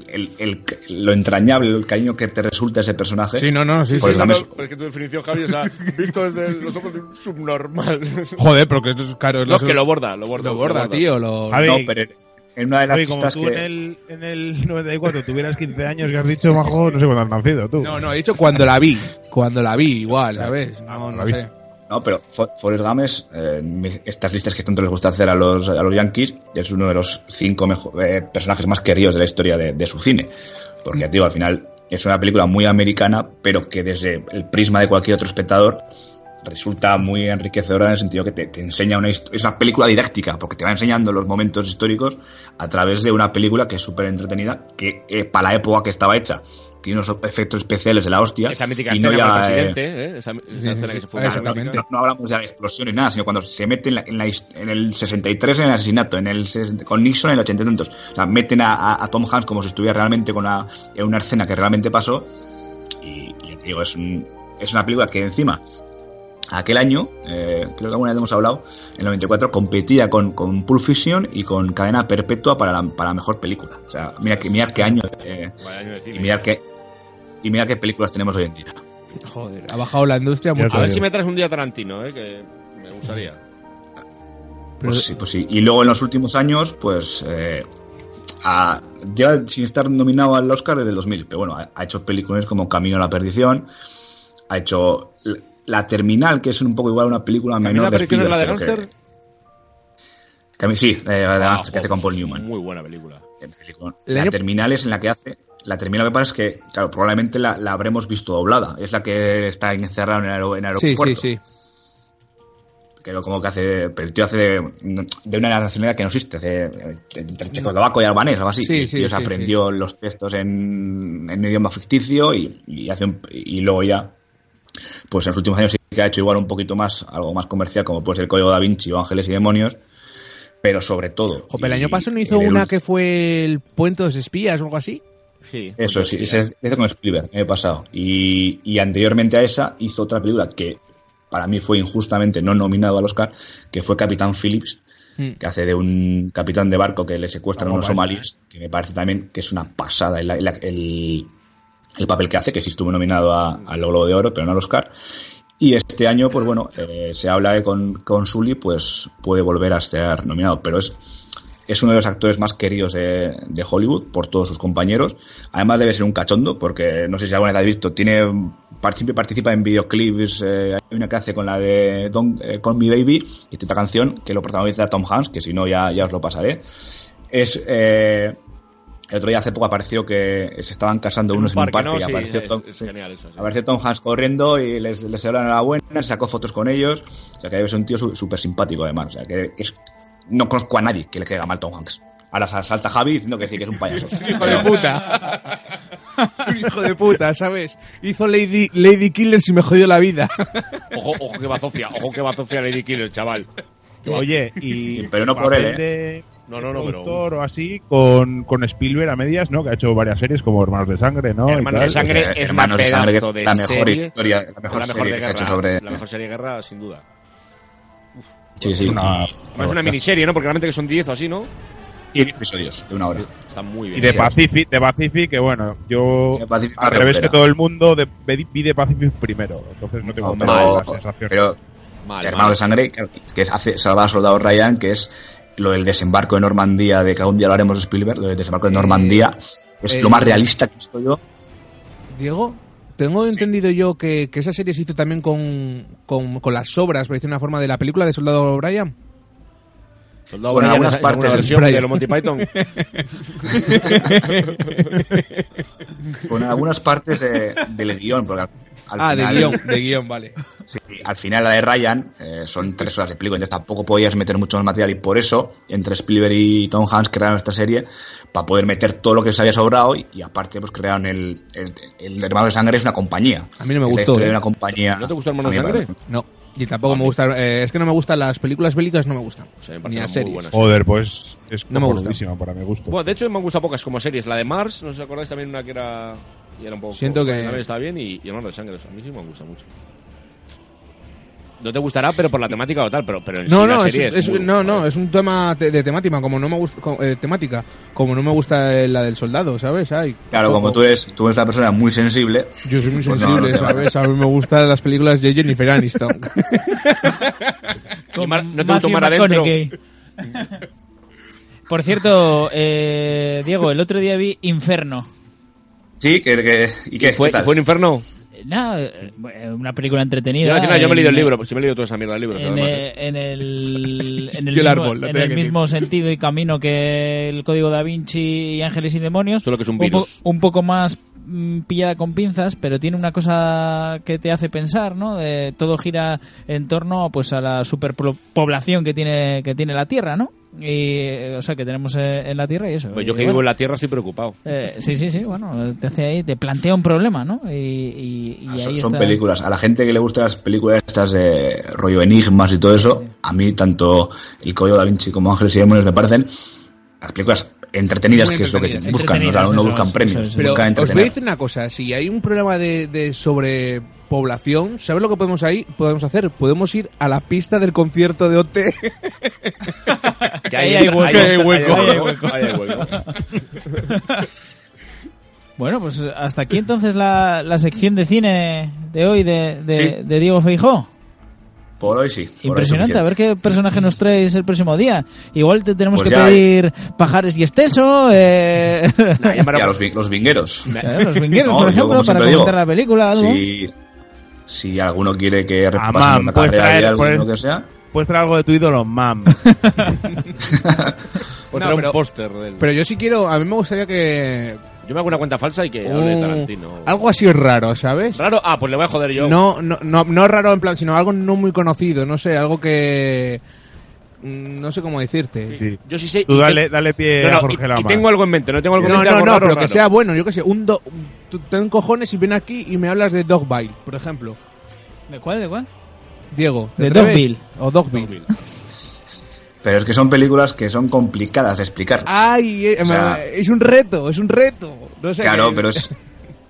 Speaker 5: el- el- lo entrañable, el cariño que te resulta ese personaje. Pues
Speaker 4: Sí, no, no, sí,
Speaker 5: Forrest
Speaker 4: sí.
Speaker 5: Gump es-
Speaker 6: Pero es que tu definición, Javi, o sea, visto desde los ojos de un subnormal.
Speaker 4: Joder, pero que esto es caro.
Speaker 6: No, es que lo borda, lo borda.
Speaker 4: Lo borda, tío. Lo...
Speaker 8: Javi,
Speaker 5: no, pero en una de las
Speaker 8: Oye, como
Speaker 5: citas
Speaker 8: tú
Speaker 5: que...
Speaker 8: en, el, en el 94 tuvieras 15 años que has dicho, Majo, no sé cuándo has nacido tú.
Speaker 4: No, no, he dicho cuando la vi. Cuando la vi, igual, ¿sabes? No, no sé.
Speaker 5: No, pero For- Forrest Gump es, eh, me- estas listas que tanto les gusta hacer a los, a los Yankees, es uno de los cinco mejo- eh, personajes más queridos de la historia de, de su cine. Porque, digo, al final es una película muy americana, pero que desde el prisma de cualquier otro espectador resulta muy enriquecedora en el sentido que te, te enseña una hist- es una película didáctica porque te va enseñando los momentos históricos a través de una película que es súper entretenida que eh, para la época que estaba hecha tiene unos efectos especiales de la hostia
Speaker 6: Esa mítica
Speaker 5: y
Speaker 6: escena
Speaker 5: no
Speaker 6: con el
Speaker 5: ya, eh,
Speaker 6: presidente, ¿eh? Esa, esa
Speaker 4: sí,
Speaker 6: escena
Speaker 4: sí,
Speaker 6: que se fue.
Speaker 4: exactamente.
Speaker 5: no, no hablamos ya de explosiones, nada, sino cuando se meten en, la- en la his- en el 63 en el asesinato, en el 60 con Nixon en el 80 y tantos. O sea, meten a, a- a Tom Hanks como si estuviera realmente con una, en una escena que realmente pasó. Y, y ya te digo, es, un- es una película que encima, aquel año, eh, creo que alguna vez hemos hablado, en el 94 competía con, con Pulp Fiction y con Cadena Perpetua para la, para la mejor película. O sea, mira, que, mirad qué año. eh, y mirad qué, y mirad qué películas tenemos hoy en día.
Speaker 4: Joder, ha bajado la industria mucho.
Speaker 6: A ver si me traes un día Tarantino, ¿eh? Que me gustaría.
Speaker 5: Pues sí, pues sí. Y luego en los últimos años, pues. eh, ha- lleva sin estar nominado al Oscar desde el 2000. Pero bueno, ha, ha hecho películas como Camino a la Perdición. Ha hecho L- La Terminal, que es un poco igual a una película
Speaker 6: ¿Camino a
Speaker 5: menor
Speaker 6: la Perdición es la de
Speaker 5: Spielberg, pero
Speaker 6: Gangster? Ah,
Speaker 5: que- Cami- sí, eh, la de Gangster, que hace con Paul
Speaker 6: Joder,
Speaker 5: Newman.
Speaker 6: Muy buena película.
Speaker 4: El
Speaker 5: La
Speaker 4: año-
Speaker 5: terminal es en la que hace. La terminal lo que pasa es que, claro, probablemente la, la habremos visto doblada. Es la que está encerrada en el, aer- en el
Speaker 4: Sí,
Speaker 5: aeropuerto.
Speaker 4: sí, sí.
Speaker 5: que lo como que hace pero el tío hace de, de una nacionalidad que no existe de, entre checoslovaco y albanés algo así
Speaker 4: Sí,
Speaker 5: Y el
Speaker 4: sí,
Speaker 5: tío se
Speaker 4: sí,
Speaker 5: aprendió los textos en, en un idioma ficticio y, y hace un- y luego ya pues en los últimos años sí que ha hecho igual un poquito más algo más comercial como puede ser el código da Vinci o Ángeles y Demonios pero sobre todo
Speaker 4: Jope, el año
Speaker 5: y-
Speaker 4: pasado no hizo
Speaker 5: en el
Speaker 4: una
Speaker 5: ul-
Speaker 4: que fue el puente de los espías o algo así.
Speaker 6: Sí.
Speaker 5: eso sí ese ese con Spielberg el año pasado y, y anteriormente a esa hizo otra película que para mí fue injustamente no nominado al Oscar que fue Capitán Phillips
Speaker 6: Mm.
Speaker 5: que hace de un capitán de barco que le secuestran
Speaker 8: Vamos,
Speaker 5: unos
Speaker 8: vale.
Speaker 5: somalíes, que me parece también que es una pasada el, el- el- el papel que hace, que sí estuvo nominado a- al Globo de Oro, pero no al Oscar. Y es este año, pues bueno, eh, se habla que con, con Sully pues puede volver a estar nominado, pero es, es uno de los actores más queridos de, de Hollywood por todos sus compañeros. Además debe ser un cachondo, porque no sé si alguna vez has visto, tiene participa, participa en videoclips, eh, hay una que hace con la de Don't eh, Call Me Baby, que tiene esta canción que lo protagoniza Tom Hanks, que si no ya, ya os lo pasaré. Es... eh, el otro día hace poco apareció que se estaban casando unos en un parque y
Speaker 6: Sí,
Speaker 5: apareció
Speaker 6: es-
Speaker 5: Tom-
Speaker 6: es genial eso. sí.
Speaker 5: Apareció Tom Hanks corriendo y les, les dio la enhorabuena, se sacó fotos con ellos. O sea, que debe ser un tío su- súper simpático, además. O sea, que es- no conozco a nadie que le caiga mal Tom Hanks. Ahora sal- salta Javi diciendo que sí, que es un payaso.
Speaker 4: Es un hijo de puta. Es un hijo de puta, ¿sabes? Hizo Lady, Lady Killers y me jodió la vida.
Speaker 6: Ojo, ojo que bazofia, ojo que bazofia Lady Killer, chaval.
Speaker 8: Oye, y.
Speaker 6: Pero no por
Speaker 8: papel
Speaker 6: él, ¿eh?
Speaker 8: de
Speaker 6: No, no, no, pero.
Speaker 8: Productor o así, con, con Spielberg a medias, ¿no? Que ha hecho varias series como Hermanos de Sangre, ¿no? Y
Speaker 6: Hermanos de
Speaker 8: tal.
Speaker 6: Sangre es más
Speaker 5: Hermanos de Sangre,
Speaker 6: pedazo de
Speaker 5: que es la mejor
Speaker 6: serie,
Speaker 5: historia, la mejor serie
Speaker 6: de
Speaker 5: que se ha
Speaker 6: guerra,
Speaker 5: hecho sobre-
Speaker 6: La mejor serie de guerra, sin duda.
Speaker 5: Sí, sí, una.
Speaker 6: Además, es una miniserie, ¿no? Porque realmente que son 10 o así, ¿no?
Speaker 5: 10 episodios de una hora.
Speaker 6: Está muy bien.
Speaker 8: Y de Pacific, de Pacific, que bueno, yo
Speaker 5: De Pacific
Speaker 8: al
Speaker 5: me
Speaker 8: revés
Speaker 5: recupera.
Speaker 8: que todo el mundo de, vi vi de Pacific primero, entonces no tengo
Speaker 5: No,
Speaker 8: la
Speaker 5: pero-
Speaker 8: sensación.
Speaker 5: pero
Speaker 6: Mal,
Speaker 5: Hermanos de Sangre, claro, es que hace Salvador Soldado Ryan, que es lo del desembarco de Normandía, de que algún día lo haremos de Spielberg, lo del desembarco de Normandía, es
Speaker 4: eh,
Speaker 5: lo más realista que he visto yo.
Speaker 4: Diego, tengo entendido yo que, que esa serie se hizo también con, con, con las obras, por decir una forma, de la película de Soldado Brian.
Speaker 6: Soldado
Speaker 4: Con
Speaker 6: Brian,
Speaker 4: algunas
Speaker 6: ¿alguna
Speaker 4: partes del
Speaker 6: versión
Speaker 4: Brian.
Speaker 6: de los Monty Python.
Speaker 5: con algunas partes de- del guión, porque al, al
Speaker 4: Ah, de
Speaker 5: final...
Speaker 4: guión, de guión, vale.
Speaker 5: Sí, al final la de Ryan eh, son tres horas de película, entonces tampoco podías meter mucho más material y por eso entre Spielberg y Tom Hanks crearon esta serie para poder meter todo lo que se había sobrado y, y aparte pues crearon el, el, el Hermano de Sangre es una compañía.
Speaker 4: A mí no me
Speaker 5: Es la
Speaker 4: gustó,
Speaker 5: historia
Speaker 4: ¿eh?
Speaker 5: de una compañía.
Speaker 6: ¿No te gustó Hermano
Speaker 5: A
Speaker 6: de
Speaker 5: mí me
Speaker 6: Sangre?
Speaker 5: parece-
Speaker 4: No, y tampoco me gusta. eh, es que no me gustan las películas bélicas, no me gustan. Ni las
Speaker 6: muy
Speaker 4: series.
Speaker 6: buenas.
Speaker 8: Joder, pues es
Speaker 4: No me gusta.
Speaker 8: cojonudísima para mi gusto.
Speaker 6: Bueno, de hecho me han gustado pocas como series. La de Mars, no sé si acordáis también una que era. Y era un poco.
Speaker 4: Siento que-
Speaker 6: También está bien y, y Hermanos de Sangre. A mí sí me gusta mucho. No te gustará, pero por la temática o tal, pero, pero en sí
Speaker 4: No,
Speaker 6: la
Speaker 4: no, es,
Speaker 6: serie es,
Speaker 4: es-
Speaker 6: muy-
Speaker 4: no, no, es un tema te- de, temática, como no me gusta, co- eh, temática, como no me gusta eh, la del soldado, ¿sabes? Ay,
Speaker 5: Claro, como tú eres, tú eres una persona muy sensible.
Speaker 4: Yo soy muy
Speaker 5: pues no,
Speaker 4: sensible,
Speaker 5: no te va.
Speaker 4: ¿sabes? A mí me gustan las películas de Jennifer Aniston.
Speaker 6: Y Mar- no te
Speaker 3: Matthew
Speaker 6: gustó Mar adentro.
Speaker 3: McConaughey. Por cierto, eh, Diego, el otro día vi Inferno.
Speaker 5: Sí, que, que- ¿y qué?
Speaker 6: ¿Y fue,
Speaker 5: ¿Qué tal?
Speaker 6: y fue un infierno?
Speaker 3: No, eh, una película
Speaker 6: Yo,
Speaker 3: entretenida.
Speaker 6: al final, yo me he leído el
Speaker 3: en-
Speaker 6: libro, si me he leído toda esa mierda del libro.
Speaker 3: en,
Speaker 6: además,
Speaker 3: eh,
Speaker 6: ¿eh?
Speaker 3: en el, en el
Speaker 4: Yo el
Speaker 3: mismo,
Speaker 4: árbol, lo
Speaker 3: en
Speaker 4: tenía
Speaker 3: el
Speaker 4: que
Speaker 3: mismo sentido y camino que el código da Vinci y Ángeles y Demonios.
Speaker 6: Solo que es un
Speaker 3: po-
Speaker 6: virus.
Speaker 3: un poco más mm, pillada con pinzas, pero tiene una cosa que te hace pensar, ¿no? De- todo gira en torno pues a la superpoblación que tiene que tiene la Tierra, ¿no? Y eh, o sea, que tenemos eh, en la Tierra y eso.
Speaker 6: Pues
Speaker 3: Y
Speaker 6: yo que
Speaker 3: bueno.
Speaker 6: vivo en la Tierra estoy preocupado.
Speaker 3: Eh, sí, sí, sí, bueno, te hace ahí, te plantea un problema, ¿no? Y, y-
Speaker 6: Ah,
Speaker 3: y ahí
Speaker 5: Son, son
Speaker 3: está.
Speaker 5: películas. A la gente que le gustan las películas estas de rollo enigmas y todo eso, a mí tanto El Código da Vinci como Ángeles y Demonios me parecen las películas entretenidas,
Speaker 4: Muy
Speaker 5: que es lo que
Speaker 4: entretenidas.
Speaker 5: buscan. ¿no? O sea,
Speaker 3: Entretenidas,
Speaker 5: no
Speaker 3: eso
Speaker 5: buscan
Speaker 3: es,
Speaker 5: premios,
Speaker 3: eso es.
Speaker 4: Pero os voy
Speaker 5: buscan
Speaker 4: a
Speaker 5: entretener.
Speaker 4: decir una cosa, si hay un problema de, de sobrepoblación, ¿sabes lo que podemos ahí podemos hacer? Podemos ir a la pista del concierto de E. OT.
Speaker 6: Que
Speaker 3: Ahí hay hueco. Ahí hay hueco.
Speaker 6: Ahí hay hueco.
Speaker 3: Bueno, pues hasta aquí entonces la, la sección de cine de hoy de, de,
Speaker 5: Sí.
Speaker 3: de Diego Feijó.
Speaker 5: Por hoy sí. por hoy
Speaker 3: Impresionante, a
Speaker 5: suficiente.
Speaker 3: ver qué personaje nos traes el próximo día. Igual te tenemos
Speaker 5: Pues
Speaker 3: que
Speaker 5: ya,
Speaker 3: pedir pajares y esteso, eh,
Speaker 5: Nah, ya me hará- Y a los, vi- los vingueros.
Speaker 3: eh, los vingueros,
Speaker 5: No,
Speaker 3: por
Speaker 5: yo
Speaker 3: ejemplo,
Speaker 5: como
Speaker 3: para
Speaker 5: siempre
Speaker 3: comentar
Speaker 5: digo,
Speaker 3: la película. Algo.
Speaker 5: Si, si alguno quiere que
Speaker 8: Ah,
Speaker 5: repasemos
Speaker 8: mam,
Speaker 5: una
Speaker 8: puedes
Speaker 5: carrera de
Speaker 8: traer,
Speaker 5: algo,
Speaker 8: puedes,
Speaker 5: lo que sea.
Speaker 8: puedes traer algo de tu ídolo, mam.
Speaker 6: Pues
Speaker 4: No,
Speaker 6: trae
Speaker 4: pero-
Speaker 6: un póster del.
Speaker 4: Pero yo sí quiero, a mí me gustaría que...
Speaker 6: Yo me hago una cuenta falsa y que hable
Speaker 3: Uh.
Speaker 6: de
Speaker 4: un-
Speaker 6: Tarantino.
Speaker 4: algo así raro, ¿sabes?
Speaker 6: Raro, ah, pues le voy a joder yo.
Speaker 4: No, no, no, no raro en plan, sino algo no muy conocido, no sé, algo que... mm, No sé cómo decirte.
Speaker 8: Sí.
Speaker 6: Yo sí sé.
Speaker 8: Tú
Speaker 6: y
Speaker 8: dale,
Speaker 6: te-
Speaker 8: dale pie
Speaker 6: No, no,
Speaker 8: a Jorge
Speaker 6: y- y,
Speaker 8: Lama.
Speaker 6: tengo algo en mente, no tengo algo en
Speaker 4: No,
Speaker 6: mente.
Speaker 4: no,
Speaker 6: algo
Speaker 4: no,
Speaker 6: raro,
Speaker 4: pero que
Speaker 6: raro.
Speaker 4: sea bueno, yo que sé, un do... Tú ten cojones y ven aquí y me hablas de Dogbile, por ejemplo.
Speaker 3: ¿De cuál, de cuál?
Speaker 4: Diego. ¿te
Speaker 3: De
Speaker 4: atreves?
Speaker 3: Dogville.
Speaker 4: O Dogville.
Speaker 5: Pero es que son películas que son complicadas de explicar.
Speaker 4: Ay, eh,
Speaker 5: O sea-
Speaker 4: me- es un reto, es un reto. No sé, eh,
Speaker 5: Claro,
Speaker 4: que-
Speaker 5: pero es.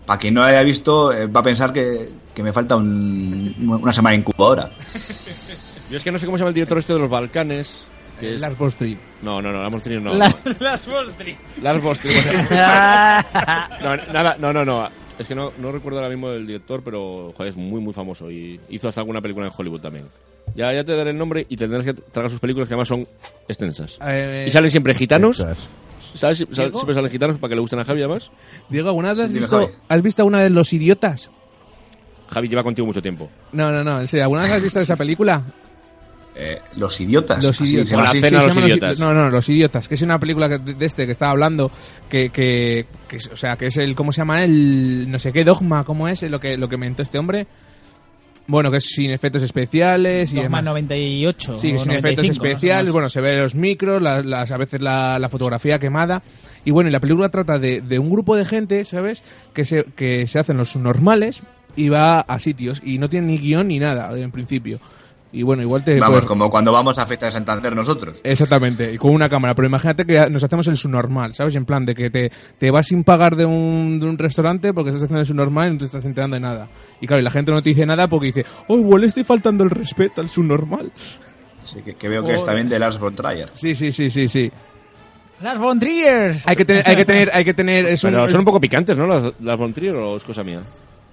Speaker 5: Para quien no la haya visto, eh, va a pensar que, que me falta un- una semana incubadora.
Speaker 6: Yo es que no sé cómo se llama el director este de los Balcanes. Que es...
Speaker 4: Lars von Trier.
Speaker 6: No, no, no, Lars von Trier no.
Speaker 3: La-
Speaker 6: no. Lars von Trier. no, nada, no, no, no. Es que no, no recuerdo ahora mismo el director, pero joder, es muy, muy famoso y hizo hasta alguna película en Hollywood también. Ya, ya te daré el nombre y tendrás que tragar sus películas que además son extensas.
Speaker 4: Eh,
Speaker 6: y salen siempre gitanos.
Speaker 4: extras.
Speaker 6: ¿Sabes? Si-
Speaker 4: ¿Diego?
Speaker 6: Siempre salen gitanos para que le gusten a Javi además.
Speaker 4: Diego, ¿alguna vez has
Speaker 6: Sí, dime,
Speaker 4: visto,
Speaker 6: Javi.
Speaker 4: has visto alguna vez Los Idiotas?
Speaker 6: Javi lleva contigo mucho tiempo.
Speaker 4: No, no, no, en serio, ¿alguna vez has visto esa película?
Speaker 5: Eh, los idiotas.
Speaker 4: Los
Speaker 5: así,
Speaker 4: idiotas.
Speaker 5: se llama así.
Speaker 4: Sí, se llama No, no, los idiotas. Que es una película que- de este que estaba hablando. Que, que, que es- o sea, que es el. ¿Cómo se llama? El. No sé qué dogma. ¿Cómo es? Lo que, lo que inventó este hombre. Bueno, que es sin efectos especiales y
Speaker 3: Dogma
Speaker 4: demás.
Speaker 3: 98.
Speaker 4: Sí,
Speaker 3: o
Speaker 4: sin efectos
Speaker 3: 95, no sé
Speaker 4: especiales.
Speaker 3: más.
Speaker 4: Bueno, se ve los micros, las, las- a veces la, la fotografía quemada. Y bueno, y la película trata de, de un grupo de gente, ¿sabes? Que se, que se hacen los normales y va a sitios. Y no tiene ni guión ni nada, en principio. Y bueno, igual te.
Speaker 5: Vamos,
Speaker 4: puedes-
Speaker 5: como cuando vamos a Fiesta de Santander nosotros.
Speaker 4: Exactamente, y con una cámara. Pero imagínate que nos hacemos el subnormal, ¿sabes? En plan de que te, te vas sin pagar de un, de un restaurante porque estás haciendo el subnormal y no te estás enterando de nada. Y claro, y la gente no te dice nada porque dice, oh, igual le estoy faltando el respeto al subnormal.
Speaker 5: Así que, que veo que es
Speaker 4: Joder.
Speaker 5: también de Lars von Trier.
Speaker 4: Sí, sí, sí, sí, sí.
Speaker 3: Las von Trier.
Speaker 4: Hay que tener, hay que tener, hay que tener... Es
Speaker 6: Pero
Speaker 4: es-
Speaker 6: son un poco picantes, ¿no? Las, las Von Trier, o es cosa mía.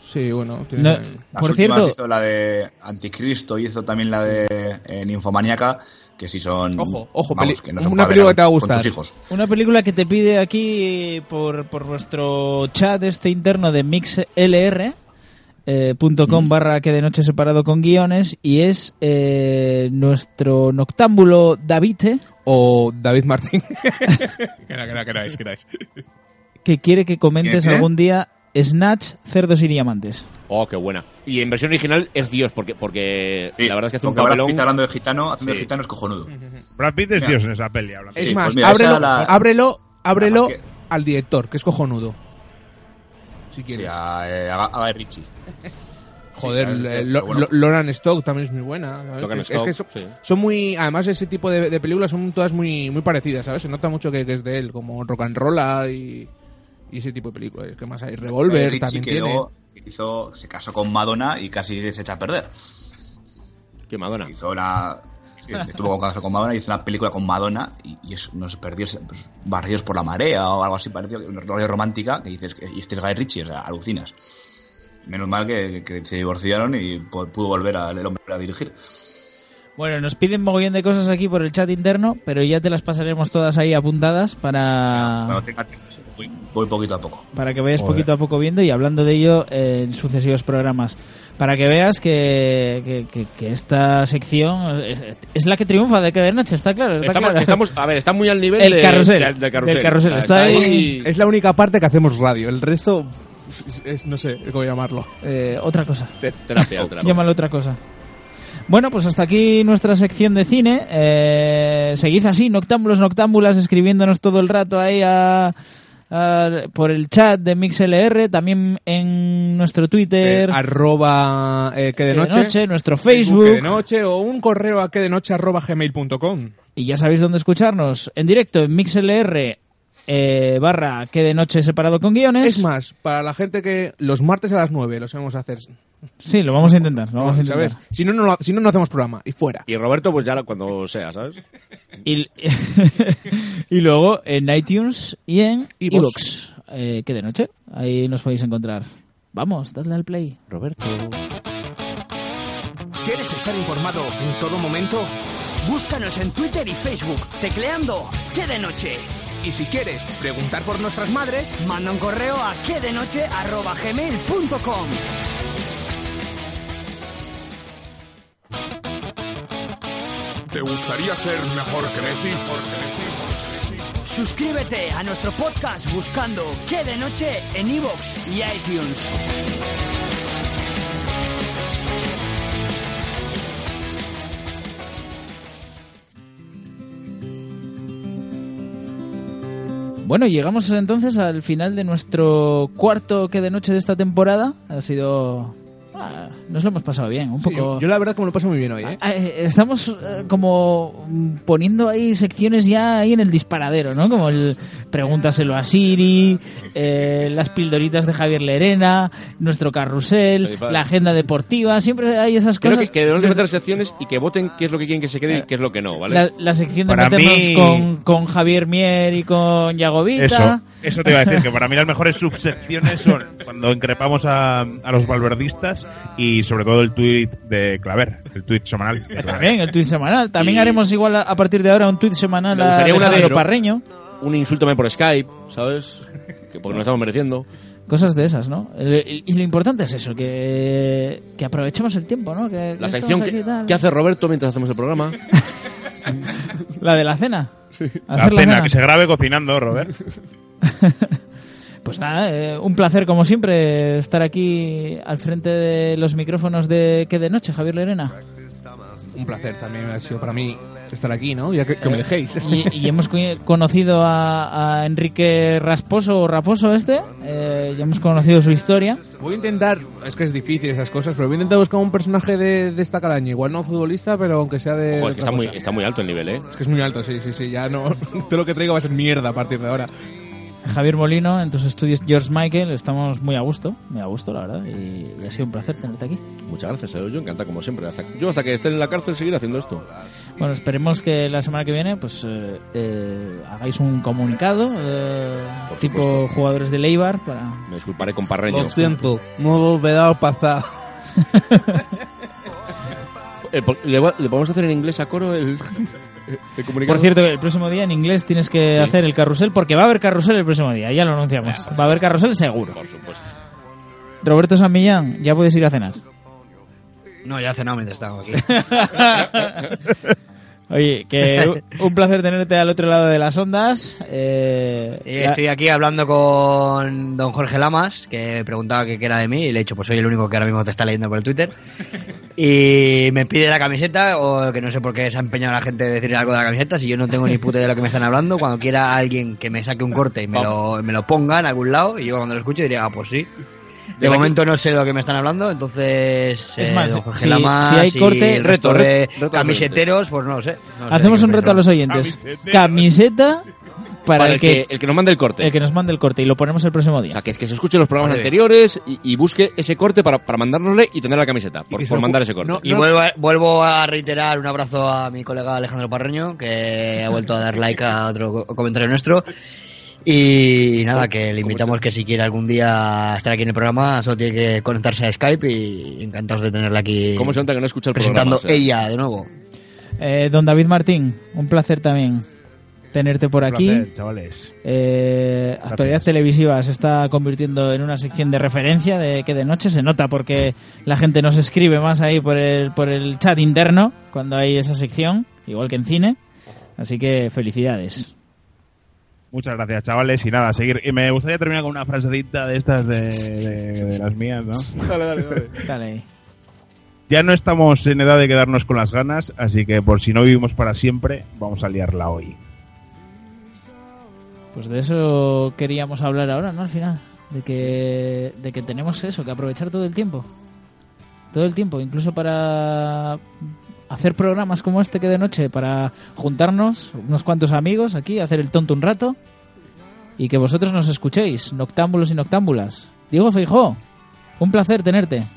Speaker 4: Sí, bueno.
Speaker 3: No,
Speaker 5: Las
Speaker 3: por
Speaker 5: últimas
Speaker 3: cierto-
Speaker 5: hizo la de Anticristo, hizo también la de eh, Ninfomaníaca, que sí son.
Speaker 4: Ojo, ojo,
Speaker 5: vamos,
Speaker 4: peli-
Speaker 5: que no son
Speaker 4: una
Speaker 5: para ver
Speaker 4: película que te va a
Speaker 5: con
Speaker 4: gustar.
Speaker 5: tus hijos.
Speaker 3: Una película que te pide aquí por, por nuestro chat este interno de mixlr.com barra que de noche separado con guiones y es eh, nuestro noctámbulo Davite
Speaker 4: o David Martín que no, que no, que no es, que no es.
Speaker 3: que quiere que comentes
Speaker 6: ¿Qué, qué?
Speaker 3: algún día Snatch, Cerdos y Diamantes.
Speaker 6: Oh, qué buena. Y en versión original es Dios, porque, porque la verdad es que hace un
Speaker 5: porque Brad
Speaker 6: papelón.
Speaker 5: Pitt hablando de gitano, haciendo
Speaker 6: Sí.
Speaker 5: de gitano es cojonudo.
Speaker 8: Brad Pitt es
Speaker 5: Mira.
Speaker 8: Dios en esa peli. hablando.
Speaker 4: Es
Speaker 5: Sí,
Speaker 4: más,
Speaker 5: pues mira, esa
Speaker 4: ábrelo,
Speaker 5: la-
Speaker 4: ábrelo, ábrelo
Speaker 5: Nada más
Speaker 4: al director, que es cojonudo.
Speaker 5: Sí, a, eh, a- a Guy Ritchie.
Speaker 4: Joder,
Speaker 5: Sí,
Speaker 4: el-
Speaker 5: claro,
Speaker 4: el-
Speaker 5: pero
Speaker 4: Lo-
Speaker 5: bueno.
Speaker 4: Lo- Loran Stock también es muy buena. ¿sabes?
Speaker 6: Loran
Speaker 4: es
Speaker 6: Stock,
Speaker 4: que son,
Speaker 6: sí.
Speaker 4: son muy. Además, ese tipo de, de películas son todas muy, muy parecidas, ¿sabes? Se nota mucho que, que es de él, como Rock and Roll y, y ese tipo de películas. ¿Qué más hay?
Speaker 5: Guy
Speaker 4: Revolver
Speaker 5: Ritchie
Speaker 4: también
Speaker 5: que
Speaker 4: tiene.
Speaker 5: luego hizo, se casó con Madonna y casi se echa a perder.
Speaker 6: ¿Qué Madonna?
Speaker 5: Hizo una. sí, estuvo con caso con Madonna y hizo una película con Madonna y, y es unos perdidos, pues, barridos por la marea o algo así parecido, una historia romántica que dices, y este es Guy Ritchie, o sea, alucinas. Menos mal que, que se divorciaron y pu- pudo volver al el hombre a dirigir.
Speaker 3: Bueno, nos piden mogollón de cosas aquí por el chat interno, pero ya te las pasaremos todas ahí apuntadas para,
Speaker 5: Cuando tenga tiempo, sí, voy, voy poquito a poco.
Speaker 3: Ah. para que vayas
Speaker 5: Joder.
Speaker 3: poquito a poco viendo y hablando de ello en sucesivos programas. Para que veas que, que- que- que esta sección es, es la que triunfa de que de noche, está claro. Está
Speaker 6: Estamos,
Speaker 3: claro.
Speaker 6: estamos, a ver, está muy al nivel
Speaker 3: El
Speaker 6: de-
Speaker 3: carrusel,
Speaker 6: de- del carrusel.
Speaker 3: del carrusel,
Speaker 6: O sea,
Speaker 3: está ahí-
Speaker 4: Es la única parte que hacemos radio. El resto. es- es- no sé cómo llamarlo.
Speaker 3: Eh, otra cosa.
Speaker 6: Terapia, terapia.
Speaker 3: Llámalo otra cosa. Bueno, pues hasta aquí nuestra sección de cine. Eh, seguid así, noctámbulos, noctámbulas, escribiéndonos todo el rato ahí a, a- por el chat de MixLR, también en nuestro
Speaker 6: Eh,
Speaker 3: Twitter.
Speaker 4: Eh, arroba eh, que de
Speaker 3: Que de
Speaker 4: noche,
Speaker 3: noche, nuestro Facebook.
Speaker 4: que de noche o un correo a que de noche arroba gmail.com
Speaker 3: Y ya sabéis dónde escucharnos. En directo en MixLR eh, barra que de noche separado con guiones.
Speaker 4: es más para la gente que los martes a las 9 lo sabemos hacer
Speaker 3: Sí, lo vamos a intentar. Lo vamos a intentar.
Speaker 4: ¿sabes? si no no lo- si no no hacemos programa y fuera
Speaker 6: Y Roberto, pues ya la- cuando sea, ¿sabes?
Speaker 3: Y, y luego en iTunes y en
Speaker 6: iVoox.
Speaker 3: iVoox. Eh, que de noche, ahí nos podéis encontrar. Vamos, dadle al play.
Speaker 6: Roberto.
Speaker 14: ¿Quieres estar informado en todo momento? Búscanos en Twitter y Facebook, tecleando que de noche.
Speaker 4: Y si quieres preguntar por nuestras madres,
Speaker 14: manda un correo a quedenoche.gmail.com
Speaker 11: ¿Te gustaría ser mejor que Messi? Mejor que Messi.
Speaker 14: Suscríbete a nuestro podcast buscando que de noche en iVoox y iTunes.
Speaker 3: Bueno, llegamos entonces al final de nuestro cuarto que de noche de esta temporada. Ha sido Ah, nos lo hemos pasado bien, un poco.
Speaker 4: Yo la verdad que me lo paso muy bien hoy, ¿eh?
Speaker 3: Ah, eh, Estamos eh, como mm, poniendo ahí secciones ya ahí en el disparadero, ¿no? Como el pregúntaselo a Siri, eh, las pildoritas de Javier Lerena, nuestro carrusel,
Speaker 6: Felipa.
Speaker 3: la agenda deportiva, siempre hay esas
Speaker 6: Creo
Speaker 3: cosas.
Speaker 6: que, que debemos de hacer secciones y que voten qué es lo que quieren que se quede y qué es lo que no, ¿vale?
Speaker 3: La, la sección de
Speaker 6: Para
Speaker 3: meternos
Speaker 6: mí-
Speaker 3: con, con Javier Mier y con Yagovita.
Speaker 8: Eso, eso te iba a decir, que para mí las mejores subsecciones son cuando increpamos a, a los valverdistas y sobre todo el tuit de Claver, el tuit semanal. de Claver.
Speaker 3: También, el tuit semanal. También
Speaker 8: Y-
Speaker 3: haremos igual a, a partir de ahora un tuit semanal
Speaker 6: Me
Speaker 3: a
Speaker 6: gustaría una de-
Speaker 3: Alejandro Parreño.
Speaker 6: Un insulto también por Skype, ¿sabes? Que porque nos estamos mereciendo.
Speaker 3: Cosas de esas, ¿no? El- el- Y lo importante es eso, que, que aprovechemos el tiempo, ¿no? Que, que
Speaker 6: La
Speaker 3: estamos
Speaker 6: sección
Speaker 3: aquí,
Speaker 6: que,
Speaker 3: tal.
Speaker 6: que hace Roberto mientras hacemos el programa.
Speaker 3: La de la cena.
Speaker 8: La
Speaker 3: Hacer
Speaker 8: cena, que se grabe cocinando, Robert.
Speaker 3: Pues nada, eh, un placer como siempre estar aquí al frente de los micrófonos de que de noche, Javier Lerena.
Speaker 4: Un placer también ha sido para mí estar aquí, ¿no? Ya que, que me dejéis.
Speaker 3: Eh, Y, y hemos co- conocido a, a Enrique Rasposo o Raposo este, eh, ya hemos conocido su historia.
Speaker 4: Voy a intentar, es que es difícil esas cosas, pero voy a intentar buscar un personaje de, de esta calaña. Igual no futbolista, pero aunque sea de.
Speaker 6: Ojo, es
Speaker 4: de
Speaker 6: que
Speaker 4: otra
Speaker 6: está muy,
Speaker 4: cosa.
Speaker 6: está muy alto el nivel, ¿eh?
Speaker 4: Es que es muy alto, sí, sí, sí. Ya no. Todo lo que traigo va a ser mierda a partir de ahora.
Speaker 3: Javier Molino, en tus estudios George Michael, estamos muy a gusto, muy a gusto la verdad, y, y ha sido un placer tenerte aquí.
Speaker 6: Muchas gracias, eh. yo encanta como siempre. Hasta, yo hasta que esté en la cárcel seguiré haciendo esto.
Speaker 3: Bueno, esperemos que la semana que viene pues eh, eh, hagáis un comunicado eh, tipo jugadores de Leibar para...
Speaker 6: Me disculparé con Parreño.
Speaker 4: no volverá a pasar.
Speaker 6: Eh, po- ¿le, va- le podemos hacer en inglés a coro el, el comunicado?
Speaker 3: Por cierto, eh, el próximo día en inglés tienes que
Speaker 6: Sí.
Speaker 3: hacer el carrusel porque va a haber carrusel el próximo día, ya lo anunciamos. Va a haber carrusel seguro.
Speaker 6: Por supuesto.
Speaker 3: Roberto San Millán, ya puedes ir a cenar.
Speaker 7: No, ya he cenado mientras estaba aquí.
Speaker 3: Oye, que u- un placer tenerte al otro lado de las ondas. Eh,
Speaker 7: Y
Speaker 3: la-
Speaker 7: estoy aquí hablando con don Jorge Lamas, que preguntaba qué qué era de mí, y le he dicho, pues soy el único que ahora mismo te está leyendo por el Twitter. Y me pide la camiseta, o que no sé por qué se ha empeñado la gente de decir algo de la camiseta, si yo no tengo ni puta idea de lo que me están hablando, cuando quiera alguien que me saque un corte y me lo, me lo ponga en algún lado, y yo cuando lo escucho diré, ah, pues sí. De
Speaker 3: Desde
Speaker 7: momento no sé de lo que me están hablando, entonces
Speaker 3: Es
Speaker 7: eh,
Speaker 3: más,
Speaker 7: don Jorge
Speaker 3: si-
Speaker 7: Lamas
Speaker 3: si hay
Speaker 7: y
Speaker 3: corte,
Speaker 7: el resto
Speaker 3: reto, reto,
Speaker 7: de
Speaker 3: reto a los
Speaker 7: camiseteros, pues no lo sé. No sé
Speaker 3: Hacemos
Speaker 7: de qué
Speaker 3: un
Speaker 7: estáis
Speaker 3: reto a los
Speaker 7: hablando.
Speaker 3: oyentes. Camiseta para, el que,
Speaker 6: el que nos mande el corte.
Speaker 3: el que nos mande el corte y lo ponemos el próximo día.
Speaker 6: O sea, que, es que se escuchen los programas
Speaker 3: Vale.
Speaker 6: anteriores y, y busque ese corte para, para mandárnosle y tener la camiseta, por, por mandar ese corte.
Speaker 7: y Vuelvo, a, vuelvo a reiterar un abrazo a mi colega Alejandro Parreño, que ha vuelto a dar like a otro co- comentario nuestro. Y nada, que le invitamos que si quiere algún día estar aquí en el programa, solo tiene que conectarse a Skype y encantados de tenerla aquí.
Speaker 6: ¿Cómo se nota que no escucha el
Speaker 7: presentando
Speaker 6: programa? O sea.
Speaker 7: ella de nuevo.
Speaker 3: Eh, don David Martín, un placer también tenerte por
Speaker 8: Un
Speaker 3: aquí.
Speaker 8: placer, chavales.
Speaker 3: Eh, actualidad televisiva se está convirtiendo en una sección de referencia de que de noche se nota porque la gente nos escribe más ahí por el, por el chat interno cuando hay esa sección, igual que en cine. Así que felicidades.
Speaker 8: Muchas gracias, chavales. Y nada, a seguir. Y me gustaría terminar con una frasecita de estas de, de- de las mías, ¿no?
Speaker 4: Dale, dale, dale.
Speaker 3: Dale.
Speaker 8: Ya no estamos en edad de quedarnos con las ganas, así que por si no vivimos para siempre, vamos a liarla hoy.
Speaker 3: Pues de eso queríamos hablar ahora, ¿no? Al final. De que, de que tenemos eso, que aprovechar todo el tiempo. Todo el tiempo, incluso para hacer programas como este que de noche, para juntarnos unos cuantos amigos aquí, hacer el tonto un rato y que vosotros nos escuchéis, noctámbulos y noctámbulas. Diego Feijó, un placer tenerte.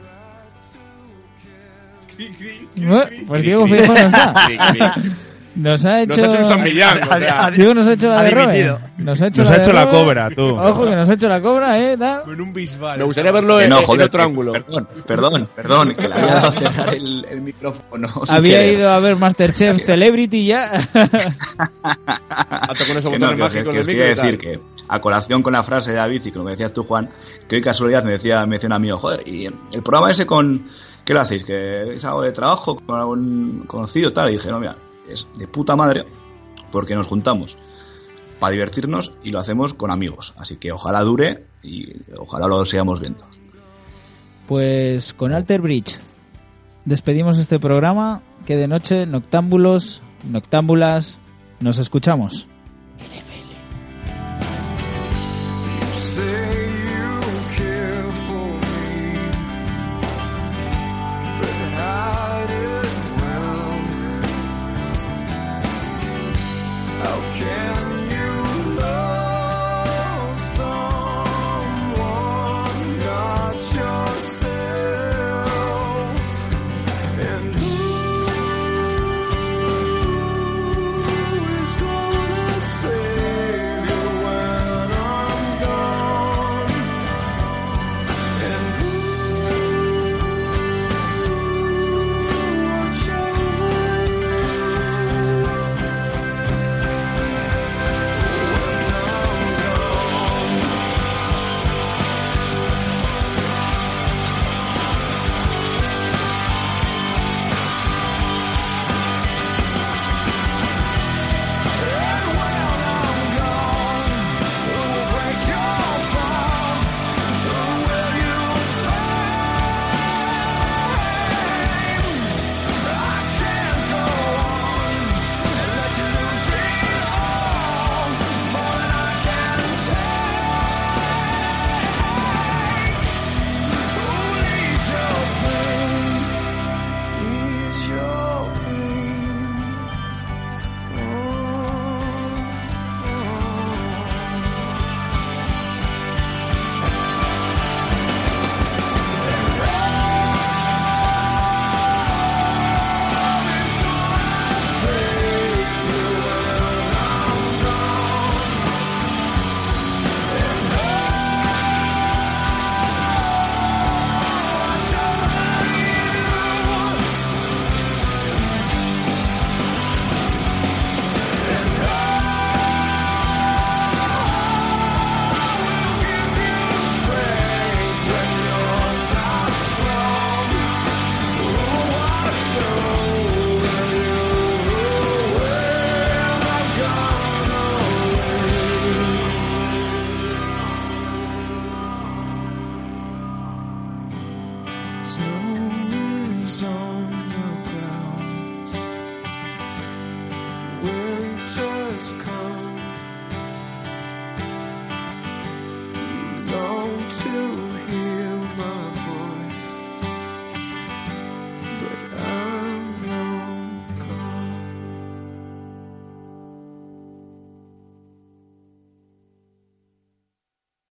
Speaker 3: Eh, Pues Diego
Speaker 2: cri.
Speaker 3: Feijó no está.
Speaker 2: Cri, cri.
Speaker 3: Nos ha hecho.
Speaker 2: Nos ha hecho un San Millán, o sea.
Speaker 3: Diego nos ha hecho la
Speaker 2: Ha
Speaker 3: de Robert.
Speaker 2: dimitido.
Speaker 3: Nos ha hecho,
Speaker 8: Nos
Speaker 3: la,
Speaker 8: ha
Speaker 3: de
Speaker 8: hecho la
Speaker 3: Robert.
Speaker 8: cobra, tú.
Speaker 3: Ojo, que nos ha hecho la cobra, ¿eh? Da.
Speaker 4: Con un bisbal.
Speaker 6: Me gustaría verlo
Speaker 5: Que
Speaker 6: en,
Speaker 5: no,
Speaker 6: Eh, en
Speaker 5: joder,
Speaker 6: otro
Speaker 5: que-
Speaker 6: ángulo.
Speaker 5: Perdón, perdón, perdón, que le había dado a cerrar el, el micrófono. sin
Speaker 3: Había
Speaker 5: querer.
Speaker 3: ido a ver Masterchef Celebrity ya.
Speaker 6: Hasta con esos
Speaker 5: Que no,
Speaker 6: botones
Speaker 5: que os-
Speaker 6: mágicos
Speaker 5: que
Speaker 6: del micro
Speaker 5: os quería
Speaker 6: y tal.
Speaker 5: decir que a colación con la frase de David y con lo que decías tú, Juan, que hoy casualidad me decía, me decía un amigo, joder, y el programa ese con ¿qué lo hacéis? ¿Que es algo de trabajo con algún conocido tal? Y dije, no, mira, es de puta madre porque nos juntamos para divertirnos y lo hacemos con amigos. Así que ojalá dure y ojalá lo sigamos viendo.
Speaker 3: Pues con Alter Bridge despedimos este programa. Que de noche, noctámbulos, noctámbulas, nos escuchamos.